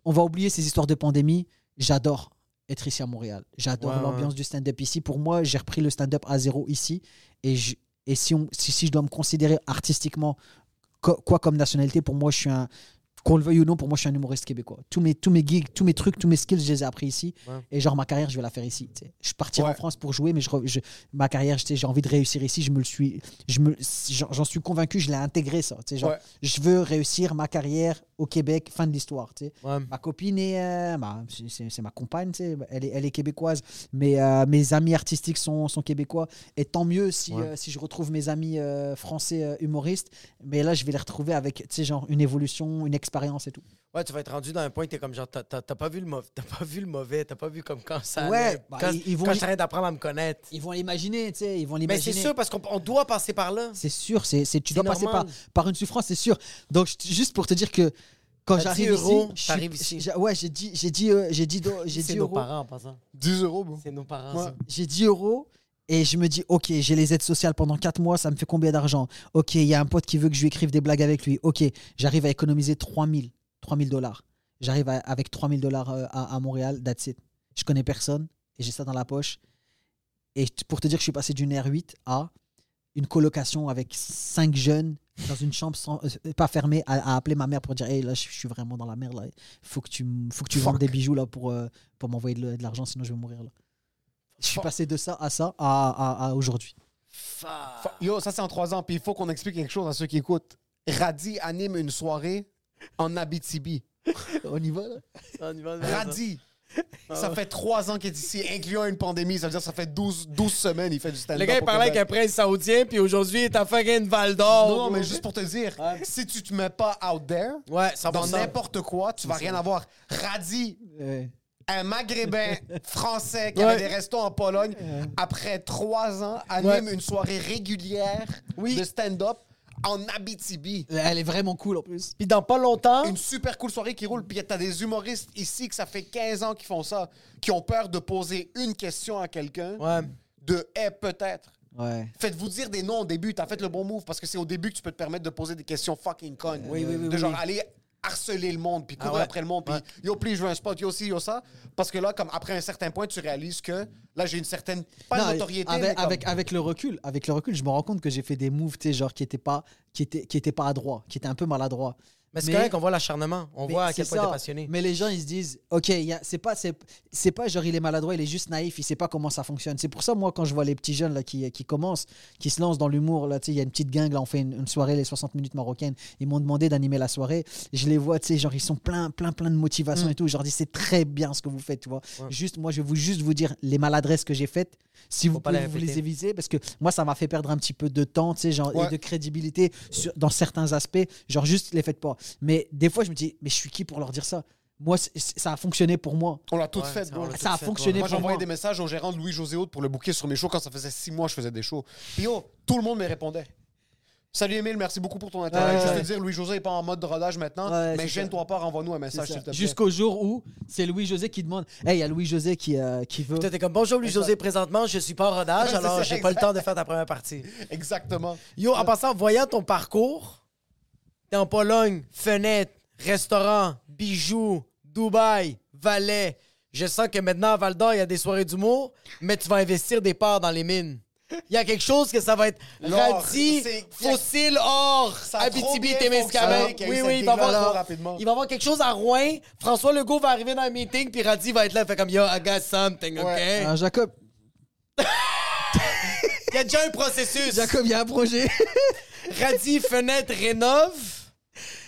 [SPEAKER 6] On va oublier ces histoires de pandémie. J'adore être ici à Montréal. J'adore
[SPEAKER 3] Ouais, ouais.
[SPEAKER 6] l'ambiance du stand-up ici. Pour moi, j'ai repris le stand-up à zéro ici. Et, je- et si, on, si, si je dois me considérer artistiquement, co- quoi comme nationalité, pour moi, je suis un. Qu'on le veuille ou non, pour moi, je suis un humoriste québécois. Tous mes, tous mes gigs, tous mes trucs, tous mes skills, je les ai appris ici.
[SPEAKER 3] Ouais.
[SPEAKER 6] Et genre, ma carrière, je vais la faire ici. tu sais. Je partirai en
[SPEAKER 4] Ouais.
[SPEAKER 6] France pour jouer, mais je, re- je- ma carrière, tu sais, j'ai envie de réussir ici. Je me le suis, je me, j'en j'en suis convaincu, je l'ai intégré ça. tu sais, genre,
[SPEAKER 4] Ouais.
[SPEAKER 6] Je veux réussir ma carrière au Québec, fin de l'histoire. tu sais.
[SPEAKER 3] Ouais.
[SPEAKER 6] Ma copine est, euh, ma- c'est- c'est c'est ma compagne, tu sais, elle est, elle est québécoise, mais euh, mes amis artistiques sont, sont québécois. Et tant mieux si,
[SPEAKER 3] Ouais.
[SPEAKER 6] euh, si je retrouve mes amis euh, français euh, humoristes, mais là je vais les retrouver avec tu sais, genre une évolution, une expérience et tout.
[SPEAKER 3] Ouais, tu vas être rendu dans un point que t'es comme genre, t'as t'as- t'as pas vu le mauvais, t'as pas vu le mauvais, t'as pas vu comme quand ça.
[SPEAKER 6] Ouais,
[SPEAKER 3] allait,
[SPEAKER 6] bah,
[SPEAKER 3] euh, quand,
[SPEAKER 6] ils- ils vont-
[SPEAKER 3] quand j'arrête d'apprendre à me connaître.
[SPEAKER 6] Ils vont l'imaginer, tu sais, ils vont
[SPEAKER 3] Mais Ben, c'est
[SPEAKER 6] l'imaginer.
[SPEAKER 3] sûr, parce qu'on on doit passer par là.
[SPEAKER 6] C'est sûr, c'est c'est- tu dois passer par,
[SPEAKER 3] normal.
[SPEAKER 6] par une souffrance, c'est sûr. Donc je- juste pour te dire que quand
[SPEAKER 3] T'as 10
[SPEAKER 6] j'arrive ici,
[SPEAKER 3] euros,
[SPEAKER 6] je suis-
[SPEAKER 3] t'arrives ici.
[SPEAKER 6] j'ai- ouais, j'ai dit j'ai dit euh, j'ai dit do- j'ai
[SPEAKER 3] C'est
[SPEAKER 6] dit
[SPEAKER 3] nos
[SPEAKER 6] euros.
[SPEAKER 3] parents en passant.
[SPEAKER 4] 10 euros, bro.
[SPEAKER 3] C'est nos parents.
[SPEAKER 4] Ouais.
[SPEAKER 3] ça.
[SPEAKER 6] j'ai 10 euros et je me dis, ok, j'ai les aides sociales pendant 4 mois, ça me fait combien d'argent Ok, il y a un pote qui veut que je lui écrive des blagues avec lui. Ok, j'arrive à économiser 3000 3000 dollars. J'arrive à- avec 3000 dollars euh, à, à Montréal, that's it. Je connais personne et j'ai ça dans la poche. Et t- pour te dire que je suis passé d'une R8 à une colocation avec 5 jeunes dans une chambre sans, euh, pas fermée à, à appeler ma mère pour dire, hey, là, je je suis vraiment dans la merde, là. Faut que tu, m- faut que tu vendes
[SPEAKER 4] Fuck.
[SPEAKER 6] des bijoux là pour, euh, pour m'envoyer de, de l'argent, sinon je vais mourir là. Je suis passé de ça à ça à, à- à aujourd'hui.
[SPEAKER 4] Fa- Yo, ça c'est en trois ans. Puis il faut qu'on explique quelque chose à ceux qui écoutent. Radi anime une soirée en Abitibi.
[SPEAKER 6] On y va là
[SPEAKER 3] On y va, on y va, ça.
[SPEAKER 4] Radi. Ça fait trois ans qu'il est ici, incluant une pandémie. Ça veut dire que ça fait 12, 12 semaines il fait du stand-up.
[SPEAKER 3] Le gars, il
[SPEAKER 4] au
[SPEAKER 3] parlait avec
[SPEAKER 4] Québec.
[SPEAKER 3] un prince saoudien, puis aujourd'hui, il est à faire une Val d'Or.
[SPEAKER 4] Non, non, mais juste pour te dire, si tu te mets pas out there,
[SPEAKER 3] Ouais, 100%.
[SPEAKER 4] dans n'importe quoi, tu vas rien avoir. Radi, un Maghrébin français qui
[SPEAKER 3] Ouais.
[SPEAKER 4] avait des restos en Pologne, après trois ans, anime une soirée régulière de stand-up en Abitibi.
[SPEAKER 6] Euh, Elle est vraiment cool en plus.
[SPEAKER 3] Puis dans pas longtemps,
[SPEAKER 4] Une super cool soirée qui roule. Puis t'as des humoristes ici que ça fait 15 ans qu'ils font ça, qui ont peur de poser une question à quelqu'un
[SPEAKER 3] Ouais.
[SPEAKER 4] de « eh, peut-être ».
[SPEAKER 6] Ouais.
[SPEAKER 4] Faites-vous dire des noms au début, t'as fait le bon move parce que c'est au début que tu peux te permettre de poser des questions fucking connes. de genre aller harceler le monde,
[SPEAKER 6] Ah
[SPEAKER 4] puis courir
[SPEAKER 3] ouais.
[SPEAKER 4] après le monde, puis yo, please, je veux un spot, yo, ci, yo, ça. Parce que là, comme après un certain point, tu réalises que là, j'ai une certaine. Pas
[SPEAKER 6] Non,
[SPEAKER 4] de notoriété, mais
[SPEAKER 6] avec,
[SPEAKER 4] comme-
[SPEAKER 6] avec, avec le recul, avec le recul, je me rends compte que j'ai fait des moves, tu sais, genre qui étaient pas, qui étaient, qui étaient pas adroits, qui étaient un peu maladroits.
[SPEAKER 3] mais c'est correct, on voit l'acharnement. On
[SPEAKER 6] mais
[SPEAKER 3] voit à
[SPEAKER 6] c'est
[SPEAKER 3] quel point
[SPEAKER 6] ça.
[SPEAKER 3] t'es passionné.
[SPEAKER 6] Mais les gens, ils se disent, ok, il y a- c'est pas, c'est, c'est pas genre il est maladroit, il est juste naïf, il sait pas comment ça fonctionne. C'est pour ça, moi, quand je vois les petits jeunes là qui, qui commencent, qui se lancent dans l'humour, là, tu sais, il y a une petite gang là, on fait une, une soirée les 60 minutes marocaines. Ils m'ont demandé d'animer la soirée. Je les vois, tu sais, genre ils sont plein, plein, plein de
[SPEAKER 3] Hmm.
[SPEAKER 6] motivation et tout. Je leur dis, c'est très bien ce que vous faites, tu vois. Juste, moi, je vais vous juste vous dire les maladresses que j'ai faites. Si vous
[SPEAKER 3] pas
[SPEAKER 6] pouvez
[SPEAKER 3] les
[SPEAKER 6] vous
[SPEAKER 3] répéter.
[SPEAKER 6] les éviter, parce que moi, ça m'a fait perdre un petit peu de temps, tu sais, genre, et
[SPEAKER 4] Ouais.
[SPEAKER 6] de crédibilité sur- dans certains aspects. Genre, juste les faites pas. Mais des fois, je me dis, mais je suis qui pour leur dire ça Moi, c- c- ça a fonctionné pour moi.
[SPEAKER 4] On l'a tout
[SPEAKER 3] Ouais,
[SPEAKER 4] fait,
[SPEAKER 3] ça,
[SPEAKER 4] bro.
[SPEAKER 3] on l'a
[SPEAKER 6] Ça a
[SPEAKER 3] fait,
[SPEAKER 6] fonctionné
[SPEAKER 4] Moi,
[SPEAKER 6] pour moi.
[SPEAKER 4] j'envoyais des messages au gérant de Louis José Haute pour le booker sur mes shows quand ça faisait six mois que je faisais des shows. Puis yo, tout le monde me répondait. Salut Emile, merci beaucoup pour ton intérêt.
[SPEAKER 6] Ouais,
[SPEAKER 4] Juste
[SPEAKER 6] ouais.
[SPEAKER 4] te dire, Louis José est pas en mode de rodage maintenant,
[SPEAKER 6] Ouais, c'est
[SPEAKER 4] mais gêne-toi pas, renvoie-nous un message s'il te plaît.
[SPEAKER 6] Jusqu'au jour où c'est Louis-José qui demande Hey, il y a Louis-José qui, euh, qui veut.
[SPEAKER 3] Toi, t'es comme bonjour Louis-José, présentement, je suis pas en rodage,
[SPEAKER 4] Ouais, c'est
[SPEAKER 3] alors
[SPEAKER 4] ça,
[SPEAKER 3] j'ai pas le
[SPEAKER 4] exact.
[SPEAKER 3] temps de faire ta première partie.
[SPEAKER 4] Exactement.
[SPEAKER 3] Yo, en passant, en voyant ton parcours, t'es en Pologne, fenêtre, restaurant, bijoux, Dubaï, Valais. Je sens que maintenant à Val d'Or, il y a des soirées d'humour, mais tu vas investir des parts dans les mines. Il y a quelque chose que ça va être
[SPEAKER 4] L'or,
[SPEAKER 3] radis,
[SPEAKER 4] c'est-
[SPEAKER 3] fossile, or,
[SPEAKER 4] Ça a trop
[SPEAKER 3] Abitibi,
[SPEAKER 4] bien
[SPEAKER 3] Témiscamingue.
[SPEAKER 4] fonctionné qu'il y a eu
[SPEAKER 3] Oui,
[SPEAKER 4] cette
[SPEAKER 3] oui, il va,
[SPEAKER 4] gig-là trop
[SPEAKER 3] avoir,
[SPEAKER 4] rapidement.
[SPEAKER 3] il va avoir quelque chose à Rouen. François Legault va arriver dans un meeting, puis Radis va être là, fait comme Yo, I got something, OK?
[SPEAKER 4] Ouais.
[SPEAKER 6] Ah, Jacob,
[SPEAKER 3] Il y a déjà un processus.
[SPEAKER 6] Jacob, il y a un projet.
[SPEAKER 3] Radis, fenêtre, rénove.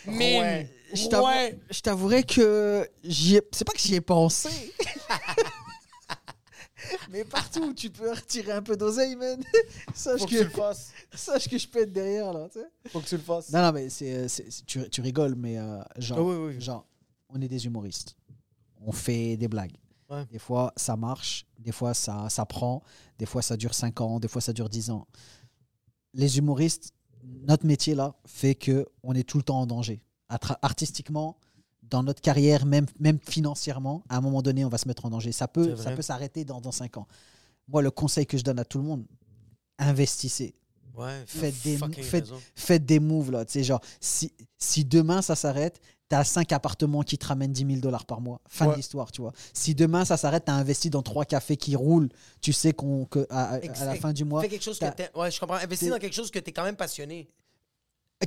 [SPEAKER 3] Mine.
[SPEAKER 4] Ouais.
[SPEAKER 6] Je t'avou-
[SPEAKER 3] Ouais.
[SPEAKER 6] je t'avouerai que j'y ai... c'est pas que j'y ai pensé. Mais partout où tu peux retirer un peu d'oseille, man, sache
[SPEAKER 4] Faut que
[SPEAKER 6] que,
[SPEAKER 4] tu le fasses.
[SPEAKER 6] sache que je peux être derrière là. tu sais.
[SPEAKER 4] Faut que tu le fasses.
[SPEAKER 6] Non, non, mais c'est, c'est- c'est- tu, tu rigoles, mais euh, genre,
[SPEAKER 3] Ah oui, oui.
[SPEAKER 6] genre, on est des humoristes. On fait des blagues.
[SPEAKER 3] Ouais.
[SPEAKER 6] Des fois, ça marche, des fois, ça, ça prend, des fois, ça dure 5 ans, des fois, ça dure 10 ans. Les humoristes, notre métier là, fait que on est tout le temps en danger. Atra- Artistiquement, dans notre carrière, même, même financièrement, à un moment donné, on va se mettre en danger. Ça peut,
[SPEAKER 3] C'est
[SPEAKER 6] ça
[SPEAKER 3] vrai.
[SPEAKER 6] peut s'arrêter dans, dans 5 ans. Moi, le conseil que je donne à tout le monde, investissez
[SPEAKER 3] Ouais,
[SPEAKER 6] Faites des-
[SPEAKER 3] fucking
[SPEAKER 6] faites-
[SPEAKER 3] raison.
[SPEAKER 6] faites des moves là. Tu sais, genre, si, si demain ça s'arrête, t'as 5 appartements qui te ramènent 10 000 dollars par mois. Fin
[SPEAKER 4] Ouais.
[SPEAKER 6] de l'histoire, tu vois. Si demain ça s'arrête, t'as investi dans trois cafés qui roulent, tu sais qu'on que à, à- à la
[SPEAKER 3] Exact.
[SPEAKER 6] fin du mois.
[SPEAKER 3] Fais quelque chose que
[SPEAKER 6] t'as-
[SPEAKER 3] t'aimes. Ouais, je comprends. Investis
[SPEAKER 6] t'es-
[SPEAKER 3] dans quelque chose que t'es quand même passionné.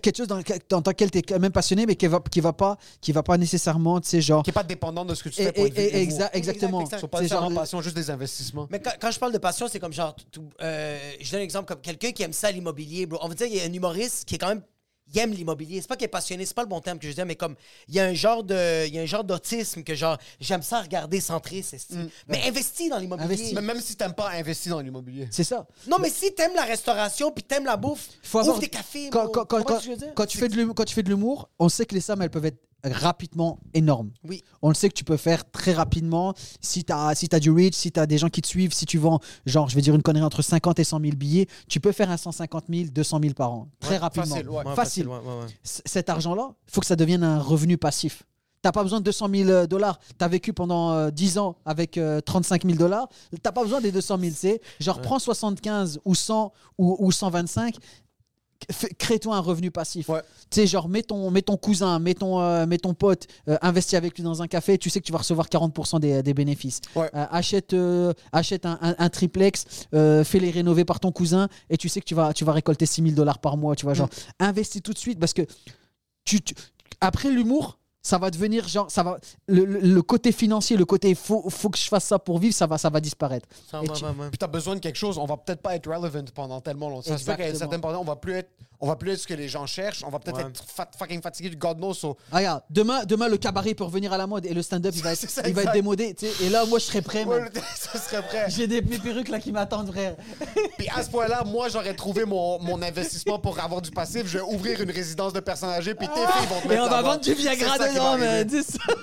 [SPEAKER 6] Quelque chose dans, lequel- dans lequel t'es quand même passionné, mais qui va, qui va, pas, qui va pas nécessairement, tu sais, genre.
[SPEAKER 4] Qui n'est pas dépendant de ce que tu
[SPEAKER 6] Et-
[SPEAKER 4] fais pour
[SPEAKER 6] et-
[SPEAKER 4] être
[SPEAKER 6] et-
[SPEAKER 4] vivre.
[SPEAKER 6] exa- exactement.
[SPEAKER 4] Ce sont pas
[SPEAKER 6] C'est genre
[SPEAKER 4] nécessairement
[SPEAKER 6] le-
[SPEAKER 4] passion, juste des investissements.
[SPEAKER 3] Mais quand, quand je parle de passion, c'est comme genre. tout- euh, je donne un exemple comme quelqu'un qui aime ça l'immobilier, bro. On va dire qu'il y a un humoriste qui est quand même. Il aime l'immobilier. C'est pas qu'il est passionné, c'est pas le bon terme que je dis, mais comme. Il y a un genre de. Il y a un genre d'autisme que genre. J'aime ça regarder centrer, c'est style. Mais investis dans l'immobilier.
[SPEAKER 6] Mm. Investis.
[SPEAKER 4] Mais même si tu n'aimes pas investir dans l'immobilier.
[SPEAKER 6] C'est ça.
[SPEAKER 3] Non, mais si t'aimes la restauration puis t'aimes la bouffe,
[SPEAKER 6] Faut
[SPEAKER 3] ouvre
[SPEAKER 6] avoir-
[SPEAKER 3] des cafés.
[SPEAKER 6] Quand,
[SPEAKER 3] bro.
[SPEAKER 6] quand- quand-
[SPEAKER 3] Comprends
[SPEAKER 6] quand-
[SPEAKER 3] ce que je veux dire?
[SPEAKER 6] quand tu fais de l'humour- quand tu fais de l'humour, on sait que les sommes, elles peuvent être rapidement énormes.
[SPEAKER 3] Oui.
[SPEAKER 6] On le sait que tu peux faire très rapidement. Si tu as, si t'as du reach, si tu as des gens qui te suivent, si tu vends, genre, je vais dire une connerie, entre 50 et 100 000 billets, tu peux faire un 150 000, 200 000 par an. Très
[SPEAKER 4] Ouais,
[SPEAKER 6] rapidement.
[SPEAKER 4] facile, ouais.
[SPEAKER 3] Ouais,
[SPEAKER 6] Facile.
[SPEAKER 3] ouais, ouais, ouais.
[SPEAKER 6] C- Cet argent-là, il faut que ça devienne un revenu passif. T'as pas besoin de 200 000 euh, dollars. Tu as vécu pendant euh, 10 ans avec euh, 35 000 dollars. T'as pas besoin des 200 000. C'est genre, prends 75 ou 100 ou, ou 125. Fais- Crée-toi un revenu passif.
[SPEAKER 4] Ouais.
[SPEAKER 6] Tu sais, genre, mets ton, mets ton cousin, mets ton, euh, mets ton pote, euh, investis avec lui dans un café, tu sais que tu vas recevoir 40% des, des bénéfices.
[SPEAKER 4] Ouais.
[SPEAKER 6] Euh, achète euh, achète un, un- un triplex, euh, fais-les rénover par ton cousin et tu sais que tu vas, tu vas récolter 6 000 dollars par mois. Tu vois, genre,
[SPEAKER 4] Mm.
[SPEAKER 6] investis tout de suite parce que tu, tu- après l'humour, ça va devenir genre, ça va, le, le- le côté financier, le côté faut, faut que je fasse ça pour vivre, ça va, ça va disparaître.
[SPEAKER 3] Ça,
[SPEAKER 6] Et
[SPEAKER 3] ouais,
[SPEAKER 6] tu-
[SPEAKER 3] ouais, ouais.
[SPEAKER 4] Puis tu as besoin de quelque chose, on va peut-être pas être relevant pendant tellement longtemps. Ça se peut qu'à une
[SPEAKER 6] Exactement.
[SPEAKER 4] certaine période, on va plus être on va plus être ce que les gens cherchent, on va peut-être
[SPEAKER 3] Ouais.
[SPEAKER 4] être fat- fucking fatigué du God knows. so-
[SPEAKER 6] Ah, regarde, demain, demain, le cabaret peut revenir à la mode et le stand-up, il va être,
[SPEAKER 4] C'est ça,
[SPEAKER 6] il va être
[SPEAKER 4] exact.
[SPEAKER 6] démodé. tu sais. Et là, moi, je serais prêt. man.
[SPEAKER 4] Ouais, ça serait prêt.
[SPEAKER 6] J'ai des mes perruques là qui m'attendent, frère.
[SPEAKER 4] Puis à ce point-là, moi, j'aurais trouvé mon, mon investissement pour avoir du passif. Je vais ouvrir une résidence de personnes âgées, puis tes filles vont te
[SPEAKER 6] Et
[SPEAKER 4] mettre
[SPEAKER 6] Ah! on va
[SPEAKER 4] là-bas.
[SPEAKER 6] vendre du
[SPEAKER 4] C'est
[SPEAKER 6] Viagra
[SPEAKER 4] ça qui va
[SPEAKER 6] dedans, mais
[SPEAKER 4] arriver.
[SPEAKER 6] dis ça.